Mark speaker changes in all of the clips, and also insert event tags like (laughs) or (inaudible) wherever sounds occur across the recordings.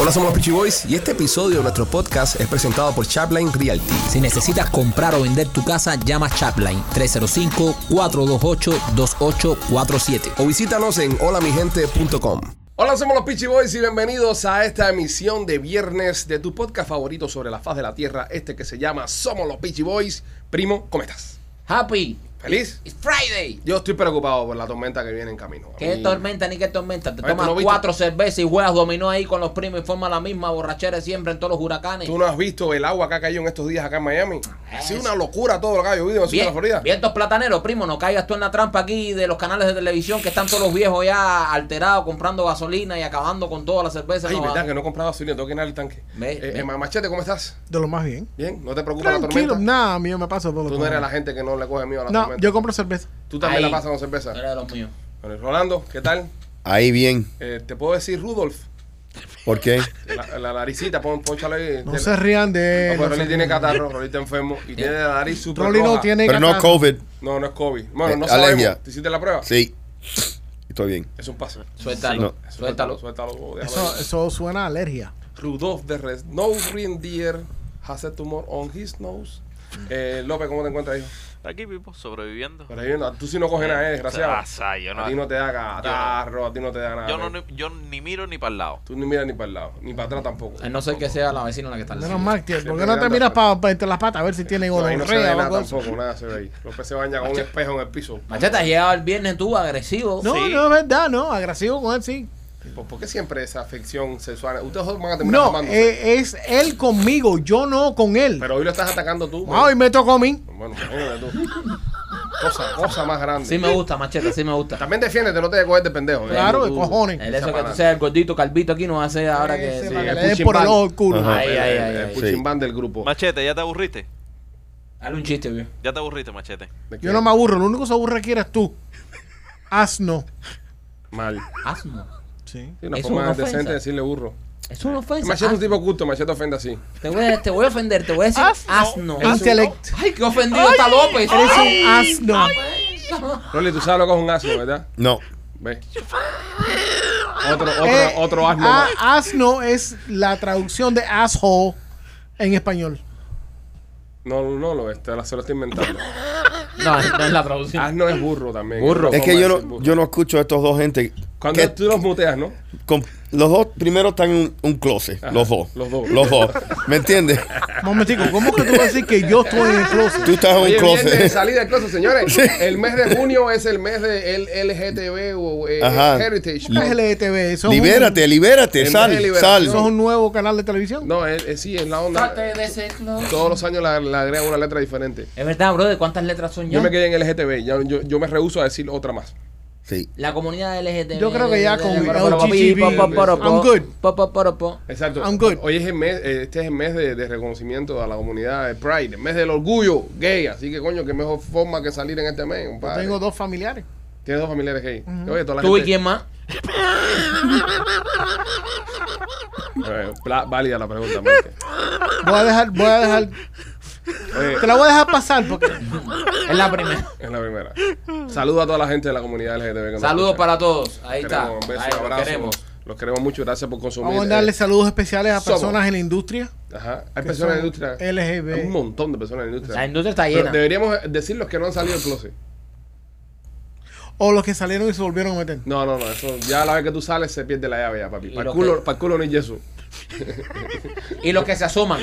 Speaker 1: Hola, somos los Peachy Boys y este episodio de nuestro podcast es presentado por Chapline Realty.
Speaker 2: Si necesitas comprar o vender tu casa, llama Chapline 305-428-2847.
Speaker 1: O visítanos en holamigente.com. Hola, somos los Peachy Boys y bienvenidos a esta emisión de viernes de tu podcast favorito sobre la faz de la tierra, este que se llama Somos los Peachy Boys. Primo, ¿cómo estás?
Speaker 3: Happy.
Speaker 1: ¿Feliz?
Speaker 3: It's Friday.
Speaker 1: Yo estoy preocupado por la tormenta que viene en camino. A
Speaker 3: ¿Qué
Speaker 1: mí-
Speaker 3: tormenta ni qué tormenta? Te
Speaker 1: Oye, ¿tú
Speaker 3: tomas
Speaker 1: no viste?
Speaker 3: cuatro cervezas y juegas dominó ahí con los primos y forma la misma borrachera de siempre en todos los huracanes.
Speaker 1: ¿Tú no has visto el agua que ha caído en estos días acá en Miami? Ha sido una locura todo lo que ha llovido en el sur de la
Speaker 3: Bien,
Speaker 1: Florida.
Speaker 3: vientos plataneros, primo, no caigas tú en la trampa aquí de los canales de televisión que están todos los viejos ya alterados comprando gasolina y acabando con toda la cerveza.
Speaker 1: Ay,
Speaker 3: No,
Speaker 1: verdad
Speaker 3: ah,
Speaker 1: que no he comprado gasolina, tengo que llenar el tanque.
Speaker 3: Ve,
Speaker 1: eh,
Speaker 3: ve.
Speaker 1: eh, Machete, ¿cómo estás?
Speaker 4: De lo más bien.
Speaker 1: Bien, no te preocupa la
Speaker 4: Tranquilo,
Speaker 1: tormenta.
Speaker 4: nada, mío, me paso por lo
Speaker 1: Tú no eres la gente que no le coge miedo a la
Speaker 4: No,
Speaker 1: tormenta.
Speaker 4: yo compro cerveza.
Speaker 1: Tú también
Speaker 3: Ahí.
Speaker 1: la pasas con cerveza.
Speaker 3: tú eres de los míos.
Speaker 1: Bueno, Rolando, ¿qué tal?
Speaker 5: Ahí bien.
Speaker 1: Eh, ¿Te puedo decir Rudolf?
Speaker 5: ¿Por
Speaker 1: (laughs)
Speaker 5: qué?
Speaker 1: La, la naricita, pon, ponchale ahí.
Speaker 4: No
Speaker 1: Tiene-
Speaker 4: se rían de
Speaker 1: No,
Speaker 4: él.
Speaker 1: pero
Speaker 4: no
Speaker 1: Rolly
Speaker 4: se
Speaker 1: tiene
Speaker 4: rían.
Speaker 1: catarro, Rolly está enfermo y tiene la nariz súper
Speaker 4: Rolly no
Speaker 1: roja.
Speaker 4: tiene
Speaker 5: Pero no
Speaker 4: catarro.
Speaker 5: COVID.
Speaker 1: No, no es COVID. Bueno, no
Speaker 5: Eh,
Speaker 1: sabemos.
Speaker 5: alergia.
Speaker 1: ¿Te hiciste la prueba?
Speaker 5: Sí. Estoy bien.
Speaker 1: Es un pase.
Speaker 3: Suéltalo,
Speaker 5: No.
Speaker 3: suéltalo.
Speaker 1: Suéltalo. suéltalo, déjalo
Speaker 4: Eso,
Speaker 1: ahí.
Speaker 4: eso suena a alergia.
Speaker 1: Rudolf de Res. No reindeer has a tumor on his nose. Eh, López, ¿cómo te encuentras, hijo?
Speaker 6: Aquí vivo, sobreviviendo.
Speaker 1: Pero ahí no- tú sí no coges nada, eh, desgraciado.
Speaker 6: Ah, sa, yo no-
Speaker 1: a ti no te da catarro, a ti no te da nada.
Speaker 6: Yo, no,
Speaker 1: eh.
Speaker 6: ni- yo ni miro ni para el lado.
Speaker 1: Tú ni miras ni para el lado, ni para atrás tampoco.
Speaker 3: A no ser que sea la vecina la que está al
Speaker 4: Menos
Speaker 3: lado.
Speaker 4: mal, tío.
Speaker 1: Sí,
Speaker 4: ¿Por
Speaker 1: sí,
Speaker 4: qué no te
Speaker 1: anda,
Speaker 4: miras
Speaker 1: pero-
Speaker 4: para entre las patas a ver si tienen
Speaker 1: No, ahí no se ve
Speaker 4: gonorrea o
Speaker 1: nada
Speaker 4: algo? de eso?
Speaker 1: tampoco, nada se ve ahí. López se baña con un espejo en el piso.
Speaker 3: Machete, has llegado el viernes tú agresivo.
Speaker 4: No,
Speaker 6: Sí.
Speaker 4: no es verdad, no. Agresivo con él, sí.
Speaker 1: ¿Por, por qué siempre esa afección sexual? Ustedes dos van a terminar
Speaker 4: No,
Speaker 1: amándose.
Speaker 4: eh, es él conmigo, yo no con él.
Speaker 1: Pero hoy lo estás atacando tú.
Speaker 4: Ah, hoy me tocó a mí.
Speaker 1: Bueno, imagínate tú. Cosa, cosa más grande.
Speaker 3: Sí me gusta, Machete, sí me gusta.
Speaker 1: También defiéndete, no te dejes coger de pendejo. ¿eh?
Speaker 4: Claro, de
Speaker 3: Tú-
Speaker 4: cojones.
Speaker 3: El eso que tú
Speaker 1: Chaparán.
Speaker 3: seas el gordito calvito aquí no hace ahora que.
Speaker 4: Ese
Speaker 3: sí.
Speaker 4: para que
Speaker 1: el
Speaker 4: le des
Speaker 1: pushing
Speaker 4: por el
Speaker 1: back.
Speaker 4: ojo el culo.
Speaker 5: Ajá.
Speaker 3: Ay, ay, ay,
Speaker 1: El
Speaker 3: ay.
Speaker 1: pushing band del grupo.
Speaker 6: Machete, ¿ya te aburriste?
Speaker 3: Dale un chiste, viejo.
Speaker 6: Ya te aburriste, machete.
Speaker 1: ¿De qué?
Speaker 4: Yo no me aburro, lo único que se aburre aquí eres tú. Asno.
Speaker 1: Mal.
Speaker 3: Asno.
Speaker 4: Sí.
Speaker 1: Sí, una
Speaker 3: Es
Speaker 1: forma
Speaker 3: una
Speaker 1: decente
Speaker 3: ofensa.
Speaker 1: de decirle burro.
Speaker 3: Es una ofensa.
Speaker 1: Machete es un
Speaker 3: Ah,
Speaker 1: tipo culto, machete ofende así.
Speaker 3: te, voy a, te voy a ofender, te voy a decir asno.
Speaker 4: Intellect.
Speaker 3: Ay, qué ofendido está López.
Speaker 4: Eres un asno.
Speaker 1: Rolly, tú sabes lo que es un asno, ¿verdad?
Speaker 5: No.
Speaker 1: Ve. Otro, otro,
Speaker 4: Eh,
Speaker 1: Ah, otro asno
Speaker 4: a-
Speaker 1: más.
Speaker 4: asno es la traducción de asshole en español.
Speaker 1: No, no lo es, te la, se lo
Speaker 4: (laughs)
Speaker 1: estoy inventando.
Speaker 3: No, no es la traducción.
Speaker 1: Asno es burro también.
Speaker 3: Burro.
Speaker 1: Otra
Speaker 5: Es que
Speaker 1: forma
Speaker 5: yo
Speaker 1: de decir
Speaker 5: no,
Speaker 1: burro.
Speaker 5: yo no escucho a estos dos gente.
Speaker 1: Cuando
Speaker 5: que-
Speaker 1: tú los muteas, ¿no?
Speaker 5: con- los dos primero están en un, un closet. los dos.
Speaker 1: los dos.
Speaker 5: Los dos. ¿Me entiendes?
Speaker 4: Momentico, ¿cómo que tú vas a decir que yo estoy en el closet?
Speaker 5: Tú estás en un
Speaker 1: Oye, viene Eh, de (laughs)
Speaker 5: closet.
Speaker 1: salir del closet, señores. El mes de junio es el mes de el LGTB o eh,
Speaker 5: Ajá.
Speaker 1: Heritage.
Speaker 4: No es LGTV, eso es un-
Speaker 5: libérate, libérate.
Speaker 1: En vez de
Speaker 5: Sal,
Speaker 1: liberación.
Speaker 4: Eso es
Speaker 5: sal.
Speaker 4: un nuevo canal de televisión.
Speaker 1: No, es, es- sí, es la onda. Todos los años le agrega una letra diferente.
Speaker 3: Es verdad, bro, ¿de cuántas letras son ya?
Speaker 1: Yo me quedé en LGTB, ya- yo, yo me rehuso a decir otra más.
Speaker 5: Sí.
Speaker 3: La comunidad LGTB.
Speaker 4: Yo creo que ya con
Speaker 3: LGTB.
Speaker 4: LGTB. I'm good.
Speaker 3: Po, po, poro, po.
Speaker 1: Exacto.
Speaker 4: I'm good.
Speaker 1: Hoy es el mes, eh, este es el mes de, de reconocimiento a la comunidad de Pride, el mes del orgullo gay. Así que, coño, qué mejor forma que salir en este mes, compadre.
Speaker 4: Tengo dos familiares.
Speaker 1: Tienes dos familiares gay. Oye, toda la
Speaker 3: ¿Tú y
Speaker 1: gente-
Speaker 3: quién más?
Speaker 1: Eh, pla- válida la pregunta, Mike.
Speaker 4: Voy a dejar, voy a dejar.
Speaker 1: Oye,
Speaker 4: Te la voy a dejar pasar
Speaker 1: (laughs)
Speaker 4: porque
Speaker 3: Es la primera.
Speaker 1: es la primera. Saludo a toda la gente de la comunidad LGTB. que nos
Speaker 3: Saludos
Speaker 1: escucha.
Speaker 3: para todos. Ahí
Speaker 1: Los
Speaker 3: está.
Speaker 1: queremos, un beso,
Speaker 3: Ahí,
Speaker 1: un
Speaker 3: los
Speaker 1: abrazo.
Speaker 3: queremos.
Speaker 1: Los queremos mucho. Gracias por consumir.
Speaker 4: vamos a darle
Speaker 1: eh,
Speaker 4: saludos especiales a
Speaker 1: somos.
Speaker 4: personas en la industria.
Speaker 1: Ajá. Hay
Speaker 4: que
Speaker 1: personas en la
Speaker 4: son
Speaker 1: industria.
Speaker 4: LGB.
Speaker 1: Hay un montón de personas en la industria.
Speaker 3: La industria está
Speaker 1: Pero
Speaker 3: llena.
Speaker 1: deberíamos eh, decir los que no han salido del closet.
Speaker 4: O los que salieron y se volvieron a meter.
Speaker 1: No, no, no. Eso, ya la vez que tú sales se pierde la llave ya, papi.
Speaker 3: Y
Speaker 1: Para
Speaker 3: los
Speaker 1: culo,
Speaker 3: que-
Speaker 1: pa'l culo no hay yeso.
Speaker 3: Y los que se asoman.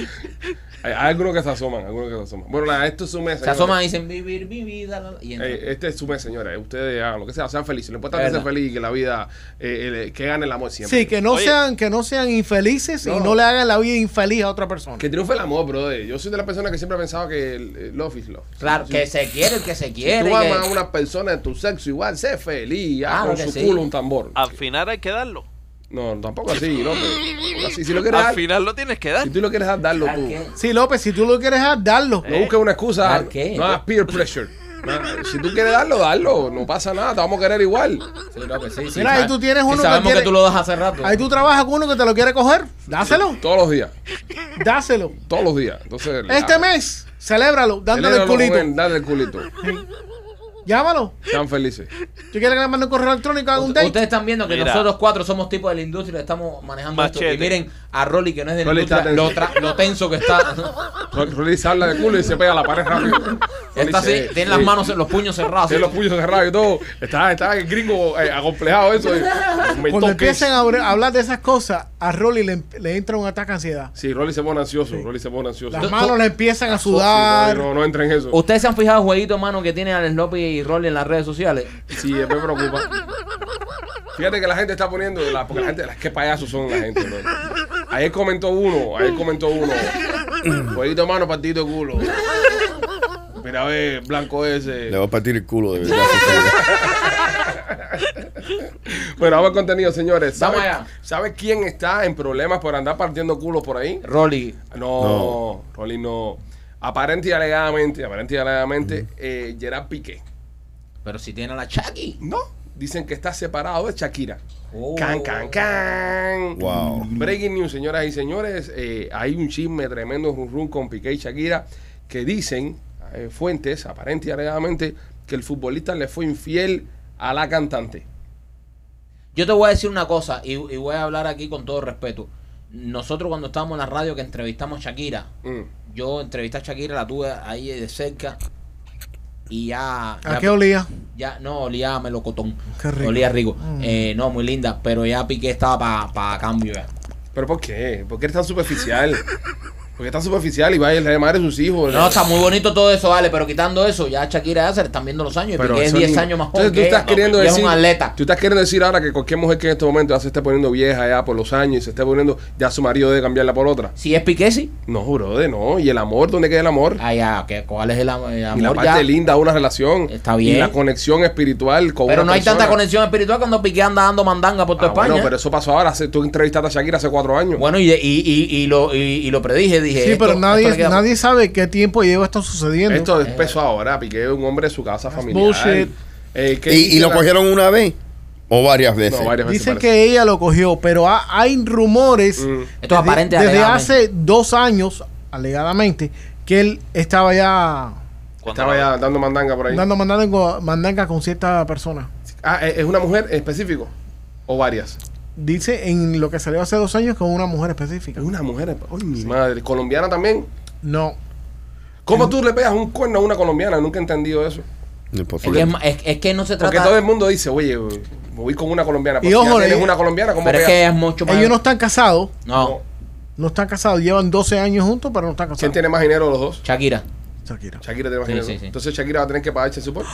Speaker 1: Hay, hay algunos que se asoman, algunos que se asoman. Bueno, nada, esto es su mes.
Speaker 3: Se
Speaker 1: señores.
Speaker 3: asoman y dicen vivir mi vida. la- Y entran.
Speaker 1: Eh, este es su mes, señores. Ustedes hagan lo que sea, sean felices. Lo importante es
Speaker 3: Es
Speaker 1: ser
Speaker 3: verdad.
Speaker 1: feliz y que la vida, eh, eh, que gane el amor siempre.
Speaker 4: Sí, que no
Speaker 6: Oye.
Speaker 4: sean, que no sean infelices
Speaker 1: No.
Speaker 4: y no le hagan la vida infeliz a otra persona.
Speaker 1: Que triunfe el amor, brother. Yo soy de las personas que siempre he pensado que el- el love is love.
Speaker 3: Claro, que se quiere el que se quiere.
Speaker 1: Tú
Speaker 3: que-
Speaker 1: amas a una persona de tu sexo igual, sé feliz, haz
Speaker 3: Claro
Speaker 1: con
Speaker 3: que
Speaker 1: su
Speaker 3: sí.
Speaker 1: culo un tambor.
Speaker 6: Al final hay que darlo.
Speaker 1: No, tampoco así, no. pero- así, si lo quieres
Speaker 6: Al
Speaker 1: dar,
Speaker 6: final lo tienes que dar.
Speaker 1: si tú lo quieres dar, darlo
Speaker 3: Claro
Speaker 1: tú.
Speaker 3: que-
Speaker 4: Sí, López, si tú lo quieres dejar, darlo.
Speaker 1: No busques una excusa,
Speaker 3: ¿Dar qué?
Speaker 1: no hagas peer pressure. No, si tú quieres darlo, darlo, no pasa nada, te vamos a querer igual.
Speaker 3: Sí, López, sí, sí.
Speaker 4: Mira, ahí tú tienes
Speaker 3: Sí
Speaker 4: uno que
Speaker 3: sabemos que,
Speaker 4: quiere-
Speaker 3: tú lo das hace rato.
Speaker 4: Ahí tú trabajas con uno que te lo quiere coger. Dáselo,
Speaker 1: Todos los días,
Speaker 4: dáselo.
Speaker 1: todos los días. Entonces,
Speaker 4: Este mes, celébralo, dándole el culito.
Speaker 1: Dale el culito.
Speaker 4: Llámalo.
Speaker 1: Sean felices.
Speaker 4: ¿Tú quieres que le mande un correo electrónico a un
Speaker 3: Ustedes
Speaker 4: date?
Speaker 3: están viendo que
Speaker 6: Mira.
Speaker 3: nosotros cuatro somos tipos de la industria, estamos manejando esto. Y
Speaker 6: Machete.
Speaker 3: miren, a Rolly, que no es de la
Speaker 1: Rolly está
Speaker 3: industria, lo,
Speaker 1: tenso.
Speaker 3: tra- lo tenso que
Speaker 1: (laughs)
Speaker 3: está.
Speaker 1: Ro- Rolly se habla de culo y se pega a la pared rápido.
Speaker 3: está así,
Speaker 1: Rolly se-
Speaker 3: tiene las
Speaker 1: sí.
Speaker 3: manos, los puños cerrados.
Speaker 1: Tiene los puños cerrados y todo. Está, está el gringo eh, acomplejado eso. eh. Me
Speaker 4: Cuando
Speaker 1: toques.
Speaker 4: empiecen a hablar- a hablar de esas cosas, a Rolly le, le entra un ataque de ansiedad.
Speaker 1: Sí, Rolly se pone ansioso. Rolly se pone ansioso.
Speaker 4: Las
Speaker 1: Sí,
Speaker 4: manos le empiezan a
Speaker 1: no,
Speaker 4: sudar.
Speaker 1: no, no entra en eso.
Speaker 3: Ustedes se han fijado el jueguito, mano, que tiene Alex López y Rolly en las redes sociales.
Speaker 1: Sí, me preocupa. Fíjate que la gente está poniendo. La, porque la gente. Qué payasos son la gente, bro. Ayer comentó uno. Ayer comentó uno. Jueguito mano, partido de culo. Mira, a ver, blanco ese.
Speaker 5: Le va a partir el culo de
Speaker 1: (laughs)
Speaker 5: verdad.
Speaker 1: Bueno, vamos al contenido, señores. ¿Sabes
Speaker 3: Vamos allá.
Speaker 1: ¿sabe quién está en problemas por andar partiendo culos por ahí?
Speaker 3: Rolly.
Speaker 1: No, Rolly no. Aparente y alegadamente, aparente y alegadamente, eh, Gerard Piqué.
Speaker 3: Pero si tiene a la Chucky.
Speaker 1: No, dicen que está separado de Shakira.
Speaker 3: Oh.
Speaker 1: Can, can, can.
Speaker 5: Wow.
Speaker 1: Breaking news, señoras y señores. eh, hay un chisme tremendo, run, run con Piqué y Shakira, que dicen, eh, fuentes, aparente y alegadamente, que el futbolista le fue infiel a la cantante.
Speaker 3: Yo te voy a decir una cosa y, y voy a hablar aquí con todo respeto. Nosotros cuando estábamos en la radio que entrevistamos a Shakira,
Speaker 1: Mm.
Speaker 3: yo entrevisté a Shakira, la tuve ahí de cerca y ya...
Speaker 4: ¿A
Speaker 3: ya-
Speaker 4: qué olía?
Speaker 3: Ya, no, olía a melocotón.
Speaker 4: Qué rico.
Speaker 3: Olía rico.
Speaker 4: Mm.
Speaker 3: Eh, no, muy linda, pero ya Piqué estaba para cambio. ya.
Speaker 1: ¿Pero por qué? ¿Por qué eres tan superficial? ¿Por qué tan superficial y va a ir a llamar a sus hijos?
Speaker 3: No, está muy bonito todo eso, vale, pero quitando eso, ya Shakira ya se le están viendo los años y Piqué es
Speaker 1: eso
Speaker 3: 10
Speaker 1: ni-
Speaker 3: años más joven.
Speaker 1: Entonces tú
Speaker 3: que
Speaker 1: estás
Speaker 3: ella.
Speaker 1: queriendo
Speaker 3: Y
Speaker 1: decir.
Speaker 3: Es un atleta.
Speaker 1: Tú estás queriendo decir ahora que cualquier mujer que en este momento ya se esté poniendo vieja ya por los años y se esté poniendo. Ya su marido debe cambiarla por otra.
Speaker 3: Si es Piqué, sí.
Speaker 1: No, brother, no. ¿Y el amor? ¿Dónde queda el amor?
Speaker 3: Ah, ya, ¿qué- ¿cuál es el, am- el
Speaker 1: y la
Speaker 3: amor?
Speaker 1: parte
Speaker 3: ya?
Speaker 1: linda de una relación.
Speaker 3: Está bien.
Speaker 1: Y la conexión espiritual con
Speaker 3: Pero
Speaker 1: una
Speaker 3: no hay tanta
Speaker 1: persona.
Speaker 3: conexión espiritual cuando Piqué anda dando mandanga por toda
Speaker 1: Ah,
Speaker 3: España.
Speaker 1: Bueno, pero eso pasó ahora. Hace- Tú entrevistaste a Shakira hace cuatro años.
Speaker 3: Bueno, y, y, y, y lo, y, y lo predije, dije.
Speaker 4: Sí,
Speaker 3: esto-
Speaker 4: pero
Speaker 3: esto le
Speaker 4: nadie,
Speaker 3: queda-
Speaker 4: nadie sabe qué tiempo lleva esto sucediendo.
Speaker 1: Esto
Speaker 3: Eh.
Speaker 1: empezó ahora. Piqué es un hombre de su casa familiar.
Speaker 4: bullshit.
Speaker 1: Eh, ¿qué
Speaker 5: ¿Y, y lo
Speaker 1: hiciera?
Speaker 5: cogieron una vez? ¿O varias
Speaker 1: No,
Speaker 5: veces?
Speaker 1: varias veces
Speaker 4: Dicen
Speaker 1: parece.
Speaker 4: que ella lo cogió, pero ha- hay rumores
Speaker 1: Mm.
Speaker 3: Esto es aparente
Speaker 4: desde, desde
Speaker 3: alegadamente.
Speaker 4: hace dos años, alegadamente, que él estaba ya
Speaker 6: Cuando
Speaker 1: Estaba
Speaker 6: la-
Speaker 1: ya dando mandanga por ahí.
Speaker 4: dando mandanga, mandanga con cierta persona.
Speaker 1: Ah, ¿es es una mujer específico? ¿O varias?
Speaker 4: Dice en lo que salió hace dos años con una mujer específica.
Speaker 1: Es una mujer. esp- Ay, mi madre. ¿Colombiana también?
Speaker 4: No.
Speaker 1: ¿Cómo tú le pegas un cuerno a una colombiana? Nunca he entendido eso.
Speaker 3: Es
Speaker 5: Imposible.
Speaker 3: que, es ma- es- es que no se
Speaker 1: Porque
Speaker 3: trata.
Speaker 1: todo el mundo dice, oye, me voy con una colombiana. Pero
Speaker 4: Y
Speaker 1: si
Speaker 4: ojo,
Speaker 1: ya tienes
Speaker 4: eh,
Speaker 1: una colombiana, ¿cómo
Speaker 3: Pero es
Speaker 1: pegas?
Speaker 3: que es mucho más.
Speaker 4: Ellos no están casados,
Speaker 3: No,
Speaker 4: no están casados, llevan 12 años juntos, pero no están
Speaker 1: ¿Quién
Speaker 4: casados.
Speaker 1: tiene más dinero de los dos?
Speaker 3: Shakira.
Speaker 4: Shakira.
Speaker 1: Shakira tiene más
Speaker 3: Sí,
Speaker 1: dinero.
Speaker 3: sí, sí.
Speaker 1: Entonces Shakira va a tener que pagar, se supone.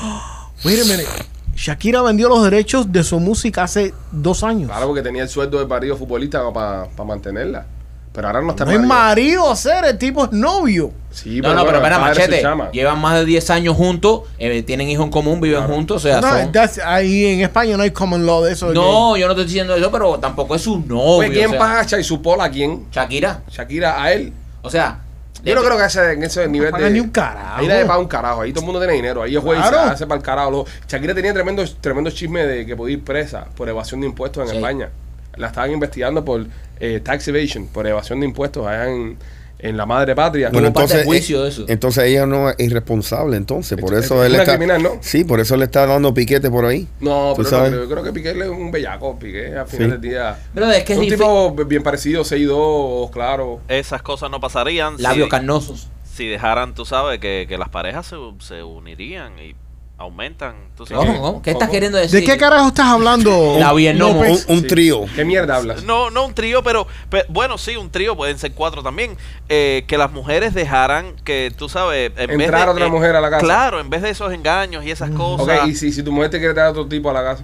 Speaker 4: Wait a minute. Shakira vendió los derechos de su música hace dos años.
Speaker 1: Claro, porque tenía el sueldo del marido futbolista para mantenerla. Pero ahora no está
Speaker 4: No
Speaker 1: el
Speaker 4: es
Speaker 1: marido.
Speaker 4: marido hacer, el tipo es novio.
Speaker 1: Sí,
Speaker 3: no, no, pero
Speaker 1: bueno, el
Speaker 3: espera,
Speaker 1: padre se
Speaker 3: machete.
Speaker 1: llama.
Speaker 3: Llevan más de 10 años juntos, eh, tienen hijos en común, viven juntos, o sea,
Speaker 4: No,
Speaker 3: son-
Speaker 4: that's- ahí en España no hay common law de eso. de
Speaker 3: No, yo no estoy diciendo eso, pero tampoco es su novio.
Speaker 1: Oye, ¿Quién
Speaker 3: o sea,
Speaker 1: paga a Supol a quién?
Speaker 3: Shakira.
Speaker 1: Shakira a él.
Speaker 3: O sea,
Speaker 1: Yo no creo que ese, en ese nivel
Speaker 4: pagan
Speaker 1: de.
Speaker 4: ni un carajo.
Speaker 1: Ahí nadie paga un carajo. Ahí todo el mundo tiene dinero. Ahí el juez
Speaker 4: Claro.
Speaker 1: se hace para el carajo. Lo- Shakira tenía tremendo, tremendo chisme de que podía ir presa por evasión de impuestos en
Speaker 3: Sí.
Speaker 1: España. La estaban investigando por eh, tax evasion, por evasión de impuestos allá en, en la madre patria.
Speaker 5: Bueno,
Speaker 3: Como parte
Speaker 5: entonces,
Speaker 3: de juicio
Speaker 5: eh,
Speaker 3: de eso.
Speaker 5: entonces ella no es irresponsable, entonces. Por
Speaker 1: Es-
Speaker 5: eso
Speaker 1: es
Speaker 5: él
Speaker 1: una
Speaker 5: está.
Speaker 1: criminal, ¿no?
Speaker 5: Sí, por eso le está dando piquete por ahí.
Speaker 1: no,
Speaker 5: ¿Tú
Speaker 1: pero no,
Speaker 5: sabes?
Speaker 1: pero yo creo que Piqué es un bellaco. Piqué al final
Speaker 5: Sí.
Speaker 1: del día.
Speaker 3: Pero es que es
Speaker 1: un
Speaker 3: difí-
Speaker 1: tipo bien parecido, 6'2, claro.
Speaker 6: Esas cosas no pasarían
Speaker 3: Labios
Speaker 6: si,
Speaker 3: carnosos.
Speaker 6: si dejaran, tú sabes, que, que las parejas se, se unirían y aumentan. ¿tú sabes?
Speaker 3: ¿Cómo, cómo? ¿Qué estás
Speaker 1: ¿Cómo?
Speaker 3: queriendo
Speaker 4: que- ¿De
Speaker 3: decir?
Speaker 4: qué carajo estás hablando?
Speaker 3: eh, La Vietnam.
Speaker 5: Un,
Speaker 4: López?
Speaker 5: un
Speaker 1: Sí.
Speaker 5: trío.
Speaker 1: ¿Qué mierda hablas?
Speaker 6: No, no un trío, pero, pe- bueno, sí, un trío, pueden ser cuatro también. Eh, que las mujeres dejaran que, tú sabes, en vez
Speaker 1: Entrar
Speaker 6: de,
Speaker 1: otra
Speaker 6: eh,
Speaker 1: mujer a la casa. Mm.
Speaker 6: Claro, en vez de esos engaños y esas cosas.
Speaker 1: ok, y si, si tu mujer te quiere traer a otro tipo a la casa.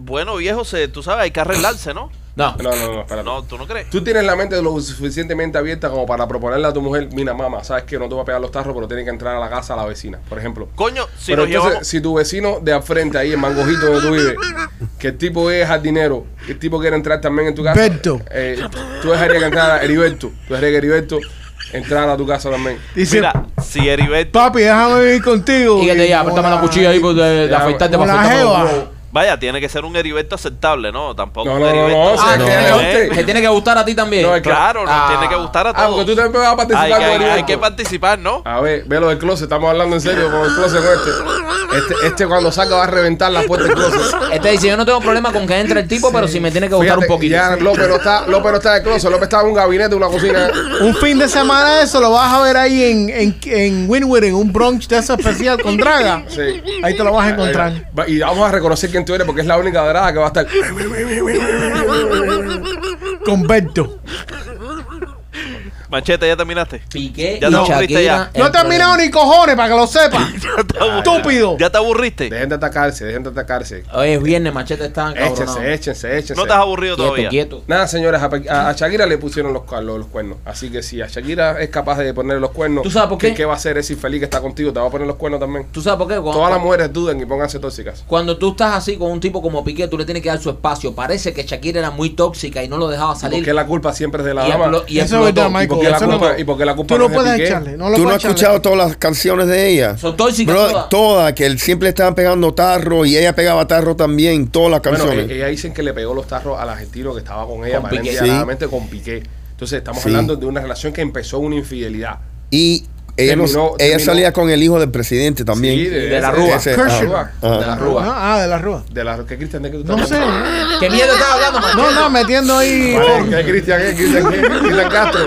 Speaker 6: Bueno, viejo, se, tú sabes, hay que arreglarse, ¿no?
Speaker 3: No.
Speaker 1: No, no, no, espérate.
Speaker 6: No, ¿tú no crees?
Speaker 1: Tú tienes la mente lo suficientemente abierta como para proponerle a tu mujer, mira mamá, sabes que no te va a pegar los tarros, pero tiene que entrar a la casa a la vecina, por ejemplo.
Speaker 6: Coño, si
Speaker 1: pero
Speaker 6: nos
Speaker 1: entonces,
Speaker 6: llevamos...
Speaker 1: si tu vecino de al frente ahí, en Mangojito donde tú vives, que el tipo es jardinero, que el tipo quiere entrar también en tu casa,
Speaker 4: Berto.
Speaker 1: eh, tú dejarías que entrara Heriberto, tú dejarías que Heriberto entrara a tu casa también.
Speaker 4: Dice,
Speaker 6: Mira, si Heriberto...
Speaker 4: papi, déjame vivir contigo.
Speaker 3: Uh, Y que te diga, apártame la
Speaker 4: Hola.
Speaker 3: cuchilla ahí pues, de, de
Speaker 1: Ya,
Speaker 3: afeitarte
Speaker 4: Hola,
Speaker 3: para afeitarme los
Speaker 4: Jeva.
Speaker 3: huevos.
Speaker 6: Vaya, tiene que ser un Heriberto aceptable, ¿no? Tampoco
Speaker 1: No,
Speaker 6: un
Speaker 1: no, no,
Speaker 6: Heriberto.
Speaker 1: no,
Speaker 3: Ah,
Speaker 1: sí,
Speaker 3: no,
Speaker 1: tiene que
Speaker 6: eh.
Speaker 1: usted.
Speaker 3: te tiene que gustar a ti también.
Speaker 4: eh.
Speaker 1: No, es que-
Speaker 6: Claro, nos
Speaker 3: Ah.
Speaker 6: tiene que gustar a
Speaker 1: Ah,
Speaker 6: todos.
Speaker 1: porque tú también vas a participar
Speaker 6: hay, que,
Speaker 1: con
Speaker 6: hay-
Speaker 1: Heriberto.
Speaker 6: hay que participar, ¿no?
Speaker 1: A ver, ve lo del closet, estamos hablando en serio con el closet con este. Este, este cuando salga va a reventar la puerta del closet.
Speaker 3: Este dice, yo no tengo problema con que entre el tipo, pero si me tiene que gustar
Speaker 1: Fíjate,
Speaker 3: un poquito.
Speaker 1: Ya López no está, López no está de closet, López está en un gabinete, una cocina.
Speaker 4: Un fin de semana de eso lo vas a ver ahí en, en, en Winwood, en un brunch de eso especial con Draga.
Speaker 1: Sí.
Speaker 4: Ahí te lo vas a encontrar.
Speaker 1: Ahí va. Y vamos a reconocer quién tú eres porque es la única draga que va a estar.
Speaker 4: Con Berto.
Speaker 1: Ah.
Speaker 6: Manchete, ya terminaste.
Speaker 3: Piqué
Speaker 6: Ya
Speaker 3: y
Speaker 6: te aburriste ya.
Speaker 3: Shakira.
Speaker 4: No he
Speaker 3: el
Speaker 4: terminado ni cojones para que lo sepas. Estúpido.
Speaker 6: ¿Ya te aburriste?
Speaker 1: Dejen de atacarse, dejen de atacarse.
Speaker 3: problema. Hoy es viernes, machete está
Speaker 4: Este,
Speaker 3: encabronado.
Speaker 1: Échense, échense, échense.
Speaker 6: No te has aburrido
Speaker 3: Quieto,
Speaker 6: este todavía.
Speaker 3: quieto.
Speaker 1: Nada, señores, a, a- a Shakira le pusieron los, los, los cuernos. Así que si a Shakira es capaz de poner los cuernos,
Speaker 3: ¿Tú sabes por qué?
Speaker 1: ¿Qué va a hacer ese infeliz que está contigo? ¿Te va a poner los cuernos también?
Speaker 3: ¿Tú sabes por qué? Cuando,
Speaker 1: Todas las mujeres duden y pónganse tóxicas.
Speaker 3: cuando tú estás así con un tipo como Piqué, tú le tienes que dar su espacio. Parece que Shakira era muy tóxica y no lo dejaba
Speaker 1: ¿Y ¿Por
Speaker 3: salir.
Speaker 1: qué la culpa siempre es de la
Speaker 3: Y
Speaker 1: dama?
Speaker 3: aplo- y
Speaker 4: eso es verdad,
Speaker 3: explotó.
Speaker 1: ¿Y por qué
Speaker 4: Michael.
Speaker 1: la
Speaker 4: Eso no-
Speaker 1: culpa- y por qué la
Speaker 4: Tú
Speaker 1: culpa no
Speaker 4: no
Speaker 1: es de
Speaker 4: puedes
Speaker 1: Piqué?
Speaker 4: echarle. No lo
Speaker 5: ¿Tú
Speaker 4: puedes
Speaker 5: no has
Speaker 4: echarle.
Speaker 5: escuchado todas las canciones de ella?
Speaker 3: Son tóxicas
Speaker 5: Bro,
Speaker 3: todas.
Speaker 5: todas, que él siempre estaba pegando tarro y ella pegaba tarro también, todas las
Speaker 1: Bueno,
Speaker 5: canciones.
Speaker 1: e- ella dicen que le pegó los tarros al argentino que estaba con ella,
Speaker 3: Con Piqué.
Speaker 1: aparentemente con Piqué. Entonces estamos
Speaker 5: Sí.
Speaker 1: hablando de una relación que empezó una infidelidad.
Speaker 5: y ella, no-
Speaker 1: eh, Terminó-
Speaker 5: ella
Speaker 1: terminó.
Speaker 5: salía con el hijo del presidente también.
Speaker 1: Sí,
Speaker 3: de la
Speaker 1: ese-
Speaker 3: Rúa.
Speaker 1: ese-
Speaker 4: Kershaw.
Speaker 1: ajá.
Speaker 5: Ajá.
Speaker 1: De la Rúa.
Speaker 4: Ah, ah, de la rúa.
Speaker 1: De la ¿Qué Cristian de qué tú estás
Speaker 4: No sé.
Speaker 1: hablando?
Speaker 3: ¿Qué miedo estás hablando, machete?
Speaker 4: No, no, metiendo ahí. ¿Eh?
Speaker 1: Vale, ¿Qué Cristian? ¿Qué Cristian? ¿Qué Cristian Castro?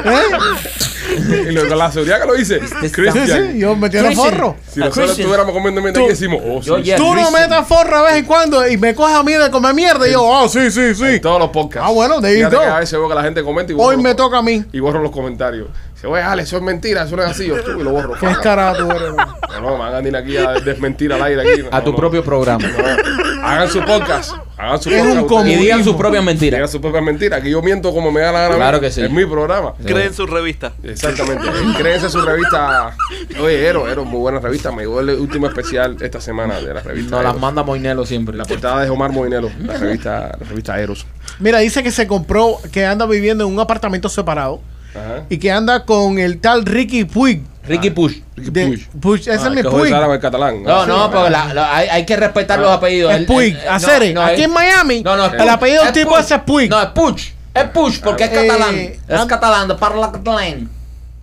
Speaker 1: Y lo- con la seguridad que lo dice.
Speaker 4: Sí, sí,
Speaker 1: Cristian.
Speaker 4: yo metiendo
Speaker 3: Christian.
Speaker 4: forro.
Speaker 1: Si nosotros
Speaker 3: Christian.
Speaker 1: estuviéramos comiendo mientras
Speaker 4: Tú-
Speaker 1: que hicimos, oh, sí,
Speaker 3: Yo,
Speaker 1: sí,
Speaker 3: yeah.
Speaker 4: Tú no
Speaker 3: Christian.
Speaker 4: metas forro de vez en cuando y me coges a mí de comer mierda. Y yo, ah, sí, sí, sí.
Speaker 1: en todos los podcasts.
Speaker 4: Ah, bueno, there you
Speaker 1: Fíjate
Speaker 4: go.
Speaker 1: que A veces veo que la gente comenta y borro
Speaker 4: Hoy
Speaker 1: los-
Speaker 4: me toca a mí.
Speaker 1: Y borro los comentarios. Dice, oye, Ale, eso es mentira, eso no es así. Yo tú, y lo borro.
Speaker 4: Qué escarado tú eres. man.
Speaker 1: No, no, me van a venir aquí a desmentir al aire aquí.
Speaker 3: A
Speaker 1: No,
Speaker 3: tu
Speaker 1: no.
Speaker 3: propio programa.
Speaker 1: No, hagan su podcast. Hagan su
Speaker 4: Es
Speaker 1: podcast.
Speaker 4: un
Speaker 1: ustedes.
Speaker 3: Y
Speaker 4: comodismo.
Speaker 3: digan sus propias mentiras.
Speaker 1: Digan su propia mentira. Que yo miento como me da la gana.
Speaker 3: Claro que sí.
Speaker 1: Es mi programa.
Speaker 6: Cree en su revista.
Speaker 1: Exactamente. Créense su revista. Oye, Ero, Ero, muy buena revista. Me llegó el último especial esta semana de la revista.
Speaker 3: Nos las
Speaker 1: Eros.
Speaker 3: manda Moinelo siempre.
Speaker 1: La portada es Omar Moinelo, la revista, la revista Eros.
Speaker 4: Mira, dice que se compró, que anda viviendo en un apartamento separado
Speaker 1: Ajá.
Speaker 4: y que anda con el tal Ricky Puig.
Speaker 3: Ricky Push.
Speaker 4: De,
Speaker 1: Puig.
Speaker 4: Puig, ese
Speaker 3: Ah,
Speaker 4: es mi
Speaker 1: Que joder,
Speaker 4: Puig.
Speaker 1: árabe, catalán.
Speaker 3: No, no, pues.
Speaker 1: Sí,
Speaker 3: porque la- la- hay, hay que respetar los apellidos.
Speaker 4: Es
Speaker 3: Él-
Speaker 4: Puig.
Speaker 3: él- él-
Speaker 4: Acere.
Speaker 3: no, no,
Speaker 4: Aquí
Speaker 3: es-
Speaker 4: en Miami,
Speaker 3: No, no, es
Speaker 4: el
Speaker 3: Puig.
Speaker 4: apellido del tipo ese es Puig.
Speaker 3: No, es Puch. Es Puch porque es
Speaker 4: Eh,
Speaker 3: catalán. es
Speaker 4: ah.
Speaker 3: catalán, de parla catalán.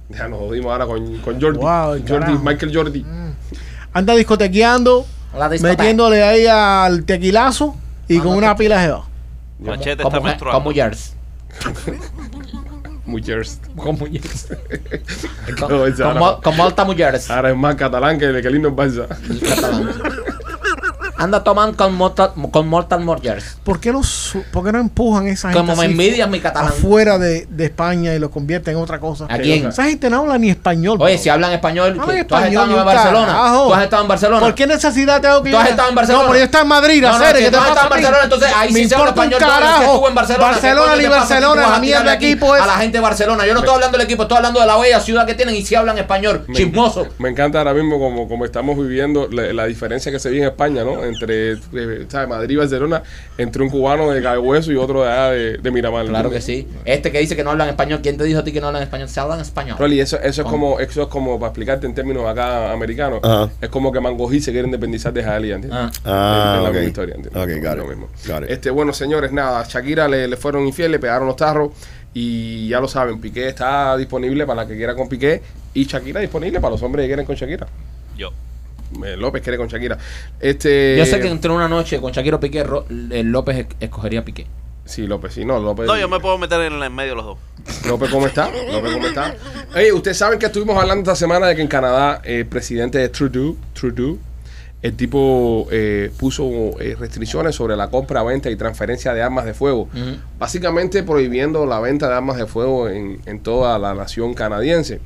Speaker 1: Ya nos jodimos ahora con, con Jordi.
Speaker 4: Wow,
Speaker 1: Jordi,
Speaker 4: carajo.
Speaker 1: Michael Jordi.
Speaker 4: Anda discotequeando,
Speaker 3: La discoteca.
Speaker 4: metiéndole ahí al tequilazo y con
Speaker 3: Anda
Speaker 4: una pila de jeva.
Speaker 6: Machete está
Speaker 3: Como, je-
Speaker 6: menstruando.
Speaker 3: como Yers.
Speaker 1: Mujeres.
Speaker 3: Como (laughs) Yers.
Speaker 1: No, esa era-
Speaker 3: como, como alta mujeres.
Speaker 1: Ahora es más catalán que, que lindo en Barça.
Speaker 3: Anda tomando con mortal, con mortal morgers.
Speaker 4: ¿Por qué, no, su- por qué no empujan esa gente
Speaker 3: Como me
Speaker 4: así
Speaker 3: envidias mi catalán.
Speaker 4: afuera de, de España y lo convierten en otra cosa?
Speaker 3: ¿A quién?
Speaker 4: Esa gente no habla ni español.
Speaker 3: Oye,
Speaker 4: bro.
Speaker 3: si hablan español, pues,
Speaker 4: Hablan
Speaker 3: tú has
Speaker 4: español
Speaker 3: estado
Speaker 4: y
Speaker 3: en
Speaker 4: un
Speaker 3: Barcelona.
Speaker 4: carajo.
Speaker 3: Tú has estado en Barcelona.
Speaker 4: ¿Por qué necesidad tengo que
Speaker 3: Tú has
Speaker 4: ir a-
Speaker 3: estado en Barcelona.
Speaker 4: No, pero yo estaba en Madrid,
Speaker 3: No, no,
Speaker 4: Acere,
Speaker 3: si tú
Speaker 4: ¿qué te
Speaker 3: has
Speaker 4: pasa
Speaker 3: estado en
Speaker 4: a ti?
Speaker 3: Barcelona, entonces ahí
Speaker 4: Me
Speaker 3: sí se habla
Speaker 4: importa un
Speaker 3: español. tú hablas que
Speaker 4: carajo.
Speaker 3: estuvo en Barcelona. ¿qué
Speaker 4: Barcelona
Speaker 3: coño
Speaker 4: ni
Speaker 3: te pasa a ti? Tú
Speaker 4: Barcelona,
Speaker 3: vas a
Speaker 4: la mierda
Speaker 3: tirarle
Speaker 4: de
Speaker 3: aquí
Speaker 4: equipo
Speaker 3: A
Speaker 4: es.
Speaker 3: la gente de Barcelona. Yo no estoy hablando del equipo, estoy hablando de la bella ciudad que tienen y sí hablan español.
Speaker 1: Me-
Speaker 3: Chismoso.
Speaker 1: Me encanta ahora mismo como, como estamos viviendo la, la diferencia que se vive en España, ¿no? Entre eh, ¿sabes? Madrid y Barcelona, entre un cubano de Cayo Hueso y otro de allá de, de Miramar.
Speaker 3: Claro que
Speaker 1: ¿entiendes?
Speaker 3: sí. Este que dice que no hablan español, ¿quién te dijo a ti que no hablan español? Se hablan español.
Speaker 1: Rolly, eso, eso es como, eso es como para explicarte en términos acá americanos,
Speaker 5: Ajá.
Speaker 1: es como que Mangojí se quiere independizar de Jalía, ¿entiendes?
Speaker 3: Ah.
Speaker 5: Ah,
Speaker 1: Es la
Speaker 5: ok.
Speaker 1: misma historia, ¿entiendes?
Speaker 5: Ok,
Speaker 1: Es
Speaker 5: got
Speaker 1: lo
Speaker 5: it.
Speaker 1: mismo.
Speaker 5: Got it. (laughs)
Speaker 1: Este, bueno, señores, nada, a Shakira le, le fueron infieles, le pegaron los tarros y ya lo saben, Piqué está disponible para la que quiera con Piqué y Shakira disponible para los hombres que quieren con Shakira.
Speaker 6: Yo.
Speaker 1: Eh, López quiere con Shakira.
Speaker 4: Eh,
Speaker 1: Este,
Speaker 3: Yo sé que entre una noche con Shakiro Piqué, Ro- eh, López es- escogería a Piqué.
Speaker 1: Sí, López, Pues sí, no, López.
Speaker 6: No, yo me puedo meter en el en medio de los dos.
Speaker 1: López, ¿cómo está? López,
Speaker 6: (laughs)
Speaker 1: ¿cómo está? Oye, ustedes saben que estuvimos hablando esta semana de que en Canadá eh, el presidente de Trudeau, Trudeau el tipo eh, puso eh, restricciones sobre la compra, venta y transferencia de armas de fuego. Básicamente prohibiendo la venta de armas de fuego en, en toda la nación canadiense.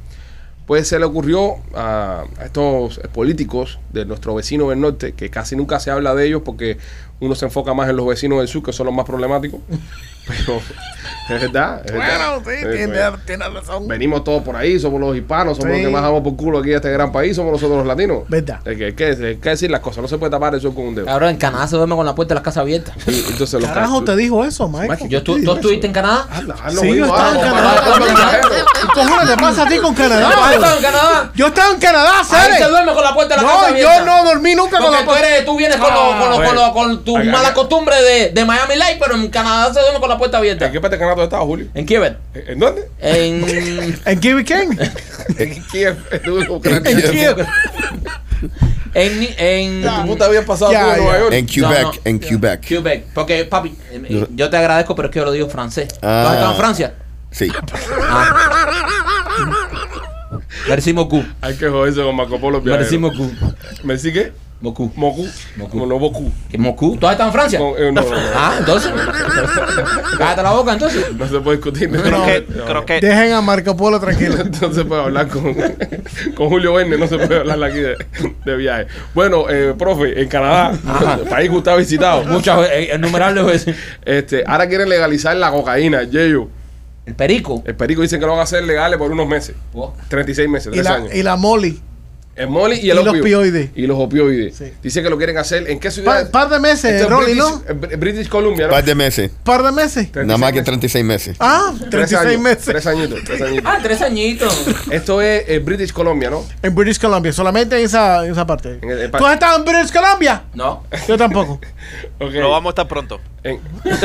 Speaker 1: Pues se le ocurrió a, a estos políticos de nuestro vecino del norte, que casi nunca se habla de ellos porque uno se enfoca más en los vecinos del sur, que son los más problemáticos. (laughs) Pero es verdad. es verdad. Eh, pues,
Speaker 4: razón.
Speaker 1: Venimos todos por ahí, somos los hispanos, somos
Speaker 4: Sí.
Speaker 1: los que más damos por culo aquí a este gran país, somos nosotros los latinos.
Speaker 4: Verdad.
Speaker 1: Hay que, hay que- hay que decir las cosas, no se puede tapar el sol con un dedo.
Speaker 3: Ahora en Canadá se duerme con la puerta de las casas abiertas.
Speaker 1: Y entonces Ah, los
Speaker 4: Carajo, te dijo eso,
Speaker 1: Michael,
Speaker 4: Michael.
Speaker 3: Yo, ¿Tú, tú estuviste en
Speaker 4: Ah,
Speaker 3: Canadá?
Speaker 1: Hazlo, hazlo,
Speaker 4: Sí, yo
Speaker 1: mismo,
Speaker 4: estaba en
Speaker 1: hazlo,
Speaker 4: Canadá.
Speaker 1: hazlo, hazlo, hazlo, hazlo.
Speaker 4: ¿Qué cojones te pasa a ti con Canadá?
Speaker 3: ¿Has
Speaker 4: bro?
Speaker 3: estado en Canadá?
Speaker 4: Yo estaba en Canadá,
Speaker 3: Ahí se
Speaker 4: Cere.
Speaker 3: duerme con la puerta de la casa
Speaker 4: No,
Speaker 3: abierta.
Speaker 4: yo no dormí nunca con
Speaker 3: Porque
Speaker 4: la
Speaker 3: tú,
Speaker 4: puerta.
Speaker 1: Ah.
Speaker 3: eres, tú vienes con, lo- con, lo- con, lo- con tu
Speaker 1: Ay, ay,
Speaker 3: mala
Speaker 1: ay.
Speaker 3: costumbre de, de Miami Light, pero en Canadá se duerme con la puerta abierta.
Speaker 1: ¿En qué parte de Canadá tú estabas, Julio?
Speaker 3: ¿En Kiev?
Speaker 1: ¿En dónde? (laughs)
Speaker 3: En,
Speaker 4: ¿En Kiwi King?
Speaker 1: En Kiev. (laughs) En
Speaker 4: ¿En
Speaker 1: Ucrania.
Speaker 4: Kiev?
Speaker 3: en, en
Speaker 1: Tu puta habías pasado
Speaker 4: Ya,
Speaker 1: tú en Nueva
Speaker 4: ya.
Speaker 1: York.
Speaker 5: En Quebec,
Speaker 3: No, no.
Speaker 5: en Quebec.
Speaker 3: Quebec. Porque, papi, eh, eh, yo te agradezco, pero es que yo lo digo francés.
Speaker 5: Ah.
Speaker 3: ¿Tú has estado en Francia?
Speaker 5: Sí.
Speaker 3: Ah. Merci beaucoup.
Speaker 1: Hay que joderse con Marco Polo. viajero.
Speaker 3: Merci beaucoup.
Speaker 1: ¿Me sigue?
Speaker 3: Beaucoup.
Speaker 1: Moku.
Speaker 3: Moku.
Speaker 1: No, no, Boku.
Speaker 3: ¿Qué, Moscú? ¿Tú has estado en Francia?
Speaker 1: No, eh, no, no, no.
Speaker 3: Ah,
Speaker 1: (laughs)
Speaker 3: entonces. Cállate la boca, entonces.
Speaker 1: No se puede discutir. No,
Speaker 6: Croquet,
Speaker 1: no.
Speaker 6: croquet.
Speaker 4: Dejen a Marco Polo tranquilo.
Speaker 1: (laughs) No se puede hablar con, con Julio Verne, no se puede hablar aquí de, de viaje. Bueno, eh, profe, en Canadá, país que usted ha visitado,
Speaker 3: Muchas veces, eh, innumerables veces.
Speaker 1: este, ahora quieren legalizar la cocaína, el yeyo.
Speaker 3: El perico.
Speaker 1: El perico dicen que lo van a hacer legales por unos meses. 36 meses,
Speaker 4: Y
Speaker 1: 3
Speaker 4: la,
Speaker 1: años.
Speaker 4: y la Molly.
Speaker 1: el moli y el
Speaker 4: y los
Speaker 1: opio.
Speaker 4: opioides.
Speaker 1: Y los opioides.
Speaker 4: Sí.
Speaker 1: Dicen que lo quieren hacer. ¿En qué ciudad?
Speaker 4: Par, par de meses,
Speaker 1: Esto es
Speaker 4: Rolly,
Speaker 1: British,
Speaker 4: ¿no?
Speaker 1: eh, Br- British Columbia, ¿no?
Speaker 5: Par de meses.
Speaker 4: Par de meses.
Speaker 1: 36
Speaker 5: Nada más que
Speaker 1: meses.
Speaker 5: 36 meses.
Speaker 4: Ah,
Speaker 1: Tres
Speaker 4: 36
Speaker 1: años,
Speaker 4: meses.
Speaker 1: Tres añitos,
Speaker 4: (laughs)
Speaker 1: tres añitos.
Speaker 3: Ah, tres añitos.
Speaker 1: Esto es eh, British Columbia, ¿no?
Speaker 4: En British Columbia, solamente en esa, en esa parte.
Speaker 1: En el- en pa-
Speaker 4: ¿Tú has estado en British Columbia?
Speaker 3: No.
Speaker 4: Yo
Speaker 1: (laughs)
Speaker 4: tampoco.
Speaker 1: Ok.
Speaker 6: Lo vamos a estar pronto.
Speaker 1: En- (laughs)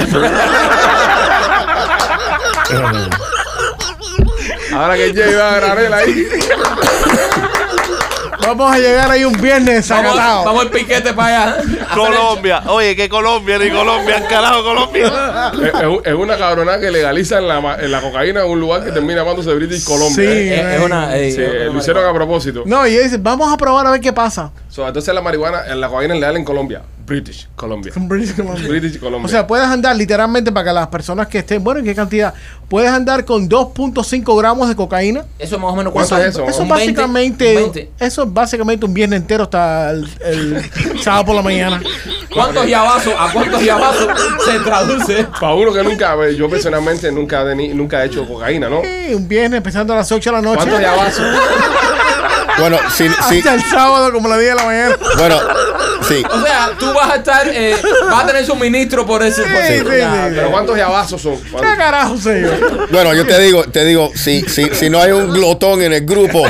Speaker 1: Ahora que Jay va a granel ahí.
Speaker 4: Vamos a llegar ahí un
Speaker 3: (laughs)
Speaker 4: viernes
Speaker 3: Vamos,
Speaker 4: desacatado.
Speaker 3: vamos el piquete para allá.
Speaker 6: Colombia. Oye, que Colombia, ni
Speaker 1: (laughs)
Speaker 6: Colombia, el carajo, Colombia.
Speaker 1: Es, es un- es una cabronada que legalizan la, ma- la cocaína en un lugar que termina llamándose British Colombia.
Speaker 4: Sí.
Speaker 1: ¿eh?
Speaker 3: Es, es una. eh,
Speaker 1: Sí,
Speaker 3: es una
Speaker 1: lo hicieron a propósito.
Speaker 4: No, y dice, vamos a probar a ver qué pasa.
Speaker 1: So, entonces la marihuana, eh, la cocaína es legal en Colombia. British Colombia.
Speaker 4: En British Columbia.
Speaker 1: British Colombia.
Speaker 4: O sea, puedes andar literalmente para que las personas que estén, bueno, ¿en qué cantidad? Puedes andar con 2.5 gramos de cocaína.
Speaker 3: Eso es más o menos
Speaker 1: ¿Cuánto
Speaker 3: cuánto-
Speaker 1: es eso?
Speaker 4: Eso
Speaker 1: Un
Speaker 3: un
Speaker 4: es
Speaker 3: 20,
Speaker 4: básicamente,
Speaker 3: un 20.
Speaker 4: eso es básicamente un viernes entero hasta el,
Speaker 1: (laughs)
Speaker 4: el sábado por la mañana.
Speaker 3: ¿Cuántos llavazos? ¿A cuántos llavazos se traduce?
Speaker 1: para uno que nunca, eh, yo personalmente nunca, he teni- nunca he hecho cocaína, ¿no?
Speaker 4: Sí, un viernes empezando a las 8 de la noche.
Speaker 1: ¿Cuántos llavazos?
Speaker 5: Bueno, sí, sí.
Speaker 4: Hasta el sábado como las 10 de la mañana. (laughs)
Speaker 5: Bueno, sí.
Speaker 3: O sea, tú vas a estar. Eh, vas a tener suministro por ese. por-
Speaker 4: Sí, sí,
Speaker 3: Ya,
Speaker 4: sí.
Speaker 1: Ah, ¿Pero cuántos llavazos son?
Speaker 4: ¿Qué
Speaker 1: ¿Cuántos?
Speaker 4: carajo sé yo?
Speaker 5: Bueno, yo te digo, te digo, si, si, si no hay un glotón en el grupo,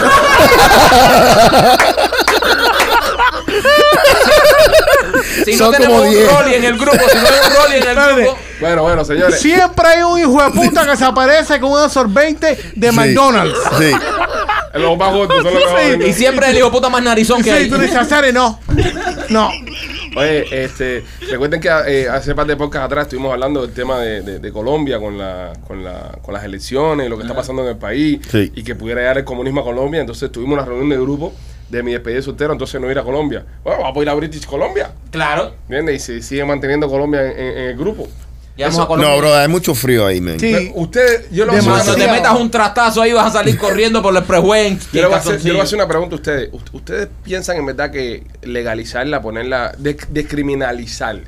Speaker 3: Si no
Speaker 5: Son
Speaker 3: tenemos
Speaker 5: como
Speaker 3: un
Speaker 5: 10.
Speaker 3: Rolly en el grupo, si no hay un Rolly en el grupo.
Speaker 1: Bueno, bueno, señores.
Speaker 4: Siempre hay un hijo de puta que se aparece con un absorbente de
Speaker 5: Sí.
Speaker 4: McDonald's.
Speaker 5: sí.
Speaker 1: Los más gordos son los más gordos.
Speaker 3: Y siempre es el hijo puta más narizón que
Speaker 4: Sí,
Speaker 3: hay.
Speaker 4: tú dices, "Azare, no. No.
Speaker 1: Oye, este, recuerden que eh, hace par de podcasts atrás estuvimos hablando del tema de, de- de Colombia con, la, con, la, con las elecciones y lo que está pasando en el país
Speaker 5: Sí.
Speaker 1: y que pudiera llegar el comunismo a Colombia. Entonces tuvimos una reunión de grupo de mi despedida de soltero, entonces no ir a Colombia. Bueno, vamos a ir a British Colombia,
Speaker 3: Claro.
Speaker 1: ¿entiendes? Y se sigue manteniendo Colombia en, en- en el grupo.
Speaker 3: Llegamos a Colombia.
Speaker 5: No, bro, hay mucho frío ahí, man.
Speaker 4: Sí.
Speaker 1: Pero Usted, yo le voy a hacer
Speaker 3: Cuando
Speaker 1: una
Speaker 3: te
Speaker 4: Demasiado.
Speaker 3: metas un trastazo ahí vas a salir corriendo por el prejuez.
Speaker 1: Yo le, voy a hacer, yo le voy a hacer una pregunta a ustedes. Ust- ¿Ustedes piensan en verdad que legalizarla, ponerla, de- descriminalizar,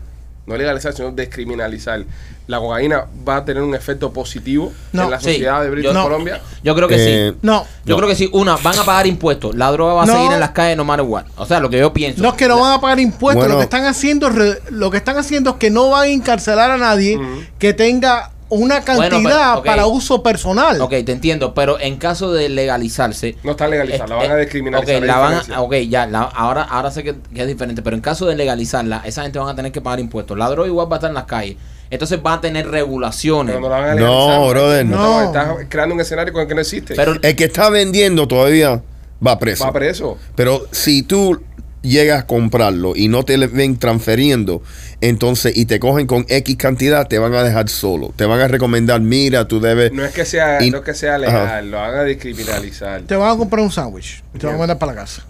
Speaker 1: no legalizar, sino descriminalizar, la cocaína va a tener un efecto positivo
Speaker 4: No.
Speaker 1: en la
Speaker 3: Sí.
Speaker 1: sociedad de Brito
Speaker 3: Yo-
Speaker 4: no.
Speaker 1: Colombia?
Speaker 3: Yo creo que
Speaker 5: Eh,
Speaker 3: sí.
Speaker 4: No.
Speaker 3: Yo
Speaker 5: no.
Speaker 3: creo que sí. Una, van a pagar impuestos. La droga va a
Speaker 4: No.
Speaker 3: seguir en las calles no matter what. O sea, lo que yo pienso.
Speaker 4: No es que no van a pagar impuestos.
Speaker 5: Bueno.
Speaker 4: Lo que están haciendo, es re- lo que están haciendo es que no van a encarcelar a nadie que tenga una
Speaker 3: Bueno,
Speaker 4: cantidad
Speaker 3: pero- ok.
Speaker 4: para uso personal.
Speaker 3: Ok, te entiendo. Pero en caso de legalizarse,
Speaker 1: No está legalizada, la van a
Speaker 3: Eh,
Speaker 1: descriminalizar.
Speaker 3: ok,
Speaker 1: hay
Speaker 3: la van a-
Speaker 1: diferencia.
Speaker 3: ok, ya, la- ahora, ahora sé que, que es diferente, pero en caso de legalizarla, esa gente van a tener que pagar impuestos. La droga igual va a estar en las calles. Entonces va a tener regulaciones.
Speaker 1: Pero no la van a legalizar.
Speaker 5: No, brother, no.
Speaker 1: No,
Speaker 4: No.
Speaker 1: Estás creando un escenario con el que no existe.
Speaker 3: Pero
Speaker 5: El que está vendiendo todavía va preso.
Speaker 1: va preso.
Speaker 5: Pero si tú llegas a comprarlo y no te le ven transferiendo, entonces y te cogen con X cantidad, te van a dejar solo. Te van a recomendar, mira, tú debes...
Speaker 1: No es que sea,
Speaker 5: Y-
Speaker 1: no es que sea legal,
Speaker 5: Ajá.
Speaker 1: lo van a descriminalizar.
Speaker 4: Te van a comprar un sándwich. Te van a mandar para la casa.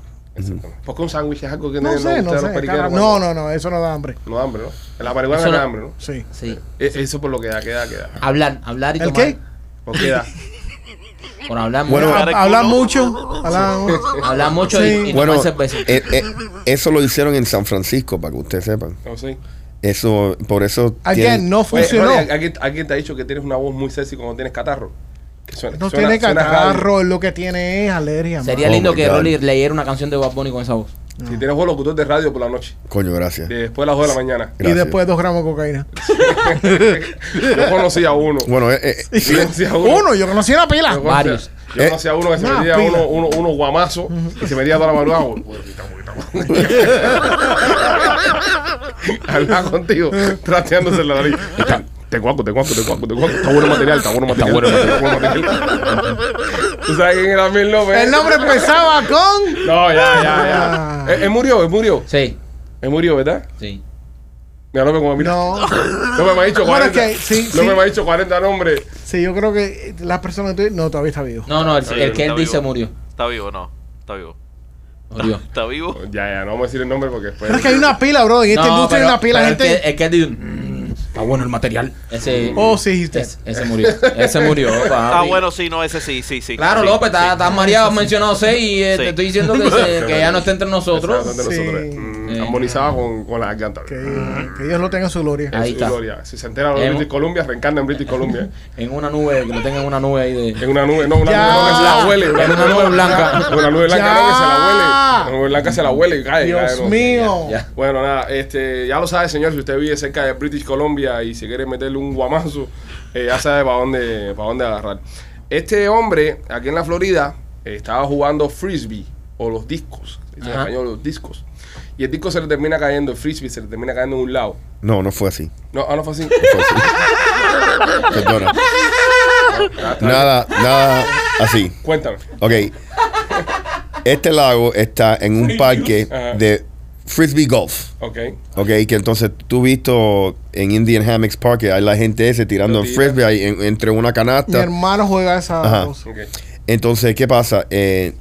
Speaker 1: Porque un sándwich es algo que
Speaker 4: No sé,
Speaker 1: gusta a
Speaker 4: no
Speaker 1: los
Speaker 4: sé.
Speaker 1: periqueros
Speaker 4: cara-
Speaker 1: cuando-
Speaker 4: No, no, no. Eso no da hambre.
Speaker 1: No da hambre, ¿no? La marihuana
Speaker 3: Eso
Speaker 1: no da
Speaker 3: no-
Speaker 1: hambre, ¿no?
Speaker 4: Sí.
Speaker 3: sí,
Speaker 1: E- Eso por lo que da, que da, que da.
Speaker 3: hablar, hablar y
Speaker 4: ¿El
Speaker 3: tomar.
Speaker 4: qué?
Speaker 1: ¿Por qué da?
Speaker 3: Por hablar
Speaker 5: Bueno,
Speaker 6: Bueno,
Speaker 3: mucho,
Speaker 4: Ha-
Speaker 6: el
Speaker 4: Hablan
Speaker 6: culo.
Speaker 4: mucho. hablan-
Speaker 3: hablar mucho y-
Speaker 4: Sí.
Speaker 3: y,
Speaker 5: Bueno,
Speaker 3: tomar cerveza.
Speaker 5: eh, eh, eso lo hicieron en San Francisco, para que ustedes sepan.
Speaker 1: No sé.
Speaker 5: Eso, por eso...
Speaker 4: Again,
Speaker 5: tienen-
Speaker 4: no
Speaker 1: Oye,
Speaker 4: funcionó.
Speaker 1: Rolly, ¿alguien, alguien te ha dicho que tienes una voz muy sexy cuando tienes catarro. Que suena-
Speaker 4: No
Speaker 1: suena-
Speaker 4: tiene
Speaker 1: suena
Speaker 4: catarro, lo que tiene es alergia.
Speaker 3: Sería
Speaker 5: Oh
Speaker 4: mano.
Speaker 3: lindo
Speaker 5: my
Speaker 3: que
Speaker 5: God.
Speaker 3: Rolly leyera una canción de Bad Bunny con esa voz.
Speaker 1: Si tienes un locutor de radio por la noche,
Speaker 5: Coño, gracias.
Speaker 1: de después de las 2 de la
Speaker 4: (laughs)
Speaker 1: mañana.
Speaker 4: Y
Speaker 5: Gracias.
Speaker 4: después dos gramos de cocaína.
Speaker 1: Yo conocí a uno.
Speaker 5: Bueno, eh, eh,
Speaker 1: Yo conocí a
Speaker 4: (laughs)
Speaker 1: uno.
Speaker 4: Uno, yo conocí una pila.
Speaker 1: Yo
Speaker 3: Varios.
Speaker 1: conocía- Yo conocía a uno que se
Speaker 4: Una
Speaker 1: metía
Speaker 4: pila.
Speaker 1: uno, uno, unos guamazos y se metía toda la madrugada. Bueno, bueno, quitamos, quitamos. (laughs) Hablaba contigo, trasteándose la nariz. Está- Te cuaco, te cuaco, te cuaco, te cuaco. Está bueno el material, está bueno el material. Está bueno el material.
Speaker 4: (laughs)
Speaker 1: ¿Tú sabes quién era Mil López? ¿eh?
Speaker 4: El nombre empezaba con.
Speaker 1: No, ya, ya,
Speaker 4: (laughs)
Speaker 1: ya. Él, él murió, él murió.
Speaker 3: Sí,
Speaker 1: Él murió, ¿verdad?
Speaker 3: sí.
Speaker 1: Mira, López, como mira.
Speaker 4: No.
Speaker 1: López me ha dicho
Speaker 4: Bueno, es
Speaker 1: 40.
Speaker 4: que sí,
Speaker 1: López
Speaker 4: sí.
Speaker 1: me ha dicho 40 nombres.
Speaker 4: Sí, yo creo que las personas que tú- No, todavía está vivo.
Speaker 3: No, no, el,
Speaker 6: Está
Speaker 3: el
Speaker 6: vivo,
Speaker 3: que él
Speaker 6: está
Speaker 3: dice
Speaker 6: vivo.
Speaker 3: murió.
Speaker 6: Está vivo, no. Está vivo.
Speaker 3: (laughs) Murió.
Speaker 6: Está vivo.
Speaker 1: Ya, ya, no vamos a decir el nombre porque después.
Speaker 4: Pero es que hay una pila, bro. En esta
Speaker 3: No,
Speaker 4: Este industria
Speaker 3: pero-
Speaker 4: hay una pila,
Speaker 3: pero el
Speaker 4: gente.
Speaker 3: que- El que dice, "Mm, está bueno el material. Ese. este.
Speaker 4: Oh, sí, dijiste.
Speaker 3: Ese, ese murió. Ese (laughs) murió.
Speaker 6: Ah,
Speaker 3: papi.
Speaker 6: bueno, sí, no, ese sí, sí, sí.
Speaker 3: Claro,
Speaker 6: sí,
Speaker 3: López,
Speaker 6: sí.
Speaker 3: estás mareado, has mencionado seis y eh,
Speaker 6: Sí.
Speaker 3: te estoy diciendo que, (laughs) se- que ya no está entre nosotros.
Speaker 1: Nosotros,
Speaker 4: Sí.
Speaker 1: mm,
Speaker 3: Eh.
Speaker 1: armonizado con, con la garganta.
Speaker 4: Que, que Dios lo tenga en su gloria.
Speaker 1: En
Speaker 3: Ahí
Speaker 1: su
Speaker 3: está. Em.
Speaker 1: gloria. Si se entera de
Speaker 3: Hemos-
Speaker 1: British Columbia, reencarna en British Columbia.
Speaker 3: En una nube, que lo tenga en una nube ahí de.
Speaker 4: (laughs)
Speaker 1: En una nube, no, una
Speaker 4: Ya.
Speaker 1: nube no, que se la huele.
Speaker 3: En una nube blanca.
Speaker 1: Una nube blanca,
Speaker 4: Ya.
Speaker 1: no, que se la huele. Una nube blanca se la huele y cae. cae,
Speaker 4: Dios
Speaker 1: no.
Speaker 4: mío.
Speaker 3: Ya.
Speaker 1: Bueno, nada, este, ya lo sabe, señor, si usted vive cerca de British Columbia y si quiere meterle un guamazo, eh, ya sabe para dónde, para dónde agarrar. Este hombre, aquí en la Florida, eh, estaba jugando frisbee o los discos, en
Speaker 3: Ajá.
Speaker 1: español los discos. Y el disco se le termina cayendo, el frisbee se le termina cayendo en un lado.
Speaker 5: no, no fue así.
Speaker 1: No, ah, no fue así.
Speaker 5: Fue así. Perdona.
Speaker 1: (laughs) Ah, está bien.
Speaker 5: Nada, nada así.
Speaker 1: Cuéntame.
Speaker 5: Ok. Este lago está en un parque
Speaker 1: Ajá.
Speaker 5: de frisbee golf.
Speaker 1: Ok.
Speaker 5: Ok, que entonces tú visto en Indian Hammocks Park, que hay la gente ese tirando
Speaker 1: Lo
Speaker 5: en
Speaker 1: tiran.
Speaker 5: frisbee ahí en- entre una
Speaker 4: Mi
Speaker 5: canasta.
Speaker 4: hermano juega esa
Speaker 5: Ajá.
Speaker 4: cosa.
Speaker 1: Ok.
Speaker 5: Entonces, ¿qué pasa? Eh,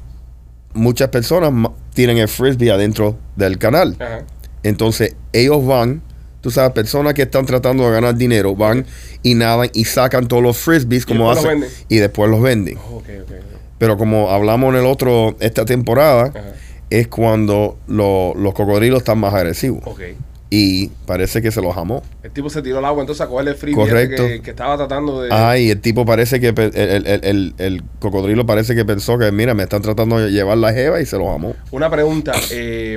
Speaker 5: muchas personas ma- tienen el frisbee adentro del canal.
Speaker 1: Ajá.
Speaker 5: Entonces, ellos van, tú sabes, personas que están tratando de ganar dinero, van y nadan y sacan todos los frisbees como
Speaker 1: después los
Speaker 5: hacen
Speaker 1: venden.
Speaker 5: y después los venden.
Speaker 1: Oh, Ok, ok.
Speaker 5: Pero como hablamos en el otro, esta temporada,
Speaker 1: Ajá.
Speaker 5: es cuando lo- los cocodrilos están más agresivos.
Speaker 1: Ok.
Speaker 5: Y parece que se los amó.
Speaker 1: El tipo se tiró al agua entonces a cogerle el frisbee este
Speaker 5: Correcto.
Speaker 1: que, que estaba tratando de.
Speaker 5: Ah, y el tipo parece que pe- el, el- el- el- el cocodrilo parece que pensó que mira, me están tratando de llevar la jeva y se los amó.
Speaker 1: Una pregunta. eh,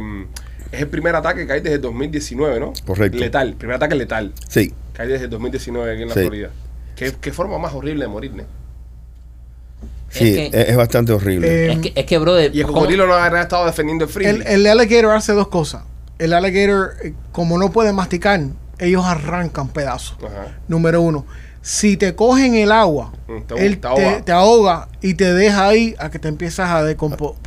Speaker 1: es el primer ataque que hay desde 2019, ¿no?
Speaker 5: Correcto.
Speaker 1: Letal. Primer ataque letal
Speaker 5: Sí.
Speaker 1: que hay desde 2019 aquí en la
Speaker 5: Sí.
Speaker 1: Florida. ¿Qué, qué forma más horrible de morir, ¿no?
Speaker 5: Sí,
Speaker 3: Es
Speaker 5: es,
Speaker 3: que-
Speaker 5: es bastante horrible.
Speaker 4: Eh,
Speaker 3: Es que, es que brother.
Speaker 1: Y el
Speaker 3: ¿cómo-
Speaker 1: cocodrilo no ha estado defendiendo el frisbee.
Speaker 4: el, el alligator hace dos cosas. El alligator, eh, como no puede masticar, ellos arrancan pedazos.
Speaker 1: Ajá.
Speaker 4: Número uno. Si te cogen el agua,
Speaker 1: Mm, te-
Speaker 4: él
Speaker 1: te
Speaker 4: te
Speaker 1: ahoga.
Speaker 4: ahoga. te ahoga y te deja ahí a que te empiezas a descomponer.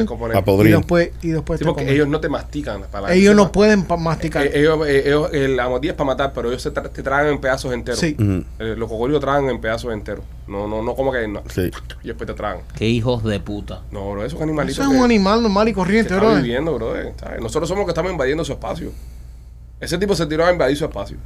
Speaker 1: Descomponer.
Speaker 5: A
Speaker 4: Y
Speaker 5: podrir.
Speaker 4: después, y después
Speaker 1: Sí,
Speaker 4: te
Speaker 1: porque
Speaker 4: comen.
Speaker 1: ellos no te mastican. Para
Speaker 4: Ellos
Speaker 1: que
Speaker 4: no
Speaker 1: sepa.
Speaker 4: pueden pa- masticar.
Speaker 1: Eh, ellos, eh, ellos- eh, la mordida es para matar, pero ellos se tra- te tragan en pedazos enteros.
Speaker 4: Sí.
Speaker 5: Ujú,
Speaker 1: Eh, los cocodrilos tragan en pedazos enteros. No, no, no como que no.
Speaker 5: Sí.
Speaker 1: Y después te tragan.
Speaker 3: Qué hijos de puta.
Speaker 1: No, bro, esos animalitos.
Speaker 4: Eso es un
Speaker 1: que-
Speaker 4: animal normal y corriente,
Speaker 1: que está
Speaker 4: bro.
Speaker 1: viviendo, brother, ¿sabes? Nosotros somos los que estamos invadiendo su espacio. Ese tipo se tiró a invadir su espacio.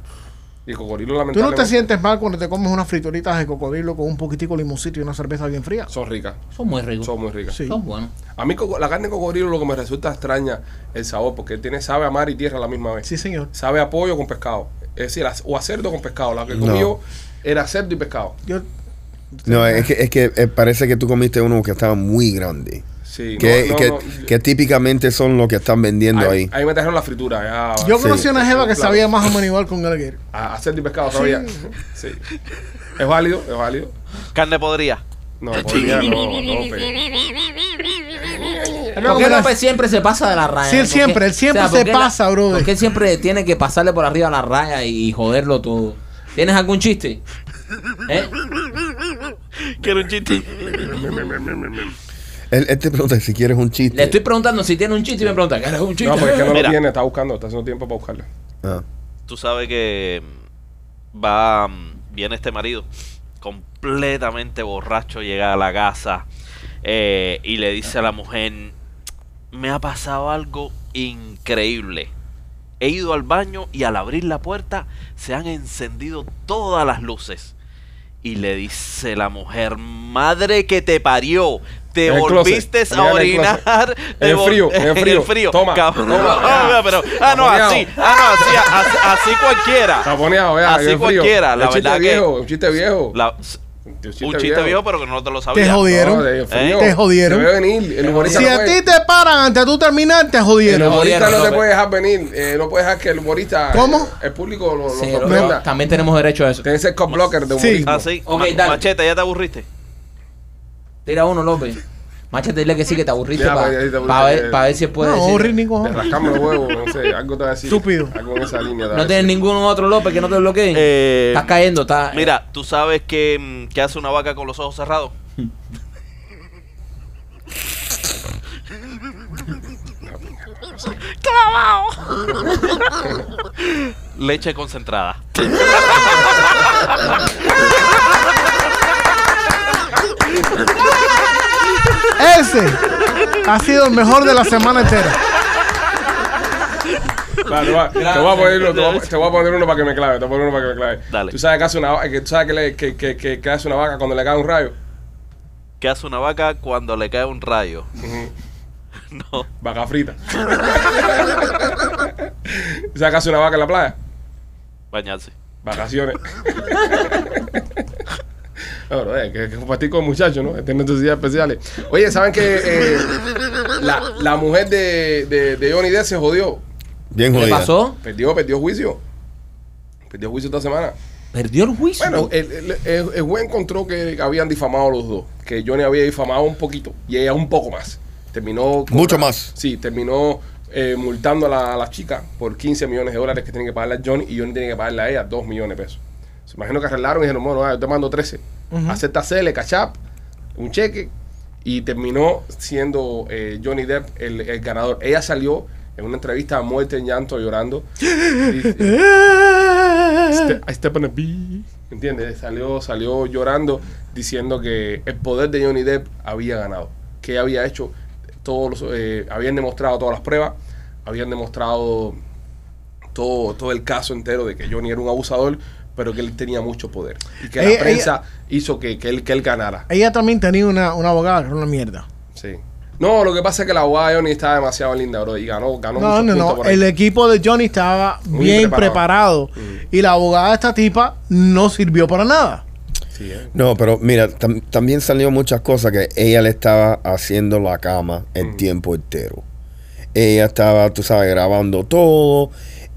Speaker 1: Y el cocodrilo
Speaker 4: Tú no
Speaker 1: lamentablemente.
Speaker 4: te sientes mal cuando te comes unas fritoritas de cocodrilo con un poquitico de limoncito y una cerveza bien fría.
Speaker 1: Son ricas,
Speaker 3: Son muy ricos.
Speaker 1: son muy ricas.
Speaker 4: Sí.
Speaker 3: Son buenos.
Speaker 1: A mí coco- la carne de cocodrilo lo que me resulta extraña el sabor, porque tiene sabe a mar y tierra a la misma vez.
Speaker 4: Sí, señor.
Speaker 1: Sabe a pollo con pescado. Es decir, a- o a cerdo con pescado. La que
Speaker 5: No.
Speaker 1: comió era cerdo y pescado.
Speaker 4: Yo,
Speaker 1: Ah,
Speaker 5: No, es que, es que eh, parece que tú comiste uno que estaba muy grande.
Speaker 1: Sí,
Speaker 5: Que,
Speaker 1: no, no,
Speaker 5: que-
Speaker 1: no.
Speaker 5: que típicamente son los que están vendiendo
Speaker 1: ahí,
Speaker 5: ahí.
Speaker 1: ahí me trajeron la fritura. ya-
Speaker 4: yo
Speaker 5: Sí.
Speaker 4: conocí una jeva que
Speaker 1: Claro.
Speaker 4: sabía más o menos igual con alligator.
Speaker 1: A, a cerdo y pescado sabía. Sí. Es válido, es válido.
Speaker 6: Carne podría.
Speaker 1: No, podría, no, no, pero-
Speaker 3: Porque López siempre se pasa de la raya.
Speaker 4: Sí, él
Speaker 3: ¿Por qué?
Speaker 4: siempre, él siempre
Speaker 3: ¿por
Speaker 4: se
Speaker 3: qué la-
Speaker 4: pasa, brother.
Speaker 3: ¿Por qué siempre tiene que pasarle por arriba a la raya y joderlo todo? ¿Tienes algún
Speaker 1: (laughs)
Speaker 3: chiste? ¿Eh?
Speaker 6: Quiero un chiste.
Speaker 5: Él, él te pregunta si quieres un chiste.
Speaker 3: Le estoy preguntando si tiene un chiste y me pregunta, ¿quieres un chiste?
Speaker 1: No, porque es que no
Speaker 6: Mira.
Speaker 1: lo tiene, está buscando, está haciendo tiempo para buscarlo.
Speaker 5: Ah.
Speaker 6: Tú sabes que mm, va, mm, viene este marido completamente borracho, llega a la casa eh, y le dice a la mujer, me ha pasado algo increíble. He ido al baño y al abrir la puerta se han encendido todas las luces. Y le dice la mujer, madre que te parió, te
Speaker 1: En el
Speaker 6: volviste
Speaker 1: closet,
Speaker 6: a
Speaker 1: mira, en el closet.
Speaker 6: orinar. te
Speaker 1: En el
Speaker 6: vol- (laughs)
Speaker 1: frío, en el frío. Toma,
Speaker 6: cabrón.
Speaker 1: toma,
Speaker 6: Ah, (laughs)
Speaker 1: ya.
Speaker 6: pero- ah, no,
Speaker 1: Apoyado.
Speaker 6: así, ah, no, así, así, así cualquiera.
Speaker 1: Taponeado, ya.
Speaker 6: Así
Speaker 1: bien frío.
Speaker 6: cualquiera, la
Speaker 1: Un chiste
Speaker 6: verdad que-
Speaker 1: viejo, un chiste viejo.
Speaker 6: La-
Speaker 1: Un chiste
Speaker 6: Un chiste viejo, pero que no te lo sabía.
Speaker 4: Te jodieron.
Speaker 1: No, de-
Speaker 6: ¿Eh?
Speaker 1: frío.
Speaker 4: Te jodieron.
Speaker 1: Te veo venir. El humorista
Speaker 4: Si
Speaker 1: no
Speaker 4: a
Speaker 1: puede-
Speaker 4: ti te paran antes de tú terminar, te
Speaker 1: El
Speaker 4: jodieron.
Speaker 1: humorista
Speaker 3: jodieron,
Speaker 1: no te
Speaker 3: López.
Speaker 1: puede dejar venir. eh, no puede dejar que el humorista.
Speaker 4: ¿Cómo?
Speaker 1: eh, El público
Speaker 3: (laughs)
Speaker 1: lo, lo
Speaker 3: Sí, lo-
Speaker 1: sorprenda.
Speaker 3: también tenemos derecho a eso.
Speaker 1: Tiene que ser cop blocker de
Speaker 4: Sí.
Speaker 1: humorismo.
Speaker 6: Ah, sí.
Speaker 3: Ok,
Speaker 6: Ma-
Speaker 3: dale.
Speaker 6: Machete, ya te aburriste.
Speaker 3: Tira uno, López. Machete, dile que sí, que te aburriste
Speaker 1: Ya, pues,
Speaker 3: para
Speaker 1: ya, ya te aburriste.
Speaker 3: ver, pa ver si él puede
Speaker 4: No,
Speaker 3: decir.
Speaker 4: Rini,
Speaker 1: De
Speaker 4: cojones.
Speaker 1: rascarme los huevos, no sé, algo te va a decir.
Speaker 4: Estúpido.
Speaker 1: Algo en esa línea. te va a
Speaker 3: No tienes
Speaker 1: decir.
Speaker 3: ningún otro López que no te bloquee.
Speaker 6: Eh,
Speaker 3: estás cayendo, estás.
Speaker 6: Mira, tú sabes que, mm, que hace una vaca con los ojos cerrados. ¡Clavao! Leche concentrada.
Speaker 4: Ese ha sido el mejor de la semana entera.
Speaker 1: Va, te, va- te voy a poner uno, te voy a- te voy a poner uno para que me clave. Te voy a poner uno para que me clave.
Speaker 6: Dale.
Speaker 1: Tú sabes que hace una, va- que, tú sabes que, le- que, que, que, que hace una vaca cuando le cae un rayo.
Speaker 6: ¿Qué hace una vaca cuando le cae un rayo? No.
Speaker 1: Vaca frita. (laughs) ¿Tú sabes que hace una vaca en la playa?
Speaker 6: Bañarse.
Speaker 1: Vacaciones. (laughs) Ahora, eh, que, que compartir con muchachos, ¿no? Tienen necesidades especiales. Oye, ¿saben que eh, la, la mujer de, de, de Johnny Depp se jodió?
Speaker 5: Bien
Speaker 3: ¿Qué
Speaker 5: jodida.
Speaker 3: pasó?
Speaker 1: Perdió, perdió juicio. Perdió juicio esta semana.
Speaker 3: Perdió el juicio.
Speaker 1: Bueno, eh, el, el- el- el juez encontró que habían difamado a los dos. Que Johnny había difamado un poquito y ella un poco más. Terminó. con-
Speaker 5: Mucho más.
Speaker 1: Sí, terminó eh, multando a la, a la chica por 15 millones de dólares que tiene que pagarle a Johnny y Johnny tiene que pagarle a ella 2 millones de pesos. Se imagino que arreglaron y dijeron, bueno, ah, yo te mando 13. Acepta CL, cachap, un cheque. Y terminó siendo eh, Johnny Depp el, el ganador. Ella salió en una entrevista a muerte en llanto, llorando. Dice,
Speaker 4: Ah.
Speaker 1: Ste- I step on Este, a bee. ¿Entiendes? Salió, salió llorando diciendo que el poder de Johnny Depp había ganado. Que había hecho todos los, eh, habían demostrado todas las pruebas, habían demostrado todo, todo el caso entero de que Johnny era un abusador, pero que él tenía mucho poder. Y que la
Speaker 4: Ella- ella-
Speaker 1: prensa hizo que, que él, que él ganara.
Speaker 4: Ella también tenía una, una abogada que era una mierda.
Speaker 1: Sí. No, lo que pasa es que la abogada de Johnny estaba demasiado linda, bro. Y ganó, ganó
Speaker 4: No,
Speaker 1: muchos
Speaker 4: no,
Speaker 1: puntos
Speaker 4: no.
Speaker 1: por ahí.
Speaker 4: El equipo de Johnny estaba
Speaker 1: Muy
Speaker 4: bien
Speaker 1: preparado. Mm.
Speaker 4: preparado. Y la abogada de esta tipa no sirvió para nada.
Speaker 1: Sí, eh.
Speaker 5: No, pero mira, tam- también salió muchas cosas que ella le estaba haciendo la cama el
Speaker 1: Mm.
Speaker 5: tiempo entero. Ella estaba, tú sabes, grabando todo.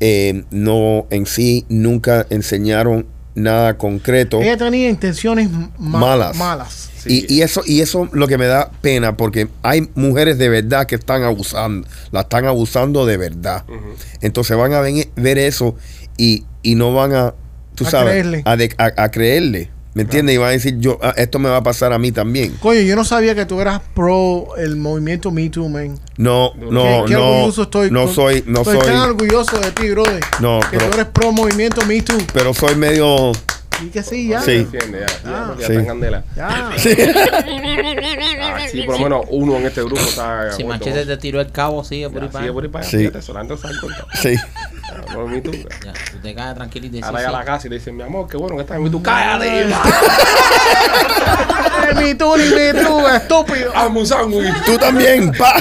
Speaker 5: eh, no, en sí, nunca enseñaron nada concreto.
Speaker 4: Ella tenía intenciones ma-
Speaker 5: Malas.
Speaker 4: malas.
Speaker 1: Sí.
Speaker 5: Y, y eso y eso lo que me da pena porque hay mujeres de verdad que están abusando, la están abusando de verdad.
Speaker 1: Ujú.
Speaker 5: Entonces van a ven- ver eso y, y no van a, tú
Speaker 4: A
Speaker 5: sabes,
Speaker 4: creerle.
Speaker 5: A, de- a- a creerle. ¿Me entiendes? Y van a decir, yo, ah, esto me va a pasar a mí también.
Speaker 4: Coño, yo no sabía que tú eras pro el movimiento Me Too, man.
Speaker 5: No, no,
Speaker 4: Qué- qué
Speaker 5: no.
Speaker 4: orgulloso estoy.
Speaker 5: no
Speaker 4: con-
Speaker 5: soy, no
Speaker 4: estoy tan
Speaker 5: soy.
Speaker 4: orgulloso de ti, brother.
Speaker 5: No,
Speaker 4: que
Speaker 5: pero-
Speaker 4: tú eres pro movimiento Me Too.
Speaker 5: Pero soy medio.
Speaker 4: Y que sí, ya.
Speaker 5: Sí.
Speaker 1: Entiende, ya, ya,
Speaker 4: Ah.
Speaker 1: porque ya
Speaker 5: Sí.
Speaker 1: está en candela.
Speaker 4: Ya.
Speaker 5: (laughs)
Speaker 1: Ah, sí, por lo menos uno en este grupo está.
Speaker 3: si
Speaker 1: gordo.
Speaker 3: Machete te tiró el cabo, sigue por ahí
Speaker 1: Ya,
Speaker 3: para.
Speaker 1: sigue por ahí para allá,
Speaker 5: Sí.
Speaker 1: fíjate, Solando se ha encontrado.
Speaker 5: Sí.
Speaker 1: Ah, no,
Speaker 3: (laughs)
Speaker 1: mi tú.
Speaker 3: Ya, tú te caes tranquilo y te
Speaker 1: Ahora ya a la
Speaker 3: dices.
Speaker 1: casa y le dicen, mi amor, qué bueno que estás en mi tú. ¡Cállate!
Speaker 4: Ay, Me Too, ni Me Too, estúpido.
Speaker 1: ¡Hazme un sándwich!
Speaker 5: Tú también.
Speaker 1: (laughs)
Speaker 5: pa.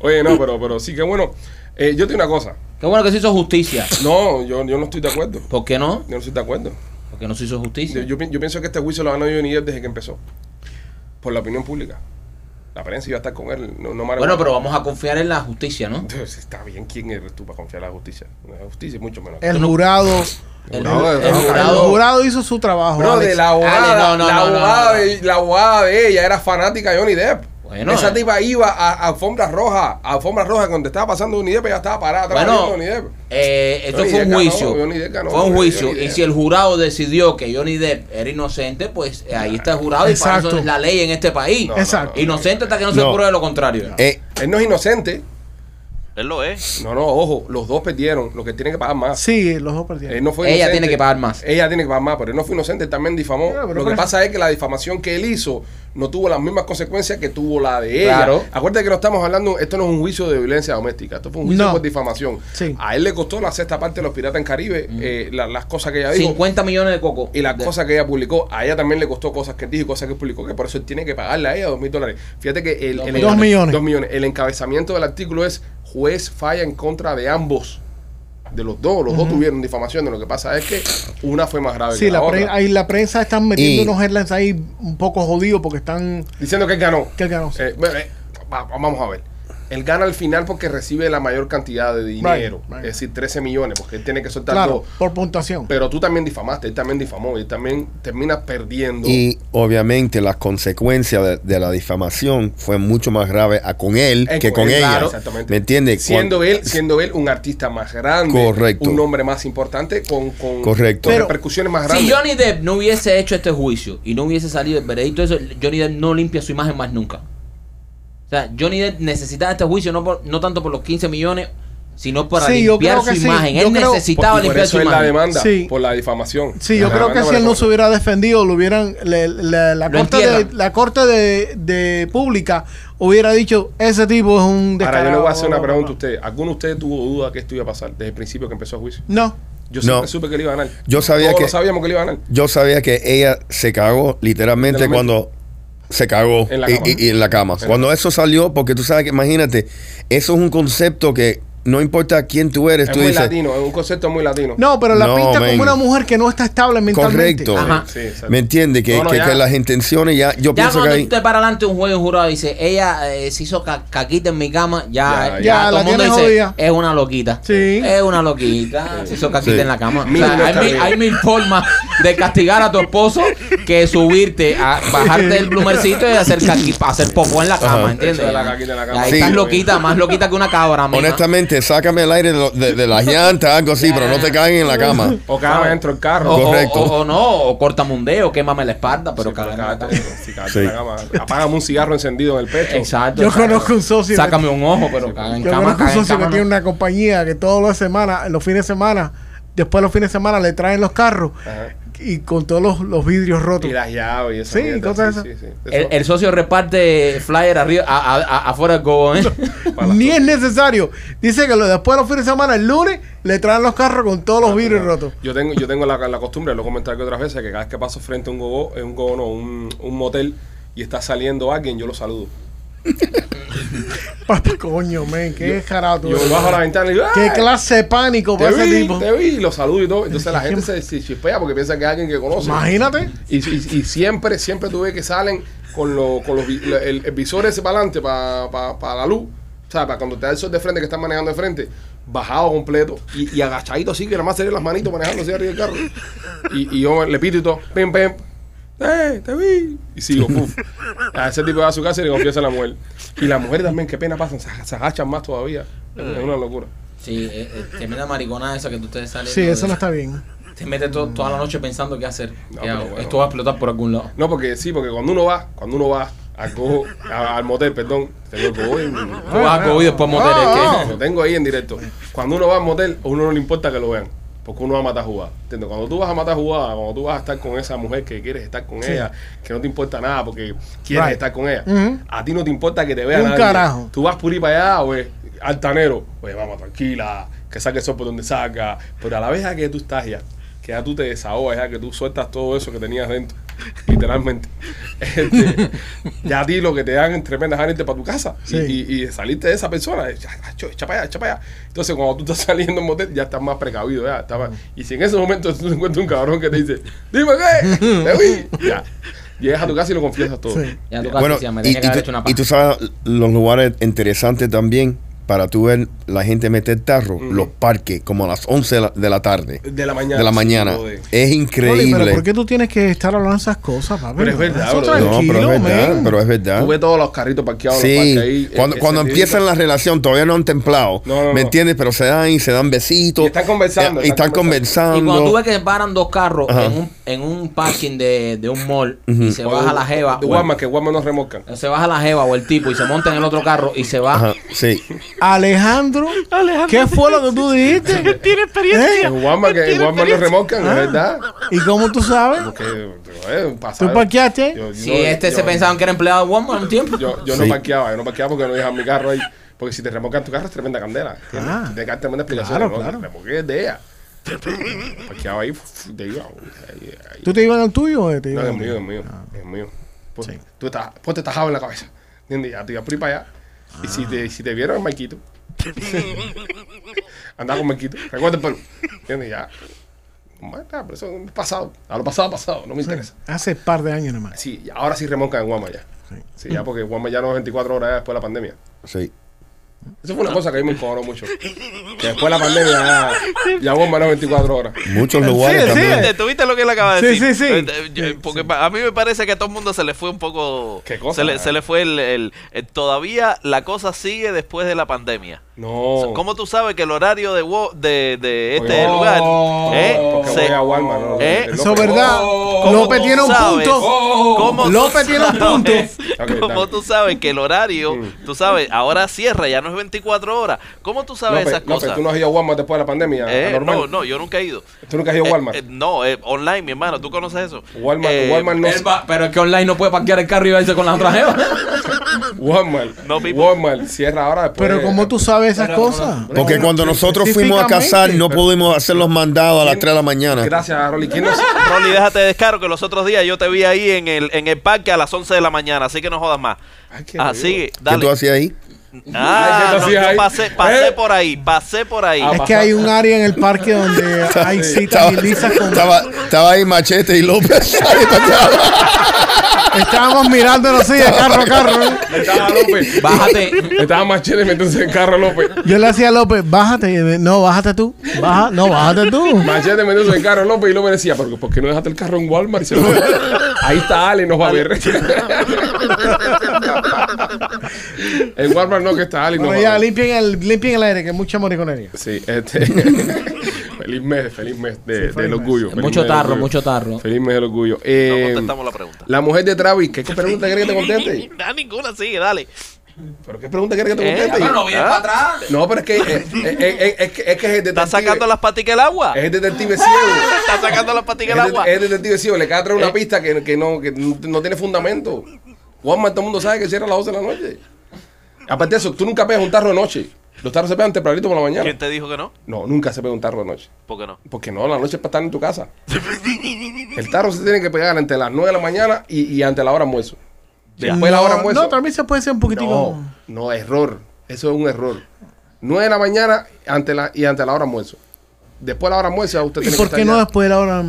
Speaker 1: Oye, no, pero, pero sí que bueno. Eh, yo te digo una cosa.
Speaker 3: Qué bueno que se hizo justicia.
Speaker 1: No, yo, yo no estoy de acuerdo.
Speaker 3: ¿Por qué no?
Speaker 1: Yo no estoy de acuerdo.
Speaker 3: Porque no se hizo
Speaker 1: Yo,
Speaker 3: justicia.
Speaker 1: yo pi- yo pienso que este juicio lo ha ganado Johnny Depp desde que empezó. Por la opinión pública. La prensa iba a estar con él. No, no matter
Speaker 3: bueno,
Speaker 1: what.
Speaker 3: pero vamos a confiar en la justicia, ¿no?
Speaker 1: Entonces, está bien, ¿quién eres tú para confiar en la justicia? La justicia es mucho menos.
Speaker 4: El jurado.
Speaker 3: El,
Speaker 1: No,
Speaker 3: el
Speaker 1: no, no,
Speaker 4: El
Speaker 3: jurado.
Speaker 4: jurado hizo su trabajo.
Speaker 1: Bro,
Speaker 4: Alex.
Speaker 1: de la abogada,
Speaker 3: Ale, no, no,
Speaker 1: la,
Speaker 3: no, no,
Speaker 1: abogada
Speaker 3: no, no.
Speaker 1: De, la abogada de ella era fanática de Johnny Depp.
Speaker 3: Bueno,
Speaker 1: Esa
Speaker 3: eh.
Speaker 1: tipa iba a, a alfombra roja, a alfombra roja cuando estaba pasando Johnny Depp, ella estaba parada atrás
Speaker 3: Bueno,
Speaker 1: viendo Johnny Depp.
Speaker 3: eh, esto
Speaker 1: Johnny
Speaker 3: fue un
Speaker 1: Depp ganó,
Speaker 3: juicio.
Speaker 1: Johnny Depp ganó,
Speaker 3: fue un
Speaker 1: Johnny
Speaker 3: juicio.
Speaker 1: Depp.
Speaker 3: Y si el jurado decidió que Johnny Depp era inocente, pues eh, ahí está el jurado y para
Speaker 4: Exacto.
Speaker 3: eso es la ley en este país.
Speaker 1: No,
Speaker 4: no, Exacto. no,
Speaker 3: Inocente hasta que no, se
Speaker 5: No.
Speaker 3: pruebe lo contrario.
Speaker 5: Eh,
Speaker 1: Él no es inocente.
Speaker 6: Él lo es.
Speaker 1: No, no, ojo, los dos perdieron, los que tienen que pagar más.
Speaker 4: Sí, los dos
Speaker 1: Él
Speaker 4: perdieron.
Speaker 1: Eh, no fue
Speaker 3: Ella
Speaker 1: inocente.
Speaker 3: tiene que pagar más.
Speaker 1: Ella tiene que pagar más, pero él no fue inocente, él también difamó.
Speaker 4: Ya, Ah, pero
Speaker 1: Lo
Speaker 4: por
Speaker 1: que
Speaker 4: eso-
Speaker 1: pasa es que la difamación que él hizo no tuvo las mismas consecuencias que tuvo la de ella.
Speaker 3: Claro.
Speaker 1: Acuérdate que no estamos hablando, esto no es un juicio de violencia doméstica, esto fue un juicio
Speaker 4: No.
Speaker 1: por difamación.
Speaker 4: Sí.
Speaker 1: A él le costó la sexta parte de los piratas en Caribe, eh, la- las cosas que ella dijo.
Speaker 3: 50 millones de coco.
Speaker 1: Y las
Speaker 3: Mm. De-
Speaker 1: cosas que ella publicó, a ella también le costó cosas que dijo y cosas que publicó, que por eso él tiene que pagarle a ella dos mil dólares. Fíjate que el,
Speaker 3: Dos
Speaker 1: el-
Speaker 3: millones.
Speaker 4: Dos millones.
Speaker 1: dos millones. El encabezamiento del artículo es juez falla en contra de ambos. de los dos, los dos tuvieron difamación, de lo que pasa es que una fue más grave
Speaker 4: Sí,
Speaker 1: que
Speaker 4: la,
Speaker 1: la,
Speaker 4: pre-
Speaker 1: otra.
Speaker 4: ahí la prensa están metiendo
Speaker 5: Y-
Speaker 4: unos headlines ahí un poco jodidos porque están.
Speaker 1: Diciendo que él ganó.
Speaker 4: Que él ganó, sí.
Speaker 1: Eh, bueno, eh, va- vamos a ver. Él gana al final porque recibe la mayor cantidad de dinero,
Speaker 4: right.
Speaker 1: es decir, 13 millones, porque él tiene que soltar
Speaker 4: Claro,
Speaker 1: dos.
Speaker 4: por puntuación.
Speaker 1: Pero tú también difamaste, él también difamó, él también termina perdiendo.
Speaker 5: Y obviamente las consecuencias de, de la difamación fue mucho más grave a con él
Speaker 1: Eh,
Speaker 5: que con
Speaker 1: claro,
Speaker 5: ella.
Speaker 1: exactamente.
Speaker 5: ¿Me entiendes?
Speaker 1: Siendo
Speaker 5: Cuan-
Speaker 1: él, siendo él un artista más grande,
Speaker 5: Correcto.
Speaker 1: un hombre más importante, con, con,
Speaker 5: Correcto.
Speaker 1: con
Speaker 5: Pero-
Speaker 1: repercusiones más grandes.
Speaker 3: Si Johnny Depp no hubiese hecho este juicio y no hubiese salido el veredicto, eso, Johnny Depp no limpia su imagen más nunca. O sea, Johnny Depp necesitaba este juicio no, por- no tanto por los 15 millones, sino para
Speaker 4: Sí, yo
Speaker 3: limpiar
Speaker 4: creo
Speaker 3: su
Speaker 4: que sí.
Speaker 3: imagen.
Speaker 4: Yo
Speaker 3: Él
Speaker 4: creo-
Speaker 1: por,
Speaker 3: necesitaba
Speaker 1: y por
Speaker 3: limpiar su
Speaker 1: eso es la
Speaker 3: imagen.
Speaker 1: demanda,
Speaker 4: Sí.
Speaker 1: por la difamación.
Speaker 4: Sí, yo
Speaker 1: La
Speaker 4: creo
Speaker 1: demanda
Speaker 4: que si
Speaker 1: Ah, por
Speaker 4: él no
Speaker 1: eso.
Speaker 4: se hubiera defendido, lo hubieran le- le- la,
Speaker 3: Lo
Speaker 4: corte de,
Speaker 3: entierran.
Speaker 4: la corte de, de pública hubiera dicho ese tipo es un
Speaker 1: Ahora, yo le
Speaker 4: descarado,
Speaker 1: voy a hacer una
Speaker 4: bla, bla,
Speaker 1: pregunta a
Speaker 4: bla".
Speaker 1: ustedes. ¿Alguno de ustedes tuvo duda que esto iba a pasar desde el principio que empezó el juicio?
Speaker 4: No,
Speaker 1: Yo siempre
Speaker 5: No.
Speaker 1: supe que le iba a ganar.
Speaker 5: Yo sabía
Speaker 1: Todos
Speaker 5: que-
Speaker 1: lo sabíamos que le iba a ganar.
Speaker 5: Yo sabía que ella se cagó literalmente
Speaker 1: Literalmente.
Speaker 5: cuando se cagó
Speaker 1: En la
Speaker 5: y-
Speaker 1: cama.
Speaker 5: y, y en la cama.
Speaker 1: En la
Speaker 5: cuando eso salió, porque tú sabes que, imagínate, eso es un concepto que no importa quién tú eres,
Speaker 1: Es
Speaker 5: tú
Speaker 1: muy
Speaker 5: dices,
Speaker 1: latino, es un concepto muy latino.
Speaker 4: no, pero la
Speaker 5: No,
Speaker 4: pinta
Speaker 5: man.
Speaker 4: como una mujer que no está estable mentalmente.
Speaker 5: correcto.
Speaker 3: Ajá.
Speaker 1: Sí, exacto.
Speaker 5: ¿Me entiendes? Que,
Speaker 1: No, no,
Speaker 5: que-
Speaker 1: ya.
Speaker 5: que las intenciones ya, yo
Speaker 3: Ya
Speaker 5: pienso que
Speaker 3: cuando
Speaker 5: hay...
Speaker 3: usted para adelante un juez y un jurado dice, ella eh, se hizo ca- caquita en mi cama, ya,
Speaker 1: Ya,
Speaker 3: ya,
Speaker 4: ya,
Speaker 3: todo
Speaker 4: la
Speaker 3: el mundo
Speaker 4: tiene
Speaker 3: dice,
Speaker 4: jodida.
Speaker 3: es una loquita.
Speaker 4: Sí.
Speaker 3: Es una loquita, se hizo caquita
Speaker 5: Sí.
Speaker 3: en la cama. O
Speaker 1: Mil
Speaker 3: sea, hay,
Speaker 1: loca
Speaker 3: mil,
Speaker 1: vida.
Speaker 3: hay mil formas de castigar a tu esposo que subirte, a bajarte el plumercito y hacer caqui- hacer popó en la cama,
Speaker 5: Ajá.
Speaker 3: ¿entiendes?
Speaker 1: Eso de la caquita en la cama.
Speaker 3: Ahí
Speaker 5: Sí.
Speaker 3: estás loquita, más loquita que una cabra, mija.
Speaker 5: Honestamente, sácame el aire de, lo- de- de las llantas, algo así, pero no te caigan en la cama.
Speaker 1: O cada vez dentro del carro.
Speaker 3: O, o-
Speaker 5: Correcto.
Speaker 3: o- o no, o córtame un dedo, quémame la espalda, pero
Speaker 1: Sí,
Speaker 3: cagar en la
Speaker 1: cada-
Speaker 3: cama. (laughs)
Speaker 1: sí, cada- la cama. Apágame un cigarro encendido en el pecho.
Speaker 3: Exacto.
Speaker 4: Yo
Speaker 3: exacto.
Speaker 4: conozco un socio. que-
Speaker 3: Sácame un ojo, pero caga en
Speaker 4: Yo
Speaker 3: cama,
Speaker 4: conozco un
Speaker 3: caga en
Speaker 4: socio que
Speaker 3: cama,
Speaker 4: tiene
Speaker 3: no.
Speaker 4: una compañía que todos los semanas, los fines de semana, después de los fines de semana le traen los carros
Speaker 1: Ajá.
Speaker 4: y con todos los, los vidrios rotos.
Speaker 1: Y las llaves y esas
Speaker 4: Sí,
Speaker 1: mierdas,
Speaker 4: cosas
Speaker 1: sí,
Speaker 4: esas.
Speaker 1: sí, sí.
Speaker 3: El,
Speaker 1: Eso-
Speaker 3: el socio reparte flyer arriba, a- a- a- afuera del gobo, ¿eh?
Speaker 1: para las
Speaker 4: Ni es necesario. Dice que lo- después de los fines de semana, el lunes, le traen los carros con todos
Speaker 1: Ah,
Speaker 4: los vidrios rotos.
Speaker 1: Yo tengo, yo tengo la, la costumbre, lo he comentado aquí otras veces, que cada vez que paso frente a un gogo, eh, un gogo no, un, un motel y está saliendo alguien, yo lo saludo.
Speaker 4: Papá, coño, men, qué jarato.
Speaker 1: Yo bajo la ventana y digo,
Speaker 4: Qué
Speaker 1: "Ay,
Speaker 4: clase de pánico
Speaker 1: te
Speaker 4: para ese
Speaker 1: vi,
Speaker 4: tipo.
Speaker 1: Te vi, y lo saludo y todo. Entonces la gente se, se chispea porque piensa que es alguien que conoce.
Speaker 4: Imagínate.
Speaker 1: Y, y- y siempre, siempre tuve que salen con, lo- con los vi- la- el, el visor ese para adelante, para la luz. O sea, para cuando te da el sol de frente que están manejando de frente, bajado completo y, y agachadito así, que nada más se ven las manitos manejando así arriba del carro. Y, y yo le pito y todo, pim, pim. ¡Eh, te vi! Y sigo, puf. A ese tipo va a su casa y le confiesa a la mujer. Y la mujer también, qué pena pasan, se, se agachan más todavía. Es una locura.
Speaker 3: (laughs) Sí, eh, eh, tremenda mariconada esa que tú ustedes salen.
Speaker 4: Sí, eso no está bien.
Speaker 3: Se mete to- toda la noche pensando qué hacer.
Speaker 1: No,
Speaker 3: ¿Qué
Speaker 1: pero
Speaker 3: hago?
Speaker 1: bueno.
Speaker 3: Esto va a explotar por algún lado.
Speaker 1: No, porque sí, porque cuando uno va, cuando uno va al, cojo- a- al motel, perdón, tengo el cojo y-
Speaker 3: Tú vas a cobo y después motel,
Speaker 1: Ah, No,
Speaker 3: ¿eh?
Speaker 1: lo tengo ahí en directo. Cuando uno va al motel, a uno no le importa que lo vean. Porque uno va a matar jugada. ¿Entiendes? Cuando tú vas a matar jugada, cuando tú vas a estar con esa mujer que quieres estar con ella, que no te importa nada porque quieres
Speaker 4: Right.
Speaker 1: estar con ella,
Speaker 4: Ujú.
Speaker 1: a ti no te importa que te vean.
Speaker 4: Un
Speaker 1: nadie.
Speaker 4: carajo.
Speaker 1: Tú vas por ahí para allá, güey, altanero. Oye, vamos, tranquila, que saque eso por donde saca. Pero a la vez ya que tú estás ya, que ya tú te desahogas, ya que tú sueltas todo eso que tenías dentro, literalmente. (laughs) Este, ya a ti lo que te dan es tremendas ganas de irte para tu casa y-
Speaker 4: Sí.
Speaker 1: y, y de salirte de esa persona, ya, ya, cho, echa para allá, echa para allá. Entonces, cuando tú estás (laughs) saliendo en motel, ya estás más precavido. Ya, estás más- Y si en ese momento tú encuentras un cabrón que te dice, dime qué, te vi", ya. Llegas a tu casa y lo confiesas todo.
Speaker 4: Sí.
Speaker 3: Ya tú
Speaker 5: Bueno,
Speaker 3: casi se me
Speaker 5: y,
Speaker 3: tenía que
Speaker 5: y
Speaker 3: haber
Speaker 5: tú,
Speaker 3: hecho una
Speaker 5: y tú
Speaker 3: paja.
Speaker 5: sabes los lugares interesantes también para tú ver la gente meter tarro, los parques, como a las 11 de la, de la tarde,
Speaker 1: De la mañana.
Speaker 5: de la mañana.
Speaker 1: sí, joder.
Speaker 5: Es
Speaker 4: Oli,
Speaker 5: increíble.
Speaker 4: pero ¿por qué tú tienes que estar hablando de esas cosas, papi?
Speaker 1: Pero es verdad,
Speaker 4: Eso
Speaker 1: bro.
Speaker 5: no,
Speaker 4: tranquilo,
Speaker 5: pero es verdad,
Speaker 4: men.
Speaker 5: pero es verdad.
Speaker 1: Tú ves todos los carritos parqueados en los
Speaker 5: ¿Ah? Sí,
Speaker 1: parques ahí,
Speaker 5: cuando,
Speaker 1: eh,
Speaker 5: cuando
Speaker 1: ese
Speaker 5: empiezan
Speaker 1: tipo.
Speaker 5: la relación todavía no han templado,
Speaker 1: No, no,
Speaker 5: ¿me
Speaker 1: no.
Speaker 5: entiendes? Pero se dan y se dan besitos.
Speaker 1: Y están conversando,
Speaker 5: eh, Y, están
Speaker 1: están
Speaker 3: Y cuando tú
Speaker 5: conversando.
Speaker 3: ves que paran dos carros
Speaker 5: Ajá.
Speaker 3: en un, en un parking de, de un mall y se
Speaker 1: O
Speaker 3: baja
Speaker 1: de-
Speaker 3: la jeva.
Speaker 1: De
Speaker 3: o
Speaker 1: Walmart, que Walmart no remolcan.
Speaker 3: el- se baja la jeva o el tipo y se monta en el otro carro y se va.
Speaker 5: Ajá, sí.
Speaker 4: Alejandro, ¿qué fue lo que tú dijiste? tiene experiencia.
Speaker 1: En Walmart, que en Walmart no remolcan, es verdad.
Speaker 4: ¿Y cómo tú sabes?
Speaker 1: Porque, eh, un pasado.
Speaker 4: ¿Tú parqueaste?
Speaker 1: Yo-
Speaker 3: Si
Speaker 1: yo-
Speaker 3: este se
Speaker 1: yo-
Speaker 3: pensaban que era empleado de Walmart un tiempo.
Speaker 1: Yo, yo no
Speaker 5: Sí.
Speaker 1: parqueaba, yo no parqueaba porque no dejan mi carro ahí. Porque si te remolcan tu carro es tremenda candela. ¿entiendes?
Speaker 4: Ah,
Speaker 1: te da tremenda explicación.
Speaker 4: claro,
Speaker 1: ¿no?
Speaker 4: claro.
Speaker 1: Remolqué de ella. parqueaba ahí, fu- te iba. ahí, ahí.
Speaker 4: ¿Tú te ibas en el tuyo o te
Speaker 1: No,
Speaker 4: ibas en
Speaker 1: es
Speaker 4: el
Speaker 1: mío,
Speaker 4: mío?
Speaker 1: es mío, es mío. Pon-
Speaker 4: Ah.
Speaker 1: Tú estás, ponte tajado en la cabeza. ¿Entiendes? Ya te ibas por ahí para allá. Y si te, si te vieron, Maikito, Andaba con Marquito. Recuerda el pelo. ¿Entiendes? Ya. Bueno, está, pero eso es pasado. A lo pasado, pasado. No me interesa.
Speaker 4: Hace par de años nomás.
Speaker 1: Sí, y ahora sí remonca en Guama ya. Sí, ya porque Guama ya no es 24 horas ya después de la pandemia.
Speaker 5: Sí.
Speaker 1: Eso
Speaker 6: Ah.
Speaker 1: fue una cosa que a mí me encojonó mucho. Que después de la pandemia ya, ya Guama no es 24 horas.
Speaker 5: Muchos lugares
Speaker 4: sí.
Speaker 5: también.
Speaker 1: Eh.
Speaker 6: ¿Tuviste, tuviste lo que él acaba de
Speaker 4: Sí,
Speaker 6: decir?
Speaker 4: sí, sí.
Speaker 6: Eh, eh, yo- Porque pa- a mí me parece que a todo el mundo se le fue un poco.
Speaker 1: ¿Qué cosa?
Speaker 6: Se
Speaker 1: eh.
Speaker 6: le, se le fue el, el- el- Todavía la cosa sigue después de la pandemia. O sea,
Speaker 1: No.
Speaker 6: ¿Cómo tú sabes que el horario de, Wo- de, de este
Speaker 1: Porque-
Speaker 6: lugar.
Speaker 1: Oh,
Speaker 6: eh,
Speaker 1: Porque
Speaker 6: se-
Speaker 1: voy a Walmart. ¿no?
Speaker 6: ¿Eh?
Speaker 1: El
Speaker 4: Eso es
Speaker 1: López.
Speaker 4: verdad.
Speaker 6: oh, ¿Cómo
Speaker 4: López
Speaker 6: tú
Speaker 4: tiene un
Speaker 6: sabes? Oh,
Speaker 4: punto.
Speaker 6: ¿Cómo tú
Speaker 4: López tiene un
Speaker 6: (laughs)
Speaker 4: punto.
Speaker 1: Ok,
Speaker 6: ¿Cómo
Speaker 1: dale.
Speaker 6: tú sabes que el horario, tú sabes, ahora cierra, ya no es 24 horas? ¿Cómo tú sabes
Speaker 1: López,
Speaker 6: esas
Speaker 1: López,
Speaker 6: cosas?
Speaker 1: tú no has ido a Walmart después de la pandemia.
Speaker 6: Eh,
Speaker 1: anormal.
Speaker 6: no, no, yo nunca he ido.
Speaker 1: Tú nunca has ido a
Speaker 6: Eh,
Speaker 1: Walmart.
Speaker 6: eh, no, eh, online, mi hermano, ¿tú conoces eso?
Speaker 1: Walmart,
Speaker 6: Eh,
Speaker 1: Walmart no.
Speaker 3: Él va- pero es que online no puede parquear el carro y irse con las otras jevas.
Speaker 1: Walmart.
Speaker 6: No, people.
Speaker 1: Walmart cierra ahora después.
Speaker 4: Pero ¿cómo tú sabes esas cosas?
Speaker 5: Porque cuando nosotros fuimos a cazar no pudimos hacer los mandados a las 3 de la mañana.
Speaker 1: Gracias, Rolly. ¿Quién no
Speaker 6: Rolly, déjate de descaro que los otros días yo te vi ahí en el, en el parque a las 11 de la mañana, así que no jodas más.
Speaker 1: Ay, qué
Speaker 6: Ah,
Speaker 1: rico.
Speaker 6: sigue,
Speaker 5: ¿Qué tú
Speaker 6: dale.
Speaker 5: hacías ahí?
Speaker 1: Ay, ¿qué
Speaker 6: Ah,
Speaker 1: tú
Speaker 6: no,
Speaker 1: hacías
Speaker 6: yo
Speaker 1: ahí?
Speaker 6: pasé, pasé
Speaker 1: ¿Eh?
Speaker 6: por ahí, pasé por ahí.
Speaker 1: Ah,
Speaker 4: Es que hay un área en el parque donde
Speaker 1: (laughs)
Speaker 4: hay citas ilícitas con...
Speaker 5: estaba, estaba ahí Machete y López. (laughs)
Speaker 4: Estábamos mirándonos así de carro a carro. ¿eh?
Speaker 1: Estaba López.
Speaker 3: Bájate.
Speaker 1: Estaba más chévere metiéndose en el carro, López.
Speaker 4: Yo le hacía a López, bájate. Y él, No, bájate tú. Baja, no, bájate
Speaker 1: (laughs)
Speaker 4: tú.
Speaker 1: Machete metiéndose en el carro, López, y López decía, ¿por qué, por qué no dejaste el carro en Walmart? Y se lo- Ahí está Ale, nos va a ver.
Speaker 6: (laughs)
Speaker 1: en Walmart no, que está Ale, nos va
Speaker 4: Bueno,
Speaker 1: a
Speaker 4: ya
Speaker 1: ver.
Speaker 4: limpien el, limpien el aire, que es mucha mariconería.
Speaker 1: Sí, este. (laughs) feliz mes, feliz mes de,
Speaker 4: feliz
Speaker 1: del
Speaker 4: mes.
Speaker 1: orgullo. feliz
Speaker 3: Mucho
Speaker 1: mes del
Speaker 3: tarro,
Speaker 1: orgullo.
Speaker 3: mucho tarro.
Speaker 1: Feliz mes del orgullo.
Speaker 6: No pues,
Speaker 1: Eh,
Speaker 6: contestamos la pregunta.
Speaker 1: la mujer de Travis, ¿qué, qué pregunta quiere que te conteste?
Speaker 6: (laughs) Ah, ninguna, sigue, dale.
Speaker 1: ¿Pero qué pregunta quiere que te
Speaker 6: Eh,
Speaker 1: conteste?
Speaker 6: pero no
Speaker 1: no,
Speaker 6: vienes para
Speaker 3: atrás.
Speaker 1: pero es que, eh, eh, eh, es, que es que es el detective.
Speaker 6: ¿Estás sacando las paticas del agua?
Speaker 1: Es el detective ciego.
Speaker 6: ¿Estás sacando las
Speaker 1: Es
Speaker 6: paticas del
Speaker 1: de-
Speaker 6: agua?
Speaker 1: Es detective ciego, le queda traer una pista que, que no, que no no tiene fundamento. Walmart, todo el mundo sabe que cierra a las 12 de la noche. Aparte de eso, tú nunca pegas un tarro de noche. Los tarros se pegan tempranito por la mañana.
Speaker 6: ¿Quién te dijo que no?
Speaker 1: No, nunca se pega un tarro de noche.
Speaker 6: ¿Por qué no?
Speaker 1: Porque no, la noche es para estar en tu casa. El tarro se tiene que pegar entre las 9 de la mañana y, y ante la hora almuerzo. Después de la hora
Speaker 4: No,
Speaker 1: almuerzo.
Speaker 4: no, también se puede ser un poquitico.
Speaker 1: No, no, error. Eso es un error. 9 de la mañana ante la, y ante la hora almuerzo. Después de la hora almuerzo, usted
Speaker 4: ¿Y
Speaker 1: tiene
Speaker 4: por
Speaker 1: que
Speaker 4: qué
Speaker 1: estar
Speaker 4: no
Speaker 1: ya.
Speaker 4: después de la hora?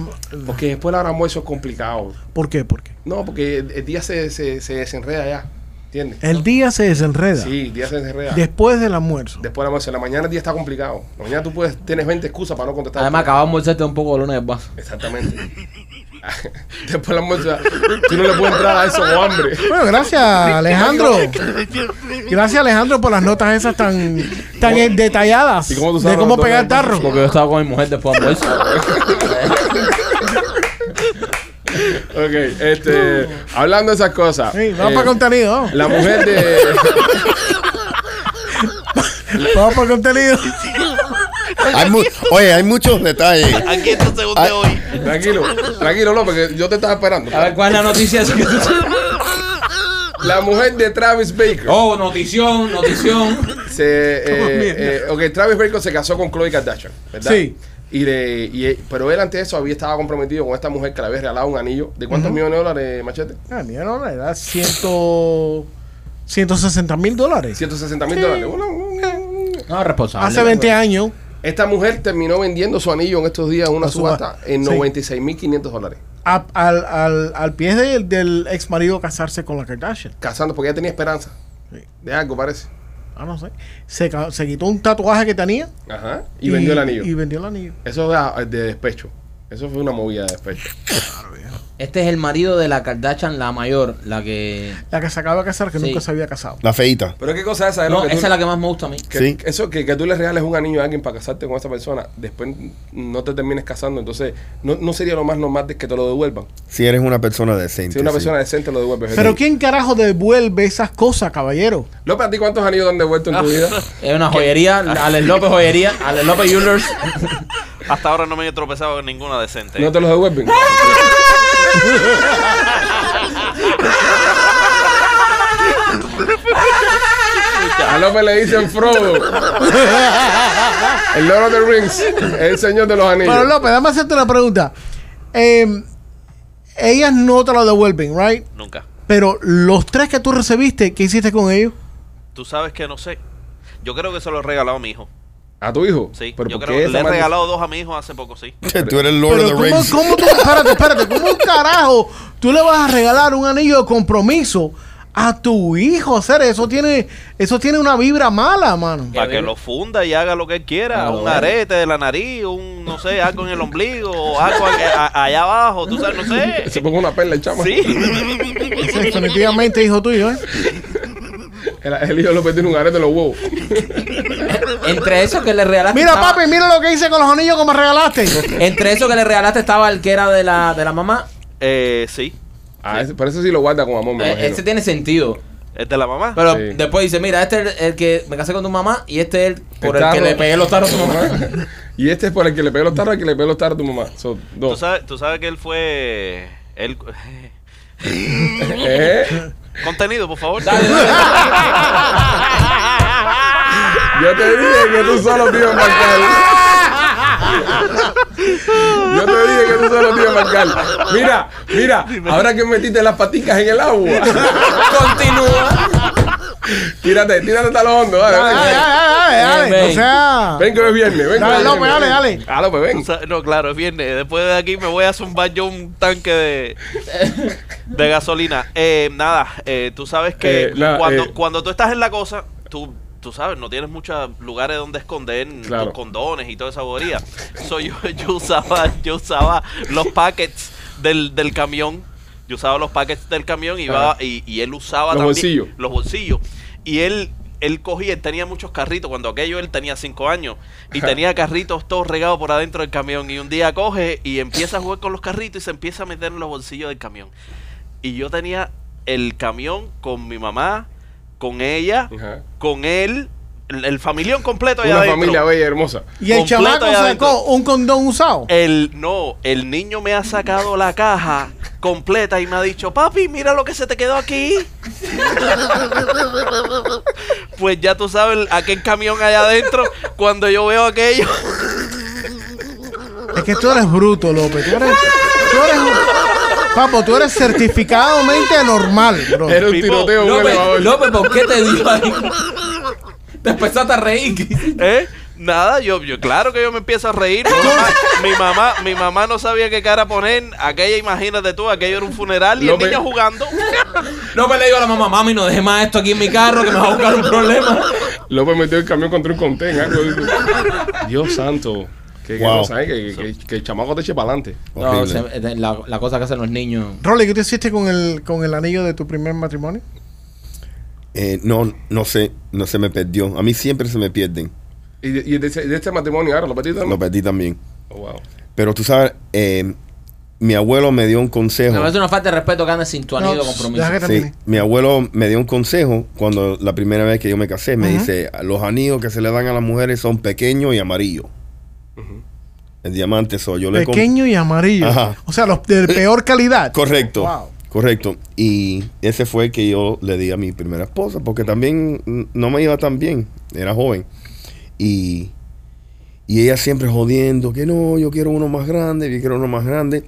Speaker 1: Porque después de la hora almuerzo es complicado.
Speaker 4: ¿Por qué? ¿Por qué?
Speaker 1: No, porque el el día se, se, se desenreda ya. ¿Entiendes?
Speaker 4: El día se desenreda.
Speaker 1: Sí, el día se desenreda.
Speaker 4: Después del almuerzo.
Speaker 1: Después de la almuerzo. En la mañana el día está complicado. La mañana tú puedes, tienes 20 excusas para no contestar.
Speaker 3: Además, acabamos de hacerte un poco de lunes de paso.
Speaker 1: Exactamente. (laughs) Después de la almuerzo, tú no le puedes entrar a eso con hambre.
Speaker 4: Bueno,
Speaker 1: (laughs)
Speaker 4: gracias Alejandro. Gracias Alejandro por las notas esas tan, tan eh, detalladas
Speaker 1: ¿Y cómo tú
Speaker 4: de
Speaker 1: sabes
Speaker 4: cómo
Speaker 1: cuando
Speaker 4: pegar
Speaker 1: toca el
Speaker 4: tarro.
Speaker 3: Porque yo estaba con mi mujer después de almuerzo.
Speaker 1: Ok, este. Hablando de esas cosas.
Speaker 4: Sí, vamos
Speaker 1: eh,
Speaker 4: para contenido.
Speaker 1: (laughs)
Speaker 4: Vamos,
Speaker 1: La mujer de. (laughs)
Speaker 4: Vamos para contenido. (laughs)
Speaker 5: Hay mu- Oye, hay muchos detalles.
Speaker 6: Aquí está el segundo de
Speaker 5: Ah.
Speaker 6: hoy.
Speaker 1: Tranquilo, tranquilo, López, que yo te estaba esperando.
Speaker 3: A ver, ¿cuál es la noticia? (laughs) esa que tú-
Speaker 1: La mujer de Travis Baker.
Speaker 3: Oh, notición, notición.
Speaker 1: Se,
Speaker 4: (laughs)
Speaker 1: eh, eh, ok, Travis Baker se casó con Khloe Kardashian, ¿verdad?
Speaker 4: Sí.
Speaker 1: Y de, y- pero él antes de eso había estado comprometido con esta mujer que le había regalado un anillo. ¿De cuántos millones de dólares, Machete?
Speaker 4: Ah, mira, no, le da ciento, 160 mil dólares.
Speaker 1: 160 mil dólares. Bueno,
Speaker 3: No, responsable.
Speaker 4: Hace 20 años.
Speaker 1: esta mujer terminó vendiendo su anillo en estos días en una
Speaker 4: La subasta.
Speaker 1: subasta en
Speaker 4: Sí.
Speaker 1: 96 mil 500 dólares.
Speaker 4: a- al, al, al pie del, del ex marido casarse con la Kardashian.
Speaker 1: Casando, porque ella tenía esperanza.
Speaker 4: Sí.
Speaker 1: De algo, parece.
Speaker 4: Ah, no sé. Se, ca- se quitó un tatuaje que tenía
Speaker 1: Ajá. Y, vendió el anillo.
Speaker 4: Y vendió el anillo.
Speaker 1: Eso es de despecho. Eso fue una movida de despecho.
Speaker 3: Este es el marido de la Kardashian, la mayor, la que.
Speaker 4: La que se acaba de casar, que
Speaker 3: Sí.
Speaker 4: nunca se había casado.
Speaker 5: La feita.
Speaker 1: Pero qué cosa es esa,
Speaker 3: No, esa es la que más me gusta a mí.
Speaker 1: Que,
Speaker 5: Sí.
Speaker 1: que Eso, que, que tú le regales un anillo a alguien para casarte con esa persona, después no te termines casando, entonces no, no sería lo más normal de que te lo devuelvan.
Speaker 5: Si eres una persona decente.
Speaker 1: Si una
Speaker 5: sí.
Speaker 1: persona decente lo devuelve.
Speaker 4: Pero ¿quién carajo devuelve esas cosas, caballero?
Speaker 1: López, ¿a ti cuántos anillos te han devuelto en tu vida?
Speaker 6: (laughs)
Speaker 3: Es una joyería, la Alex López joyería, Alex López Jewelers.
Speaker 6: Hasta ahora no me he tropezado con ninguna decente. ¿eh?
Speaker 1: No te los devuelven. A López le dicen Frodo. El Lord of the Rings. El señor de los anillos.
Speaker 4: Pero López, dame hacerte una pregunta. Eh, ellas no te lo devuelven, ¿right?
Speaker 6: Nunca.
Speaker 4: Pero los tres que tú recibiste, ¿qué hiciste con ellos?
Speaker 6: Tú sabes que no sé. Yo creo que se lo he regalado a mi hijo.
Speaker 1: ¿A tu hijo?
Speaker 6: Sí,
Speaker 1: Pero
Speaker 6: yo
Speaker 1: ¿por
Speaker 6: creo
Speaker 1: qué
Speaker 6: que le
Speaker 1: esa
Speaker 6: he
Speaker 1: maldi-
Speaker 6: regalado dos a mi hijo hace poco, sí.
Speaker 5: Tú eres Lord
Speaker 4: Pero
Speaker 5: of the
Speaker 4: ¿cómo,
Speaker 5: Rings.
Speaker 4: ¿cómo tú, espérate, espérate, ¿cómo un carajo tú le vas a regalar un anillo de compromiso a tu hijo? O sea, eso tiene, eso tiene una vibra mala, mano.
Speaker 6: Para que lo funda y haga lo que él quiera.
Speaker 3: No,
Speaker 6: un
Speaker 3: vale.
Speaker 6: arete de la nariz, un, no sé, algo en el ombligo, o algo a- a- allá abajo, tú sabes, no
Speaker 1: Se
Speaker 6: sé.
Speaker 1: pongo una perla el chama.
Speaker 6: Sí. (laughs)
Speaker 4: Ese es definitivamente hijo tuyo, ¿eh?
Speaker 1: El, el hijo lo metió en un arete en los huevos.
Speaker 3: Entre eso que le regalaste.
Speaker 4: Mira,
Speaker 3: estaba-
Speaker 4: papi, mira lo que hice con los anillos que me regalaste.
Speaker 3: Entre eso que le regalaste estaba el que era de la, de la mamá.
Speaker 6: Eh, sí.
Speaker 1: Ah, ese- pero ese sí lo guarda con amor, me
Speaker 3: Eh,
Speaker 1: imagino.
Speaker 3: ese tiene sentido.
Speaker 6: ¿Es de la mamá?
Speaker 3: Pero
Speaker 1: Sí.
Speaker 3: después dice, mira, este es el, el que me casé con tu mamá y este es el por el,
Speaker 1: tarro.
Speaker 3: que le pegué los tarros a tu mamá.
Speaker 1: (laughs) y este es por el que le pegó los tarros, al que le pegó los tarros a tu mamá. Son
Speaker 6: ¿Tú
Speaker 1: dos.
Speaker 6: sabes, tú sabes que él fue... Él... (laughs)
Speaker 1: ¿Eh?
Speaker 6: Contenido, por favor.
Speaker 3: Dale, dale.
Speaker 1: Yo te dije que tú solo te ibas a marcar. Yo te dije que tú solo te ibas a marcar. Mira, mira, ahora que metiste las paticas en el agua. Continúa. Tírate, tírate hasta lo hondo. Dale,
Speaker 4: Dale, dale,
Speaker 1: dale.
Speaker 4: dale, dale,
Speaker 3: Ven,
Speaker 4: O sea,
Speaker 1: Ven que hoy es viernes. Ven, que
Speaker 4: Dale,
Speaker 1: hoy es
Speaker 4: López,
Speaker 1: viernes.
Speaker 4: dale, dale.
Speaker 1: Ah, López,
Speaker 6: Tú
Speaker 1: ven.
Speaker 6: sabes- No, claro, es viernes. Después de aquí me voy a zumbar yo un tanque de, de gasolina. Eh, nada, eh, tú sabes que
Speaker 1: Eh, la-
Speaker 6: cuando,
Speaker 1: eh.
Speaker 6: cuando tú estás en la cosa, tú, tú sabes, no tienes muchos lugares donde esconder
Speaker 1: Claro.
Speaker 6: tus condones y toda esa bobería. So, yo, yo usaba, yo usaba los packets del, del camión. Yo usaba los packets del camión y, iba-
Speaker 1: Ajá.
Speaker 6: y, y él usaba
Speaker 1: Los
Speaker 6: también
Speaker 1: bolsillos.
Speaker 6: los bolsillos. Y él, él cogía, él tenía muchos carritos. Cuando aquello él tenía cinco años. Y tenía carritos todos regados por adentro del camión. Y un día coge y empieza a jugar con los carritos y se empieza a meter en los bolsillos del camión. Y yo tenía el camión con mi mamá, con ella,
Speaker 1: Ajá.
Speaker 6: con él, el, el familión completo allá
Speaker 1: Una
Speaker 6: adentro.
Speaker 1: familia bella y hermosa.
Speaker 4: y el
Speaker 6: completo
Speaker 4: chamaco
Speaker 6: ahí adentro. Eh.
Speaker 4: sacó un condón usado.
Speaker 6: El no, el niño me ha sacado la caja completa y me ha dicho, papi, mira lo que se te quedó
Speaker 1: (laughs)
Speaker 6: aquí. pues ya tú sabes aquel camión allá adentro, cuando yo veo aquello.
Speaker 4: Es que tú eres bruto, López. Tú eres. Tú eres papo, tú eres certificadamente anormal, bro.
Speaker 1: (laughs) Era un
Speaker 6: Pipo,
Speaker 1: tiroteo en (laughs) un elevador.
Speaker 3: López, López, ¿por qué te dio ahí? Te empezaste a reír. ¿qué hiciste?
Speaker 6: ¿Eh? Nada, yo, yo, claro que yo me empiezo a reír. Mi mamá,
Speaker 1: (laughs)
Speaker 6: mi mamá, mi mamá no sabía qué cara poner. Aquella, imagínate tú, aquello era un funeral y
Speaker 1: López.
Speaker 6: el niño
Speaker 1: (laughs)
Speaker 6: jugando.
Speaker 3: López le dijo a la mamá, mami, no dejes más esto aquí en mi carro que me va a buscar un problema.
Speaker 1: López metió el camión contra un contén. algo así. Dios santo. Que, que
Speaker 5: Wow.
Speaker 1: no sabe, ¿eh? que, que- que el chamaco te eche para adelante.
Speaker 3: No,
Speaker 5: Horrible.
Speaker 3: se- de- la, la cosa que hacen los niños.
Speaker 4: Rolly, ¿qué te hiciste con el, con el anillo de tu primer matrimonio?
Speaker 5: Eh, no, no sé, no se me perdió. A mí siempre se me pierden.
Speaker 1: Y, de, y de, ese- de este matrimonio ahora, ¿lo petito?
Speaker 5: Lo perdí también.
Speaker 1: wow.
Speaker 5: Pero tú sabes, eh, mi abuelo me dio un consejo.
Speaker 3: Me parece una falta de respeto que andes sin tu anillo de
Speaker 4: pss,
Speaker 3: compromiso.
Speaker 4: deja que
Speaker 5: Sí,
Speaker 4: termine.
Speaker 5: mi abuelo me dio un consejo cuando la primera vez que yo me casé. Me
Speaker 4: Ajá.
Speaker 5: dice, los anillos que se le dan a las mujeres son pequeños y amarillos. El diamante soy yo. le comp-
Speaker 4: Pequeño y amarillo.
Speaker 5: Ajá.
Speaker 4: O sea, los
Speaker 5: (laughs)
Speaker 4: de peor calidad.
Speaker 5: Correcto.
Speaker 4: Wow.
Speaker 5: Correcto. Y ese fue el que yo le di a mi primera esposa, porque también mm, no me iba tan bien, era joven. Y, y ella siempre jodiendo, que no, yo quiero uno más grande, yo quiero uno más grande.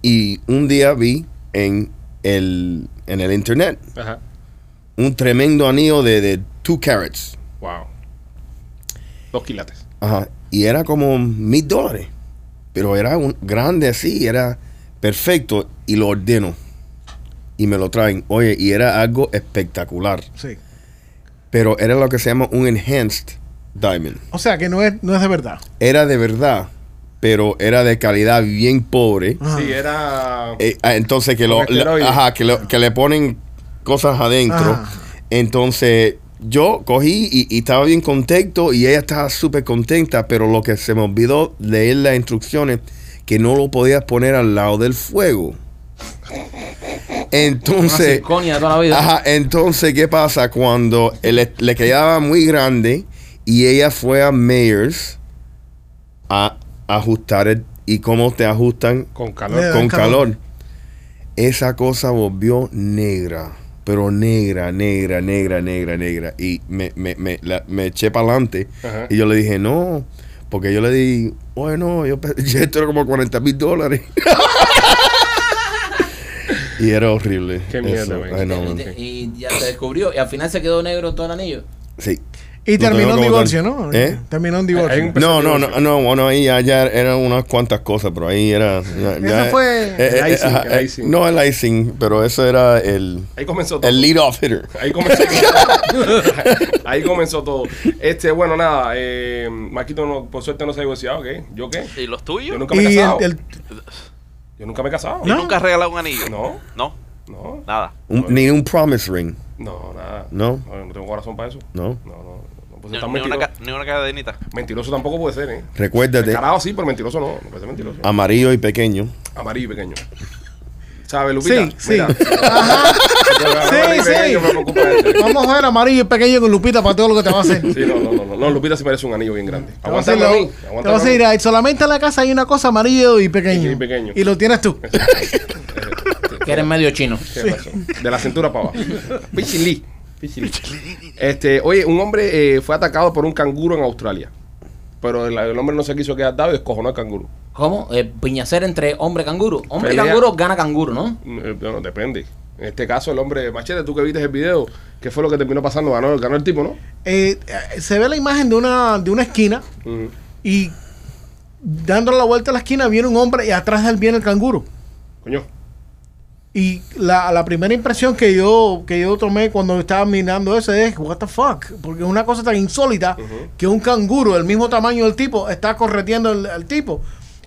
Speaker 5: Y un día vi en el, en el internet
Speaker 1: Ajá.
Speaker 5: un tremendo anillo de, de two carats.
Speaker 1: Wow. Dos quilates.
Speaker 5: Ajá. Y era como mil dólares. Pero era un grande así, era perfecto. Y lo ordeno. Y me lo traen. Oye, y era algo espectacular.
Speaker 4: Sí.
Speaker 5: Pero era lo que se llama un enhanced diamond.
Speaker 4: O sea, que no es, no es de verdad.
Speaker 5: Era de verdad, pero era de calidad bien pobre.
Speaker 4: Ajá.
Speaker 1: Sí, era.
Speaker 5: Eh, ah, entonces que,
Speaker 1: Con
Speaker 5: lo,
Speaker 1: esteroides. Ah.
Speaker 5: le- ajá, que, lo- que le ponen cosas adentro.
Speaker 4: Ajá.
Speaker 5: Entonces yo cogí y, y estaba bien contento y ella estaba súper contenta, pero lo que se me olvidó leer las instrucciones que no lo podías poner al lado del fuego.
Speaker 3: Una
Speaker 5: Entonces,
Speaker 3: circonia de toda la vida.
Speaker 5: ajá, entonces ¿qué pasa? Cuando le, le quedaba muy grande y ella fue a Mayers a ajustar el, y cómo te ajustan
Speaker 1: Con calor.
Speaker 4: Eh. dan
Speaker 5: con
Speaker 4: calor.
Speaker 5: calor. Esa cosa volvió negra, pero negra, negra, negra, negra, negra. Y me, me, me, la- me eché para adelante.
Speaker 1: Ajá.
Speaker 5: Y yo le dije, no, porque yo le di, bueno, yo, pe- (laughs) yo esto era como 40 mil dólares. (laughs) y era horrible.
Speaker 1: Qué mierda,
Speaker 5: Eso,
Speaker 1: man.
Speaker 5: ay, no,
Speaker 3: Y
Speaker 5: man.
Speaker 3: te- y ya se descubrió. Y al final se quedó negro todo el anillo.
Speaker 5: Sí.
Speaker 4: Y
Speaker 5: Lo
Speaker 4: terminó
Speaker 5: tengo
Speaker 4: en
Speaker 5: que
Speaker 4: divorcio,
Speaker 5: votar.
Speaker 4: ¿no?
Speaker 5: ¿Eh?
Speaker 4: Terminó en divorcio.
Speaker 1: Hay un-
Speaker 5: No, no, no, no, bueno, ahí ya, ya eran unas cuantas cosas, pero ahí era... Ya, ya- eh,
Speaker 4: fue
Speaker 1: el icing,
Speaker 5: ajá,
Speaker 1: el icing.
Speaker 5: No el icing, pero eso era el,
Speaker 1: Ahí comenzó todo.
Speaker 5: el lead off hitter.
Speaker 1: Ahí comenzó todo. (laughs) Ahí comenzó todo. Este, bueno, nada, eh, Maquito no, por suerte no se ha divorciado, ¿ok? ¿Yo qué?
Speaker 6: ¿Y los
Speaker 1: Yo
Speaker 6: tuyos?
Speaker 1: nunca me he
Speaker 4: Y el,
Speaker 1: casado.
Speaker 4: el-
Speaker 1: Yo nunca me he casado.
Speaker 6: ¿Y nunca has regalado un anillo?
Speaker 1: No,
Speaker 6: No,
Speaker 1: no,
Speaker 6: nada.
Speaker 5: Un- ni un promise ring,
Speaker 1: no, nada.
Speaker 5: No.
Speaker 1: No, no tengo corazón para eso.
Speaker 5: ¿no?
Speaker 1: No, no, no. Pues
Speaker 6: Ni,
Speaker 1: tan
Speaker 6: ni una,
Speaker 1: mentiroso.
Speaker 6: ca- ni una cadenita.
Speaker 1: Mentiroso tampoco puede ser, ¿eh?
Speaker 5: Recuérdate,
Speaker 1: Carajo sí, pero mentiroso no. No puede ser mentiroso.
Speaker 5: amarillo y pequeño.
Speaker 1: Amarillo y pequeño. ¿Sabes, Lupita?
Speaker 4: Ah. Sí, sí.
Speaker 1: Mira. Amarillo y
Speaker 4: Sí,
Speaker 1: pequeño
Speaker 4: sí.
Speaker 1: me preocupa este.
Speaker 4: Vamos a ver amarillo y pequeño con Lupita para todo lo que te va a hacer.
Speaker 1: (laughs) Sí, no, no, no, no. No, Lupita se merece un anillo bien grande.
Speaker 4: Te vas a
Speaker 1: Aguántalo a mí.
Speaker 4: ir a- Te
Speaker 1: aguántalo
Speaker 4: vas a
Speaker 1: mí.
Speaker 4: ir a- solamente en la casa hay una cosa amarillo y pequeño.
Speaker 1: Y pequeño.
Speaker 4: Y lo tienes tú.
Speaker 3: Que eres medio chino.
Speaker 1: Tienes razón. De la
Speaker 4: (laughs)
Speaker 1: cintura para abajo. Pichilí. Pichilí. Este, oye, un hombre eh, fue atacado por un canguro en Australia. Pero el, el hombre no se quiso quedar dado y descojonó al canguro.
Speaker 3: ¿Cómo? Eh, piñacer entre hombre canguro. Hombre
Speaker 1: Pelea.
Speaker 3: canguro gana canguro, ¿no?
Speaker 1: Eh, Bueno, depende. En este caso, el hombre, machete, tú que viste el video, ¿qué fue lo que terminó pasando? Ganó, ganó el tipo, ¿no?
Speaker 4: (laughs) Eh, eh, se ve la imagen de una, de una esquina
Speaker 1: Mm.
Speaker 4: y dándole la vuelta a la esquina viene un hombre y atrás de él viene el canguro.
Speaker 1: Coño.
Speaker 4: Y la, la primera impresión que yo, que yo tomé cuando estaba mirando eso es, what the fuck? Porque es una cosa tan insólita que un canguro del mismo tamaño del tipo está correteando al, al tipo.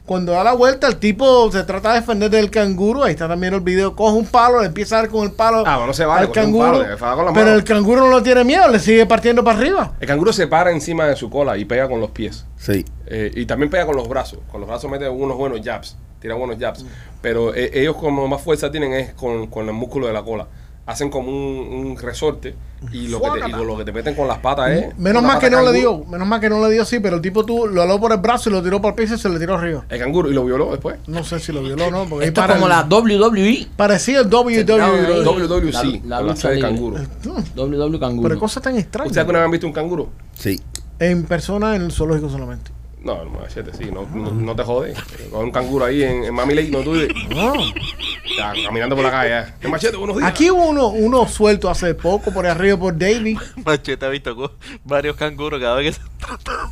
Speaker 4: Cuando da la vuelta, el tipo se trata de defender del canguro. Ahí está también el video. Coge un palo, le empieza a dar con el palo
Speaker 1: Ah, bueno, se vale,
Speaker 4: al
Speaker 1: cogió un
Speaker 4: canguro.
Speaker 1: palo, le fue a dar con la
Speaker 4: pero
Speaker 1: mano.
Speaker 4: el canguro no le tiene miedo, le sigue partiendo para arriba.
Speaker 1: El canguro se para encima de su cola y pega con los pies.
Speaker 5: Sí.
Speaker 1: Eh, y también pega con los brazos. Con los brazos mete unos buenos jabs. Tira buenos
Speaker 4: Mm.
Speaker 1: jabs. Pero eh, ellos como más fuerza tienen es con, con el músculo de la cola. Hacen como un, un resorte y lo, que te, y lo que te meten con las patas es...
Speaker 4: Menos
Speaker 1: una
Speaker 4: mal
Speaker 1: pata
Speaker 4: que no le
Speaker 1: canguro.
Speaker 4: dio, menos mal que no le dio así, pero el tipo tú lo aló por el brazo y lo tiró para el piso y se le tiró arriba.
Speaker 1: El canguro y lo violó después.
Speaker 4: No sé si lo violó o no, porque ahí
Speaker 3: Esto es
Speaker 4: Pues para
Speaker 3: como
Speaker 4: el-
Speaker 3: la E. WWE.
Speaker 4: parecía el E.
Speaker 3: tiraron ahí.
Speaker 4: WWE.
Speaker 1: WWC.
Speaker 3: La- la
Speaker 1: con la
Speaker 3: lucha
Speaker 1: fe de
Speaker 3: libre.
Speaker 1: canguro.
Speaker 3: WWE
Speaker 4: Mm, Pero
Speaker 3: canguro.
Speaker 4: cosas tan extrañas.
Speaker 1: ¿Ustedes alguna vez han visto un canguro?
Speaker 5: Sí.
Speaker 4: En persona, en el zoológico solamente.
Speaker 1: No, no, machete, sí, no, no, no te jodes. Con un canguro ahí en, en Mami Lake, no tú Está caminando por la calle. ¿eh? Eh, Machete, buenos
Speaker 4: (laughs)
Speaker 1: días.
Speaker 4: Aquí hubo uno, uno suelto hace poco por ahí arriba por David.
Speaker 6: (laughs) Machete ha visto co- varios canguros cada vez que se tratan.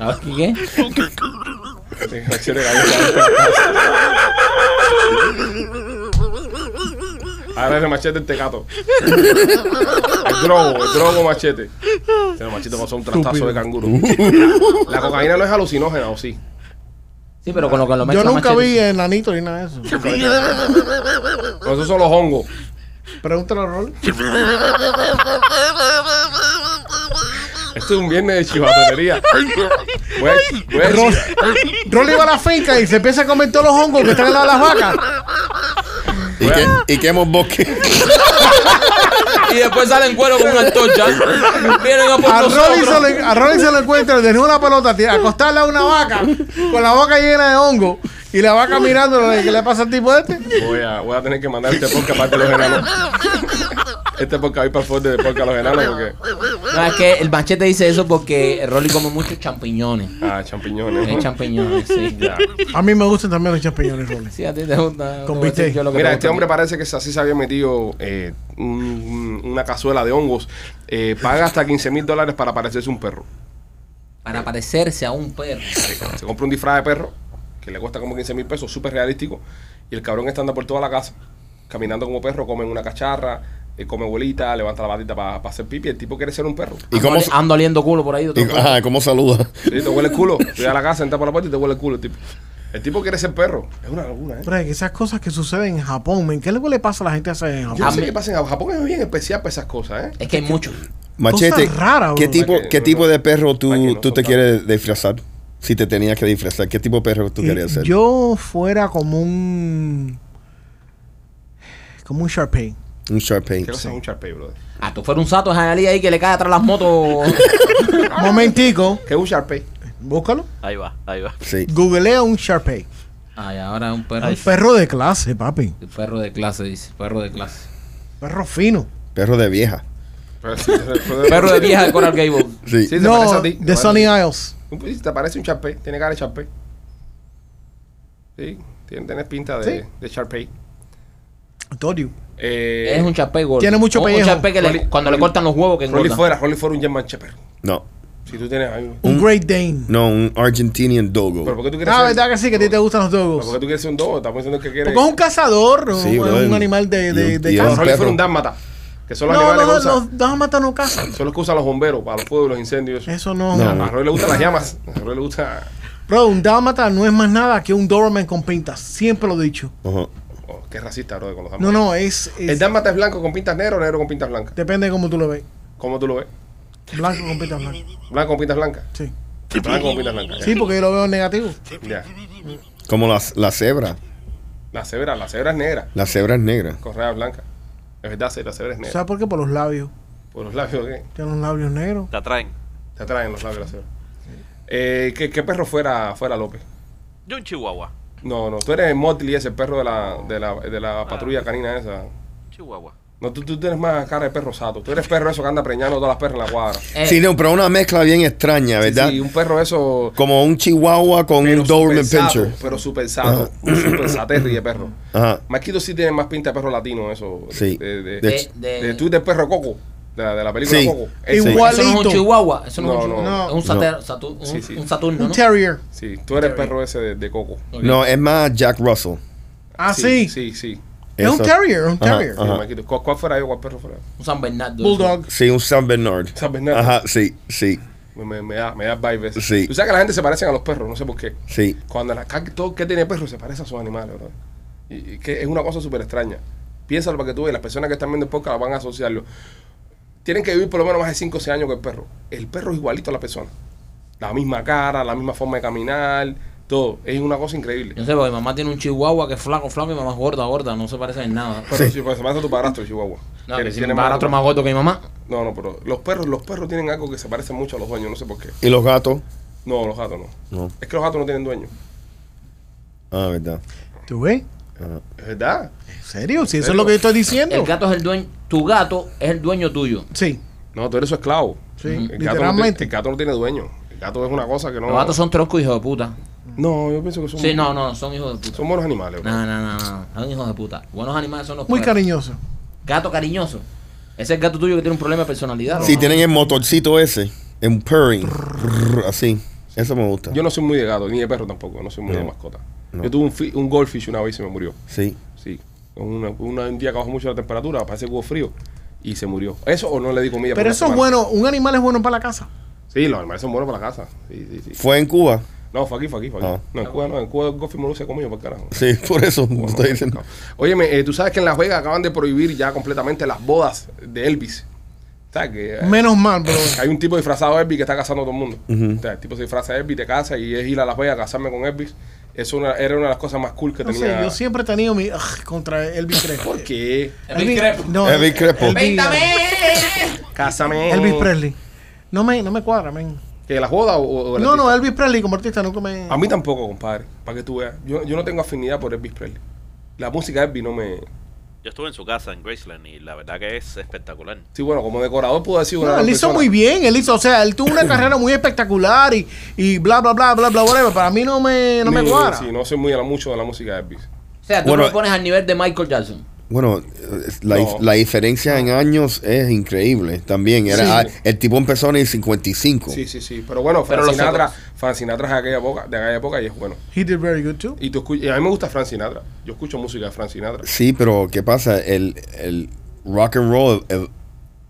Speaker 3: A ver, ¿qué, ¿Qué?
Speaker 1: Sí, Machete cayó. Ahora es el machete el tecato. El drogo, el drogo machete. Pero machete pasó un trastazo de canguro. La cocaína no es alucinógena, ¿o sí?
Speaker 3: Sí, pero con lo que lo
Speaker 4: Yo
Speaker 3: mezcla
Speaker 4: nunca
Speaker 3: Machete.
Speaker 4: vi enanito ni nada de eso.
Speaker 1: No, esos son los hongos.
Speaker 4: Pregúntale a Rol.
Speaker 1: Esto es un viernes de chivatonería. Voy a, voy a-
Speaker 4: Rol, Rol iba a la finca y se empieza a comer todos los hongos que están al lado de las vacas.
Speaker 5: ¿Y,
Speaker 1: Bueno.
Speaker 5: que, y que hemos
Speaker 1: (laughs)
Speaker 5: bosque.
Speaker 3: Y después salen cuero con una antorcha. Vienen a por
Speaker 4: A
Speaker 3: nosotros.
Speaker 4: Rolly se le- a Rolly se lo encuentra desnudo una pelota, tira- acostarla a una vaca con la boca llena de hongo. Y la vaca mirándolo, ¿qué le pasa al tipo este?
Speaker 1: Voy a, voy a tener que mandar este podcast para los enanos. Este podcast va a ir para el fuerte de podcast los enanos porque.
Speaker 3: No, es que el machete dice eso porque Rolly come muchos champiñones.
Speaker 1: Ah, champiñones.
Speaker 3: Es champiñones,
Speaker 4: (laughs)
Speaker 3: sí.
Speaker 1: Ya.
Speaker 4: A mí me gustan también los champiñones, Rolly.
Speaker 3: Sí, a ti te gusta. te
Speaker 4: Con
Speaker 3: voy a decir
Speaker 4: bistec.
Speaker 3: yo lo que
Speaker 1: Mira,
Speaker 3: te
Speaker 1: este
Speaker 3: gusta.
Speaker 1: hombre parece que así se había metido eh, un- una cazuela de hongos. Eh, paga hasta 15 mil dólares para parecerse un perro.
Speaker 3: Para parecerse a un perro.
Speaker 1: Se compra un disfraz de perro que le cuesta como 15 mil pesos, súper realístico. Y el cabrón está andando por toda la casa, caminando como perro, come en una cacharra, eh, come bolita, levanta la patita para hacer pipi. El tipo quiere ser un perro.
Speaker 5: ¿Y
Speaker 3: Ando
Speaker 5: cómo,
Speaker 3: ali-
Speaker 5: se-
Speaker 3: Ando oliendo culo por ahí. de todo
Speaker 5: y- ajá, cómo saluda?
Speaker 1: Sí, te huele el culo. Tú a la casa, entras por la puerta y te huele el culo el tipo. El tipo quiere ser perro. Es una locura, ¿eh?
Speaker 4: Pero es que esas cosas que suceden en Japón, men, ¿qué luego le pasa a la gente hace en
Speaker 1: Yo
Speaker 4: Japón?
Speaker 1: no
Speaker 3: A
Speaker 1: sé
Speaker 3: mí-
Speaker 1: qué pasa en Japón. Japón es bien especial para esas cosas, ¿eh?
Speaker 3: Es que hay muchos.
Speaker 5: Machete,
Speaker 4: raras,
Speaker 5: ¿qué
Speaker 4: bro.
Speaker 5: tipo,
Speaker 1: Para que-
Speaker 5: ¿qué tipo de perro tú,
Speaker 1: para que no
Speaker 5: tú te
Speaker 1: soltamos.
Speaker 5: quieres disfrazar? Si te tenías que disfrazar, ¿qué tipo de perro tú querías ser?
Speaker 4: Yo fuera como un. como un Sharpay.
Speaker 5: Un Sharpei.
Speaker 1: Quiero ser un charpey, brother.
Speaker 3: Ah, tú fueras un sato de Jalí ahí que le cae atrás las
Speaker 4: (laughs)
Speaker 3: motos.
Speaker 4: Momentico,
Speaker 1: ¿Qué es un charpey?
Speaker 4: búscalo.
Speaker 6: Ahí va, ahí va.
Speaker 5: Sí.
Speaker 4: Googlea un Sharpay.
Speaker 3: Ay, ahora un perro.
Speaker 4: Un perro de clase, papi.
Speaker 3: Perro de clase, dice. Perro de clase.
Speaker 4: Perro fino.
Speaker 5: Perro de vieja.
Speaker 3: Perro de vieja de Coral Gable.
Speaker 5: Sí.
Speaker 1: Sí, te parece
Speaker 4: No,
Speaker 1: a ti.
Speaker 4: de Sunny Isles.
Speaker 1: Isles. Te parece un charpey. Tiene cara de charpey. Sí, tiene- tienes pinta de, de charpey.
Speaker 4: Told you.
Speaker 1: Eh,
Speaker 3: Es un chape gordo.
Speaker 4: Tiene mucho
Speaker 3: Un- Un
Speaker 4: pellejo.
Speaker 3: chape que le-
Speaker 1: Rolly-
Speaker 3: cuando le
Speaker 1: Rolly-
Speaker 3: cortan los huevos que
Speaker 1: Rolly
Speaker 3: engorda.
Speaker 1: fuera, Rolly fuera un German Shepherd.
Speaker 5: No,
Speaker 1: Si tú tienes algo.
Speaker 4: Un, Great Dane.
Speaker 5: no, un Argentinian Dogo.
Speaker 1: ¿Pero por qué Mm. tú quieres
Speaker 4: Ah,
Speaker 1: ser-
Speaker 4: verdad que sí, que a ti te gustan los
Speaker 1: ¿Pero ¿Por qué
Speaker 4: dogos.
Speaker 1: tú quieres ser un dogo? Estamos diciendo que quieres.
Speaker 4: Porque es un cazador,
Speaker 5: Sí,
Speaker 4: o
Speaker 5: brother.
Speaker 4: es un animal de,
Speaker 5: Y
Speaker 4: de,
Speaker 5: un-
Speaker 4: de
Speaker 5: y es
Speaker 1: No,
Speaker 5: un
Speaker 4: caza.
Speaker 1: Rolly
Speaker 5: perro.
Speaker 1: fuera un dálmata. Que son los
Speaker 4: No,
Speaker 1: animales que
Speaker 4: los,
Speaker 1: usan.
Speaker 4: los dálmatas no cazan.
Speaker 1: Son los que usan los bomberos para los fuegos y los incendios. y Eso.
Speaker 4: Eso no.
Speaker 5: No.
Speaker 1: A Rolly le gustan las llamas. A Rolly le gusta.
Speaker 4: Bro, un dálmata no es más nada que un Doberman con pintas. Siempre lo he dicho.
Speaker 5: Ajá.
Speaker 1: Oh, qué racista, bro, con los
Speaker 4: No,
Speaker 1: dálmatas.
Speaker 4: no, es. es-
Speaker 1: El dálmata es blanco con pintas negras o negro con pintas blancas.
Speaker 4: depende de cómo tú lo ves.
Speaker 1: ¿Cómo tú lo ves?
Speaker 4: Blanco con pintas blancas.
Speaker 1: Blanco con pintas blancas.
Speaker 4: Sí.
Speaker 1: Blanco con pintas blancas.
Speaker 4: Sí, porque yo lo veo en negativo.
Speaker 1: Ya.
Speaker 5: Como las- la cebra.
Speaker 1: La cebra, la cebra es negra.
Speaker 5: La cebra es negra.
Speaker 1: Con rayas blancas. Es verdad, sí, la cebra es negra.
Speaker 4: ¿Sabes por qué? Por los labios.
Speaker 1: Por los labios, ¿qué?
Speaker 4: Tiene los labios negros.
Speaker 6: Te atraen.
Speaker 1: Te atraen los labios de la cebra. Eh, ¿qué, qué perro fuera, fuera López?
Speaker 6: Yo un chihuahua.
Speaker 1: No, no, tú eres Motley, ese perro de la, de la, de la patrulla canina esa.
Speaker 6: Chihuahua.
Speaker 1: No, tú, tú tienes más cara de perro sato. Tú eres perro eso que anda preñando todas las perras en la cuadra.
Speaker 3: Eh,
Speaker 5: Sí, no, pero una mezcla bien extraña, ¿verdad?
Speaker 1: Sí, sí, un perro eso.
Speaker 5: Como un chihuahua con
Speaker 1: pero
Speaker 5: un Doberman
Speaker 1: super sato,
Speaker 5: Pinscher.
Speaker 1: Pero super sato. Un super saterri de perro.
Speaker 5: Ajá.
Speaker 1: Marquito sí tiene más pinta de perro latino, eso. de-
Speaker 5: Sí.
Speaker 1: De, de,
Speaker 5: De-
Speaker 1: de, tú del perro Coco. De la, de la película
Speaker 5: Sí.
Speaker 1: Coco.
Speaker 5: Sí.
Speaker 1: Ese.
Speaker 4: Igual-
Speaker 3: Eso no es un
Speaker 4: Palito.
Speaker 3: chihuahua. Eso no, es
Speaker 1: No,
Speaker 3: un chihuahua.
Speaker 4: no.
Speaker 3: Es un, sater- Satur- un-
Speaker 1: Sí, sí.
Speaker 3: un Saturno,
Speaker 4: Un
Speaker 3: ¿no?
Speaker 4: terrier.
Speaker 1: Sí, tú eres perro ese de, de Coco.
Speaker 5: No, es más Jack Russell.
Speaker 4: Ah, sí.
Speaker 1: Sí, sí. sí.
Speaker 4: Es un
Speaker 5: Eso.
Speaker 4: terrier, un
Speaker 5: Ajá, Ah.
Speaker 4: terrier.
Speaker 1: Sí,
Speaker 5: ajá.
Speaker 1: Marquito, ¿cuál, cuál fuera yo? ¿Cuál perro fuera?
Speaker 3: Un San Bernardo.
Speaker 4: Bulldog.
Speaker 5: Sí, un San Bernard.
Speaker 1: San Bernardo.
Speaker 5: Ajá, sí, sí,
Speaker 1: Me, me, me da, me da vibes.
Speaker 5: Sí.
Speaker 1: Tú sabes que la gente se parecen a los perros, no sé por qué.
Speaker 5: sí.
Speaker 1: Cuando la ca- todo que tiene perro se parece a sus animales, bro. Y, y que es una cosa súper extraña. Piénsalo para que tú veas, las personas que están viendo el podcast van a asociarlo. Tienen que vivir por lo menos más de 5 o 6 años que el perro. El perro es igualito a la persona. La misma cara, la misma forma de caminar, todo. Es una cosa increíble.
Speaker 3: No sé, porque mi mamá tiene un chihuahua que es flaco, flaco y mi mamá es gorda, gorda. No se parece en nada.
Speaker 1: Pero si pues, se parece a tu padrastro, Chihuahua.
Speaker 3: No,
Speaker 1: Tiene-
Speaker 3: que si
Speaker 1: tiene
Speaker 3: mi padrastro es más gordo que mi mamá.
Speaker 1: No, no, pero los perros, los perros tienen algo que se parece mucho a los dueños, no sé por qué.
Speaker 5: ¿Y los gatos?
Speaker 1: No, los gatos no.
Speaker 5: No.
Speaker 1: Es que los gatos no tienen dueño.
Speaker 5: Ah, verdad.
Speaker 4: ¿Tú ves?
Speaker 5: Ajá.
Speaker 1: Es verdad.
Speaker 4: ¿En serio? Si eso
Speaker 1: serio?
Speaker 4: es lo que yo estoy diciendo.
Speaker 3: El gato es el dueño. Tu gato es el dueño tuyo.
Speaker 4: Sí.
Speaker 1: No, tú eres su esclavo.
Speaker 4: Sí,
Speaker 1: El gato no
Speaker 4: literalmente.
Speaker 1: tiene- el gato no tiene dueño. El gato es una cosa que no.
Speaker 3: Los gatos son troscos, hijos de puta.
Speaker 1: No, yo pienso que son.
Speaker 3: Sí, no, no, son hijos de puta.
Speaker 1: Son buenos animales, bro.
Speaker 3: No, no, no, no, no, son hijos de puta. Buenos animales son los
Speaker 4: Muy
Speaker 3: perros.
Speaker 4: cariñoso.
Speaker 3: Gato cariñoso. Ese es el gato tuyo que tiene un problema de personalidad. ¿no?
Speaker 5: Sí, tienen el motorcito ese, un purring, brrr, así. Eso me gusta.
Speaker 1: Yo no soy muy de gato, ni de perro tampoco. No soy muy
Speaker 5: No.
Speaker 1: de mascota.
Speaker 5: No.
Speaker 1: Yo tuve un, fi- un goldfish una vez y se me murió.
Speaker 5: Sí.
Speaker 1: Sí. Una- una- un día que bajó mucho la temperatura, parece que hubo frío y se murió. Eso o no le di comida. por
Speaker 4: Pero
Speaker 1: una
Speaker 4: eso es
Speaker 1: semana.
Speaker 4: bueno. Un animal es bueno para la casa.
Speaker 1: Sí, los animales son buenos para la casa. Sí, sí, sí.
Speaker 5: ¿Fue en Cuba?
Speaker 1: No, fue aquí, fue aquí, fue aquí.
Speaker 5: Ah.
Speaker 1: No, en Cuba no, en Cuba el goldfish no se comió para carajo.
Speaker 5: Sí, (laughs) por eso estoy diciendo.
Speaker 1: Óyeme, eh, tú sabes que en Las Vegas acaban de prohibir ya completamente las bodas de Elvis. ¿Sabes que eh,
Speaker 4: Menos mal, bro.
Speaker 1: Hay un tipo disfrazado de Elvis que está casando a todo el mundo.
Speaker 5: Ujú.
Speaker 1: O sea, el tipo se disfraza de Elvis, te casa y es ir a Las Vegas a casarme con Elvis. Eso una- era una de las cosas más cool que
Speaker 4: No
Speaker 1: tenía.
Speaker 4: sé, yo siempre he tenido mi. ugh, contra Elvis Crespo.
Speaker 1: ¿Por qué?
Speaker 3: Elvis Crespo.
Speaker 4: No,
Speaker 5: Elvis Crespo.
Speaker 1: Cásame.
Speaker 4: Elvis Presley. No me, no me cuadra, men.
Speaker 1: ¿Que las bodas o, o el
Speaker 4: No, no,
Speaker 1: artista?
Speaker 4: Elvis Presley como artista nunca me.
Speaker 1: A mí tampoco, compadre. Para que tú veas. Yo, yo no tengo afinidad por Elvis Presley. La música de Elvis no me...
Speaker 6: Yo estuve en su casa en Graceland y la verdad que es espectacular.
Speaker 1: Sí, bueno, como decorador puedo decir una
Speaker 4: No,
Speaker 1: gran
Speaker 4: él hizo
Speaker 1: persona.
Speaker 4: muy bien, él hizo, o sea, él
Speaker 1: (laughs)
Speaker 4: tuvo una carrera muy espectacular y, y bla, bla, bla, bla, bla, whatever. Para mí no me, no me
Speaker 1: Ni-
Speaker 4: cuadra.
Speaker 1: Sí, no soy muy a la- mucho de la música de Elvis.
Speaker 3: O sea, tú
Speaker 5: Bueno,
Speaker 3: lo pones al nivel de Michael Jackson.
Speaker 5: Bueno, eh, la,
Speaker 1: No.
Speaker 5: la diferencia en años es increíble también. Era,
Speaker 1: Sí.
Speaker 5: ah, el tipo empezó en el 55.
Speaker 1: Sí, sí, sí. Pero bueno, Frank
Speaker 3: Pero los
Speaker 1: Sinatra,
Speaker 3: otros.
Speaker 1: Frank Sinatra es de aquella época, de aquella época y es bueno.
Speaker 4: He did very good too.
Speaker 1: Y, tú escu- y a mí me gusta Frank Sinatra. Yo escucho música de Frank Sinatra.
Speaker 5: Sí, pero ¿qué pasa? El, el rock and roll ev-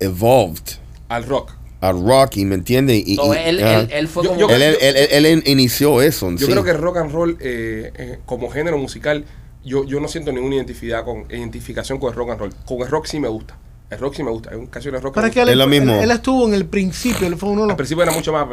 Speaker 5: evolved
Speaker 1: Al rock.
Speaker 5: al rock, y ¿me entiendes? Y,
Speaker 3: So,
Speaker 5: y-
Speaker 3: él,
Speaker 5: ah,
Speaker 3: él, él fue
Speaker 1: Yo-
Speaker 3: como.
Speaker 1: yo-
Speaker 5: él- él- él- él- él inició eso.
Speaker 1: Yo
Speaker 5: sí.
Speaker 1: creo que el rock and roll eh, eh, como género musical, yo, yo no siento ninguna identidad con, identificación con el rock and roll. Con el rock sí me gusta. El rock sí me gusta. Hay un canción de rock
Speaker 4: Pero es que
Speaker 1: me
Speaker 4: él,
Speaker 5: Es lo mismo.
Speaker 4: él- él estuvo en el principio, él fue uno
Speaker 1: gusta.
Speaker 4: de
Speaker 1: Al
Speaker 4: los.
Speaker 1: principio era mucho más...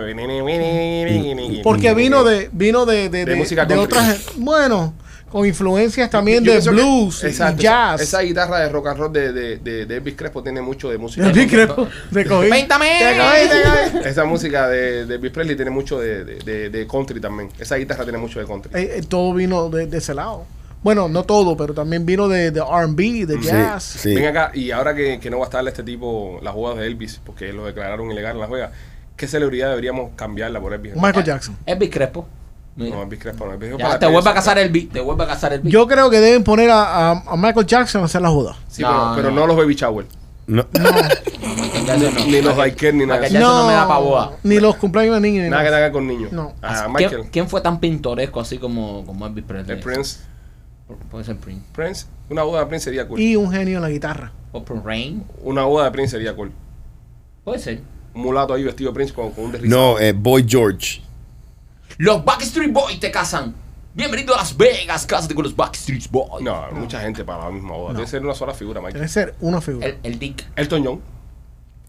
Speaker 4: Porque vino de, vino de, de,
Speaker 1: De música
Speaker 4: de
Speaker 1: country.
Speaker 4: otras. Bueno, con influencias también
Speaker 1: Yo
Speaker 4: de
Speaker 1: pienso que-
Speaker 4: blues, y
Speaker 1: exacto,
Speaker 4: jazz.
Speaker 1: Esa guitarra de rock and roll de, de, de, de Elvis Crespo tiene mucho de música.
Speaker 4: Elvis Crespo, te cogí.
Speaker 3: Véntame.
Speaker 4: Te cogí, te cogí.
Speaker 1: Esa música de, de Elvis Presley tiene mucho de, de, de- de country también. Esa guitarra tiene mucho de country.
Speaker 4: Eh, eh, todo vino de, de ese lado. Bueno, no todo, pero también vino de, de RB, de
Speaker 5: Sí,
Speaker 4: jazz.
Speaker 5: sí.
Speaker 1: Ven acá, y ahora que, que no va a estar este tipo las bodas de Elvis, porque lo declararon ilegal en Las Vegas, ¿qué celebridad deberíamos cambiarla por Elvis?
Speaker 4: Michael Jackson.
Speaker 3: Elvis Crespo.
Speaker 1: No, Elvis Crespo, no. Elvis Crespo
Speaker 3: Ya,
Speaker 1: para
Speaker 3: te vuelve a
Speaker 1: eso.
Speaker 3: casar el beat, te vuelve a casar el beat.
Speaker 4: Yo creo que deben poner a, a- a Michael Jackson a hacer la joda.
Speaker 1: Sí,
Speaker 3: No,
Speaker 1: pero,
Speaker 3: no.
Speaker 1: pero no los baby shower.
Speaker 5: No.
Speaker 3: Ya eso no.
Speaker 1: Ni los biker ni nada. de
Speaker 3: Michael
Speaker 1: eso.
Speaker 3: Jackson no me da pa' boda.
Speaker 4: Ni los cumpleaños de niños. ni
Speaker 1: Nada que
Speaker 4: nada.
Speaker 1: tenga con niños.
Speaker 4: No.
Speaker 1: Ah,
Speaker 3: ¿Quién,
Speaker 1: Michael.
Speaker 3: quién fue tan pintoresco así como, como Elvis Presley?
Speaker 1: El Prince.
Speaker 3: Puede ser Prince.
Speaker 1: Prince. Una boda de Prince sería cool.
Speaker 4: Y un genio en la guitarra.
Speaker 3: O Prince Rain.
Speaker 1: Una boda de Prince sería cool.
Speaker 3: Puede ser.
Speaker 1: Un mulato ahí vestido de Prince con, con un desrizado.
Speaker 5: No, eh, Boy George.
Speaker 3: Los Backstreet Boys te casan. Bienvenido a Las Vegas, cásate con los Backstreet Boys.
Speaker 1: No, mucha gente para la misma boda. Debe ser una sola figura,
Speaker 4: Tiene
Speaker 1: Michael.
Speaker 4: que ser una figura.
Speaker 3: El, el Dick.
Speaker 1: Elton John.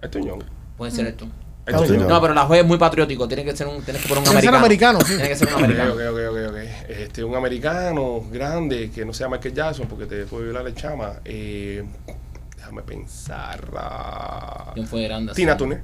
Speaker 1: Elton John.
Speaker 3: Puede
Speaker 4: Mm.
Speaker 3: ser esto.
Speaker 1: Elton
Speaker 5: Sí,
Speaker 1: John.
Speaker 5: no.
Speaker 3: No, pero la juez es muy patriótico. Tiene que ser un, tienes que poner un
Speaker 4: Tiene que ser
Speaker 3: americano.
Speaker 4: americano, sí.
Speaker 3: Tiene que ser un
Speaker 1: Ok,
Speaker 3: americano.
Speaker 1: ok, ok, ok, ok. Este, un americano grande que no sea Michael Jackson porque te puede violar el chama. Eh, déjame pensar. ah,
Speaker 3: ¿Quién fue grande? así?
Speaker 1: Tina Turner.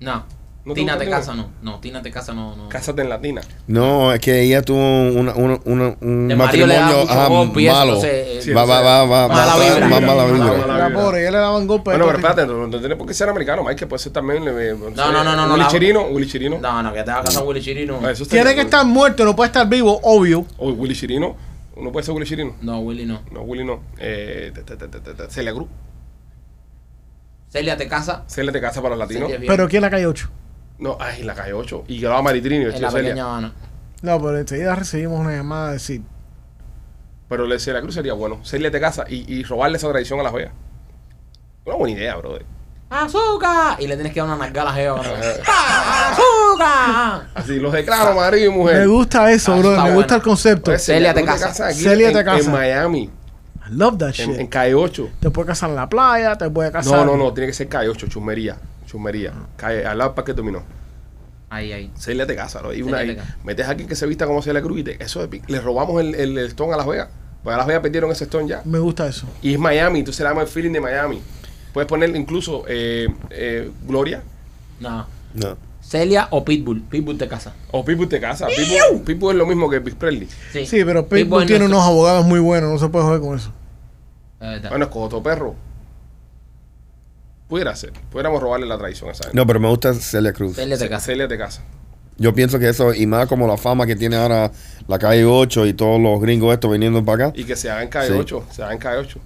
Speaker 3: No.
Speaker 1: ¿No te
Speaker 3: Tina
Speaker 1: gusta
Speaker 3: te
Speaker 1: Tina?
Speaker 3: casa, no. No, Tina te casa, no. no.
Speaker 1: Cásate en Latina.
Speaker 4: Pues,
Speaker 5: No, es que ella tuvo una, una- una- un
Speaker 3: El marido le da
Speaker 5: matrimonio
Speaker 3: mucho
Speaker 5: ajá,
Speaker 3: golpe y eso,
Speaker 5: malo.
Speaker 3: entonces,
Speaker 1: eh,
Speaker 5: va, va, va, va,
Speaker 3: mala
Speaker 5: va,
Speaker 3: vibra.
Speaker 5: va, mala
Speaker 1: Mala
Speaker 5: vibra.
Speaker 1: vibra.
Speaker 4: Era pobre, ella le daban golpe. de
Speaker 1: Bueno,
Speaker 4: todo
Speaker 1: pero
Speaker 4: tipo.
Speaker 1: espérate, no, no tiene por qué ser americano, Mike, que puede ser también. eh,
Speaker 3: No, no, no, no, no,
Speaker 1: Willy
Speaker 3: la-
Speaker 1: Chirino, Willy Chirino.
Speaker 3: No, no, que te va a casar Willy Chirino.
Speaker 1: Ah, eso está
Speaker 4: Tiene
Speaker 1: bien.
Speaker 4: que estar muerto, no puede estar vivo, obvio.
Speaker 1: O Willy Chirino. No puede ser Willy Chirino.
Speaker 3: No, Willy no.
Speaker 1: No, Willy no. Eh, te- te- te- te- te- Celia Cruz.
Speaker 3: Celia te casa.
Speaker 1: Celia te casa para los latinos.
Speaker 3: Celia bien.
Speaker 4: Pero aquí en la calle 8.
Speaker 1: No, ay, en la calle 8. Y grababa Maritrini,
Speaker 3: en la
Speaker 1: vestido de
Speaker 3: pequeña
Speaker 1: Celia.
Speaker 3: Habana.
Speaker 4: No, pero enseguida recibimos una llamada de decir.
Speaker 1: Pero le Celia Cruz sería bueno. Celia te casa y, y robarle esa tradición a la joya. Una buena idea, brother.
Speaker 3: ¡Azúcar! Y le tienes que dar una nalgada a la jeva. ¿no? ¡Azúcar!
Speaker 1: Así los declaro marido y mujer.
Speaker 4: Me gusta eso,
Speaker 3: Ah,
Speaker 4: bro. Me
Speaker 3: está
Speaker 4: gusta
Speaker 3: bueno.
Speaker 4: el concepto.
Speaker 1: Pues,
Speaker 3: Celia te
Speaker 1: Cruz
Speaker 3: casa.
Speaker 1: aquí
Speaker 4: Celia
Speaker 1: en,
Speaker 4: te casa.
Speaker 1: En Miami,
Speaker 4: I love that shit.
Speaker 1: en, en calle 8.
Speaker 4: Te puede casar en la playa, te puede casar.
Speaker 1: No, no, no, tiene que ser calle 8, chusmería. Chusmería. Calle, al lado del parque dominó.
Speaker 3: Ahí, ahí.
Speaker 1: Celia te casa, ¿no? Y
Speaker 3: Celia
Speaker 1: una,
Speaker 3: te
Speaker 1: y
Speaker 3: casa.
Speaker 1: metes a alguien que se vista como Celia Cruz y te- eso es pi- le robamos el, el, el stone a Las Vegas. Pues a Las Vegas perdieron ese stone ya.
Speaker 4: Me gusta eso.
Speaker 1: Y es Miami, entonces le damos el feeling de Miami. Puedes poner incluso eh, eh, Gloria
Speaker 3: No.
Speaker 5: No.
Speaker 3: Celia o Pitbull. Pitbull te casa.
Speaker 1: o Pitbull te casa. Pitbull, Pitbull es lo mismo que Elvis Presley.
Speaker 3: Sí,
Speaker 4: Sí, pero Pitbull
Speaker 3: es
Speaker 4: tiene
Speaker 3: nuestro.
Speaker 4: unos abogados muy buenos, no se puede joder con eso.
Speaker 3: La verdad.
Speaker 1: Bueno, es cojoto perro. Pudiera ser. Pudiéramos robarle la traición a esa gente.
Speaker 5: No, pero me gusta Celia Cruz.
Speaker 3: Celia te
Speaker 1: Ce-
Speaker 3: casa.
Speaker 1: Celia te casa.
Speaker 5: Yo pienso que eso, y más como la fama que tiene ahora la calle 8 y todos los gringos estos viniendo para acá.
Speaker 1: Y que se hagan calle
Speaker 5: Sí.
Speaker 1: 8, se hagan calle 8.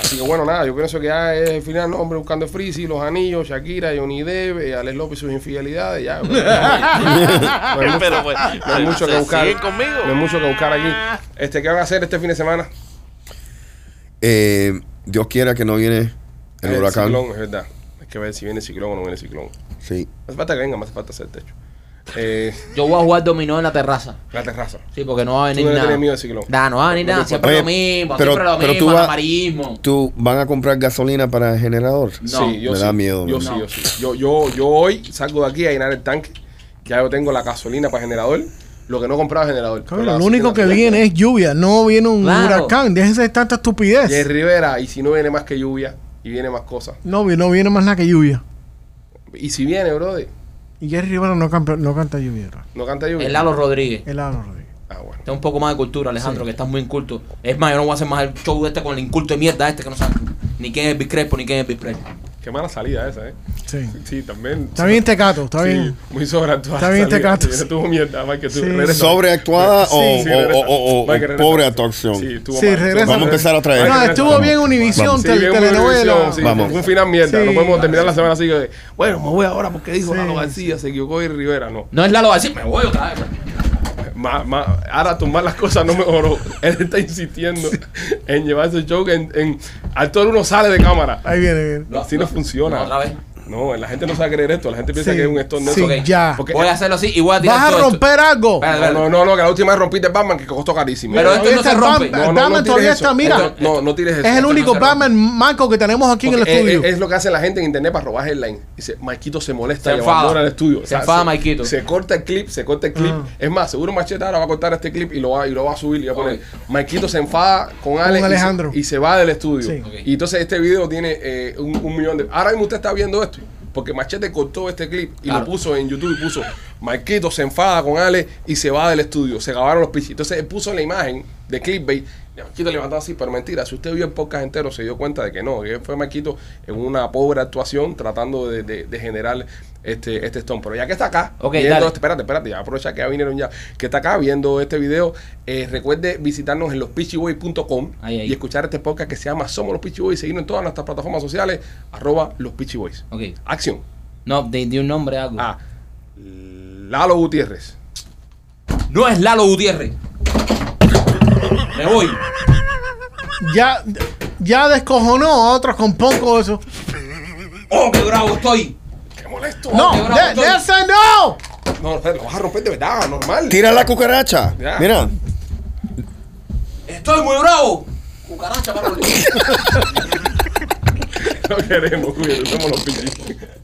Speaker 1: Así que bueno, nada, yo pienso que ya es el final, no, hombre, buscando Freezy, los anillos, Shakira, Johnny Depp, eh, Alex López y sus infidelidades, ya. bueno, no hay
Speaker 6: (laughs)
Speaker 1: mucho-
Speaker 6: Pero, pues, (laughs)
Speaker 1: no hay mucho que
Speaker 6: ¿se
Speaker 1: buscar.
Speaker 6: siguen conmigo?
Speaker 1: No hay mucho que buscar aquí. Este, ¿qué van a hacer este fin de semana?
Speaker 5: Eh, Dios quiera que no viene el huracán.
Speaker 1: ciclón, es verdad. Hay que ver si viene el ciclón o no viene el ciclón.
Speaker 5: Sí.
Speaker 1: Hace falta que venga, más hace falta hacer techo. Eh,
Speaker 3: Yo voy a jugar dominó en la terraza.
Speaker 1: la terraza.
Speaker 3: Sí, porque no va a venir
Speaker 1: Tú no le
Speaker 3: nada.
Speaker 1: tienes miedo al ciclón.
Speaker 3: Nah, no va a venir
Speaker 1: No te
Speaker 3: nada. Siempre
Speaker 5: Oye,
Speaker 3: lo mismo,
Speaker 5: pero-
Speaker 3: siempre lo
Speaker 5: pero tú
Speaker 3: mismo, el
Speaker 5: vas-
Speaker 3: amarillismo.
Speaker 5: ¿Tú van a comprar gasolina para el generador?
Speaker 3: No.
Speaker 1: Sí, yo
Speaker 5: Me
Speaker 1: sí.
Speaker 5: da miedo,
Speaker 1: Yo
Speaker 5: man.
Speaker 1: sí,
Speaker 3: No.
Speaker 1: yo sí. Yo, yo, yo hoy salgo de aquí a llenar el tanque. Ya yo tengo la gasolina para generador. Lo que no compraba generador.
Speaker 4: Cabrón,
Speaker 1: Pero la
Speaker 4: lo único que
Speaker 1: gasolina-
Speaker 4: viene es lluvia, no viene un
Speaker 3: Claro.
Speaker 4: huracán. Déjense de tanta estupidez.
Speaker 1: Jerry Rivera, y si no viene más que lluvia, y viene más cosas.
Speaker 4: No, vi- no viene más nada que lluvia.
Speaker 1: Y si viene, brother,
Speaker 4: Y Jerry Rivera no, campa- no canta lluvia. bro.
Speaker 1: no canta lluvia.
Speaker 3: El Lalo Rodríguez.
Speaker 4: El Álvaro Rodríguez.
Speaker 1: Ah, bueno.
Speaker 3: Ten un poco más de cultura, Alejandro, que estás muy inculto. Es más, yo no voy a hacer más el show este con el inculto de mierda este que no sabe ni quién es Big Crespo ni quién es Big Crespo.
Speaker 1: Qué mala salida esa, ¿eh?
Speaker 4: Sí.
Speaker 1: Sí, también.
Speaker 4: Está bien, Tecato, está
Speaker 1: Sí,
Speaker 4: bien.
Speaker 1: muy sobreactuada.
Speaker 4: Está bien,
Speaker 1: salida.
Speaker 4: Tecato.
Speaker 1: Sí, Tuvo mierda, Mike, que tú
Speaker 4: Sí.
Speaker 1: regresa.
Speaker 5: ¿Sobreactuada o-
Speaker 1: Sí,
Speaker 5: o-
Speaker 1: regresa.
Speaker 5: o- o- o
Speaker 1: Mike, regresa.
Speaker 5: pobre actuación?
Speaker 1: estuvo
Speaker 4: Sí,
Speaker 1: mal, estuvo
Speaker 4: regresa.
Speaker 1: mal.
Speaker 5: Vamos a empezar a traer.
Speaker 4: No,
Speaker 5: Vamos.
Speaker 4: estuvo bien Univisión,
Speaker 5: Vamos.
Speaker 1: Sí,
Speaker 4: tel-
Speaker 1: bien,
Speaker 4: telenovela.
Speaker 1: Univision, sí,
Speaker 5: Vamos.
Speaker 1: Fue un final mierda.
Speaker 4: Sí.
Speaker 1: No podemos terminar la semana así. que, Bueno, me voy ahora porque dijo
Speaker 4: Sí,
Speaker 1: Lalo García, se equivocó y Rivera. No.
Speaker 3: No es Lalo García, me voy otra vez. pues". bro.
Speaker 1: Ma- ma- ahora tomar las cosas no mejoró. (laughs) Él está insistiendo en llevarse el show. que En, en, actor uno sale de cámara.
Speaker 4: Ahí viene, viene.
Speaker 3: No,
Speaker 1: así no,
Speaker 3: no,
Speaker 1: funciona.
Speaker 3: no, otra vez.
Speaker 1: No, la gente no sabe creer esto. La gente piensa
Speaker 4: Sí,
Speaker 1: que es un estorno.
Speaker 4: sí,
Speaker 1: eso.
Speaker 3: Ok.
Speaker 4: ya.
Speaker 1: Porque-
Speaker 3: Voy a hacerlo así y voy a tirar
Speaker 4: Vas a
Speaker 3: todo esto.
Speaker 4: romper algo.
Speaker 3: Espérate,
Speaker 1: No,
Speaker 3: espérez.
Speaker 1: no, no, no, que la última vez rompiste Batman que costó carísimo.
Speaker 3: Pero
Speaker 1: no,
Speaker 3: esto no se rompe.
Speaker 4: este Batman,
Speaker 1: no, no,
Speaker 4: Batman
Speaker 1: no
Speaker 4: todavía
Speaker 1: tires
Speaker 4: está,
Speaker 1: eso.
Speaker 4: mira.
Speaker 1: Esto- no, no tires eso.
Speaker 4: es el
Speaker 1: Esto no
Speaker 4: único
Speaker 1: se
Speaker 4: Batman manco que tenemos aquí en el
Speaker 1: Porque eh,
Speaker 4: estudio.
Speaker 1: Es, es- es lo que hace la gente en internet para robar headline. Dice, Maikito se molesta
Speaker 3: Se
Speaker 1: y
Speaker 3: enfada.
Speaker 1: abandona el estudio.
Speaker 3: Se enfada Maikito.
Speaker 1: Se corta el clip, se corta el clip.
Speaker 4: Ah.
Speaker 1: Es más, seguro Machete ahora va a cortar este clip y lo va, y lo va a subir y va a poner.
Speaker 3: Ok.
Speaker 1: Maikito se enfada con Alex y se-
Speaker 4: Alejandro.
Speaker 1: Y, se, va del estudio.
Speaker 4: Sí.
Speaker 3: Ok.
Speaker 1: Y entonces este video tiene eh, un, un millón de. Ahora mismo usted está viendo esto. Porque Machete cortó este clip y
Speaker 3: Claro.
Speaker 1: lo puso en YouTube y puso Marquito se enfada con Ale y se va del estudio. Se acabaron los pichis. Entonces él puso la imagen de clickbait. de Marquito levantado así, pero mentira. Si usted vio el podcast entero, se dio cuenta de que no. Que fue Marquito en una pobre actuación tratando de, de- de generar este, este stone. Pero ya que está acá,
Speaker 3: Ok,
Speaker 1: viendo
Speaker 3: dale.
Speaker 1: este- espérate, espérate, ya aprovecha que ya vinieron ya, que está acá viendo este video. eh, recuerde visitarnos en lospitchyboys.com
Speaker 3: Ahí, ahí.
Speaker 1: y escuchar este podcast que se llama Somos los Pitchy Boys. Seguirnos en todas nuestras plataformas sociales, arroba los Pitchy Boys.
Speaker 3: Ok.
Speaker 1: Acción
Speaker 3: No, de, de un nombre algo.
Speaker 1: a Lalo Gutiérrez.
Speaker 3: No es Lalo Gutiérrez. Me voy.
Speaker 4: Ya, ya descojonó a otros con poco eso.
Speaker 3: ¡Oh, qué bravo estoy!
Speaker 1: ¡Qué molesto!
Speaker 4: No,
Speaker 3: qué bravo
Speaker 4: de,
Speaker 3: estoy.
Speaker 4: de ese no.
Speaker 1: No, no, lo vas a romper de verdad, normal.
Speaker 5: Tira la cucaracha.
Speaker 1: Ya.
Speaker 5: Mira.
Speaker 3: ¡Estoy muy bravo! Cucaracha, para
Speaker 1: No queremos, cuídate, somos los Pitchy Boys.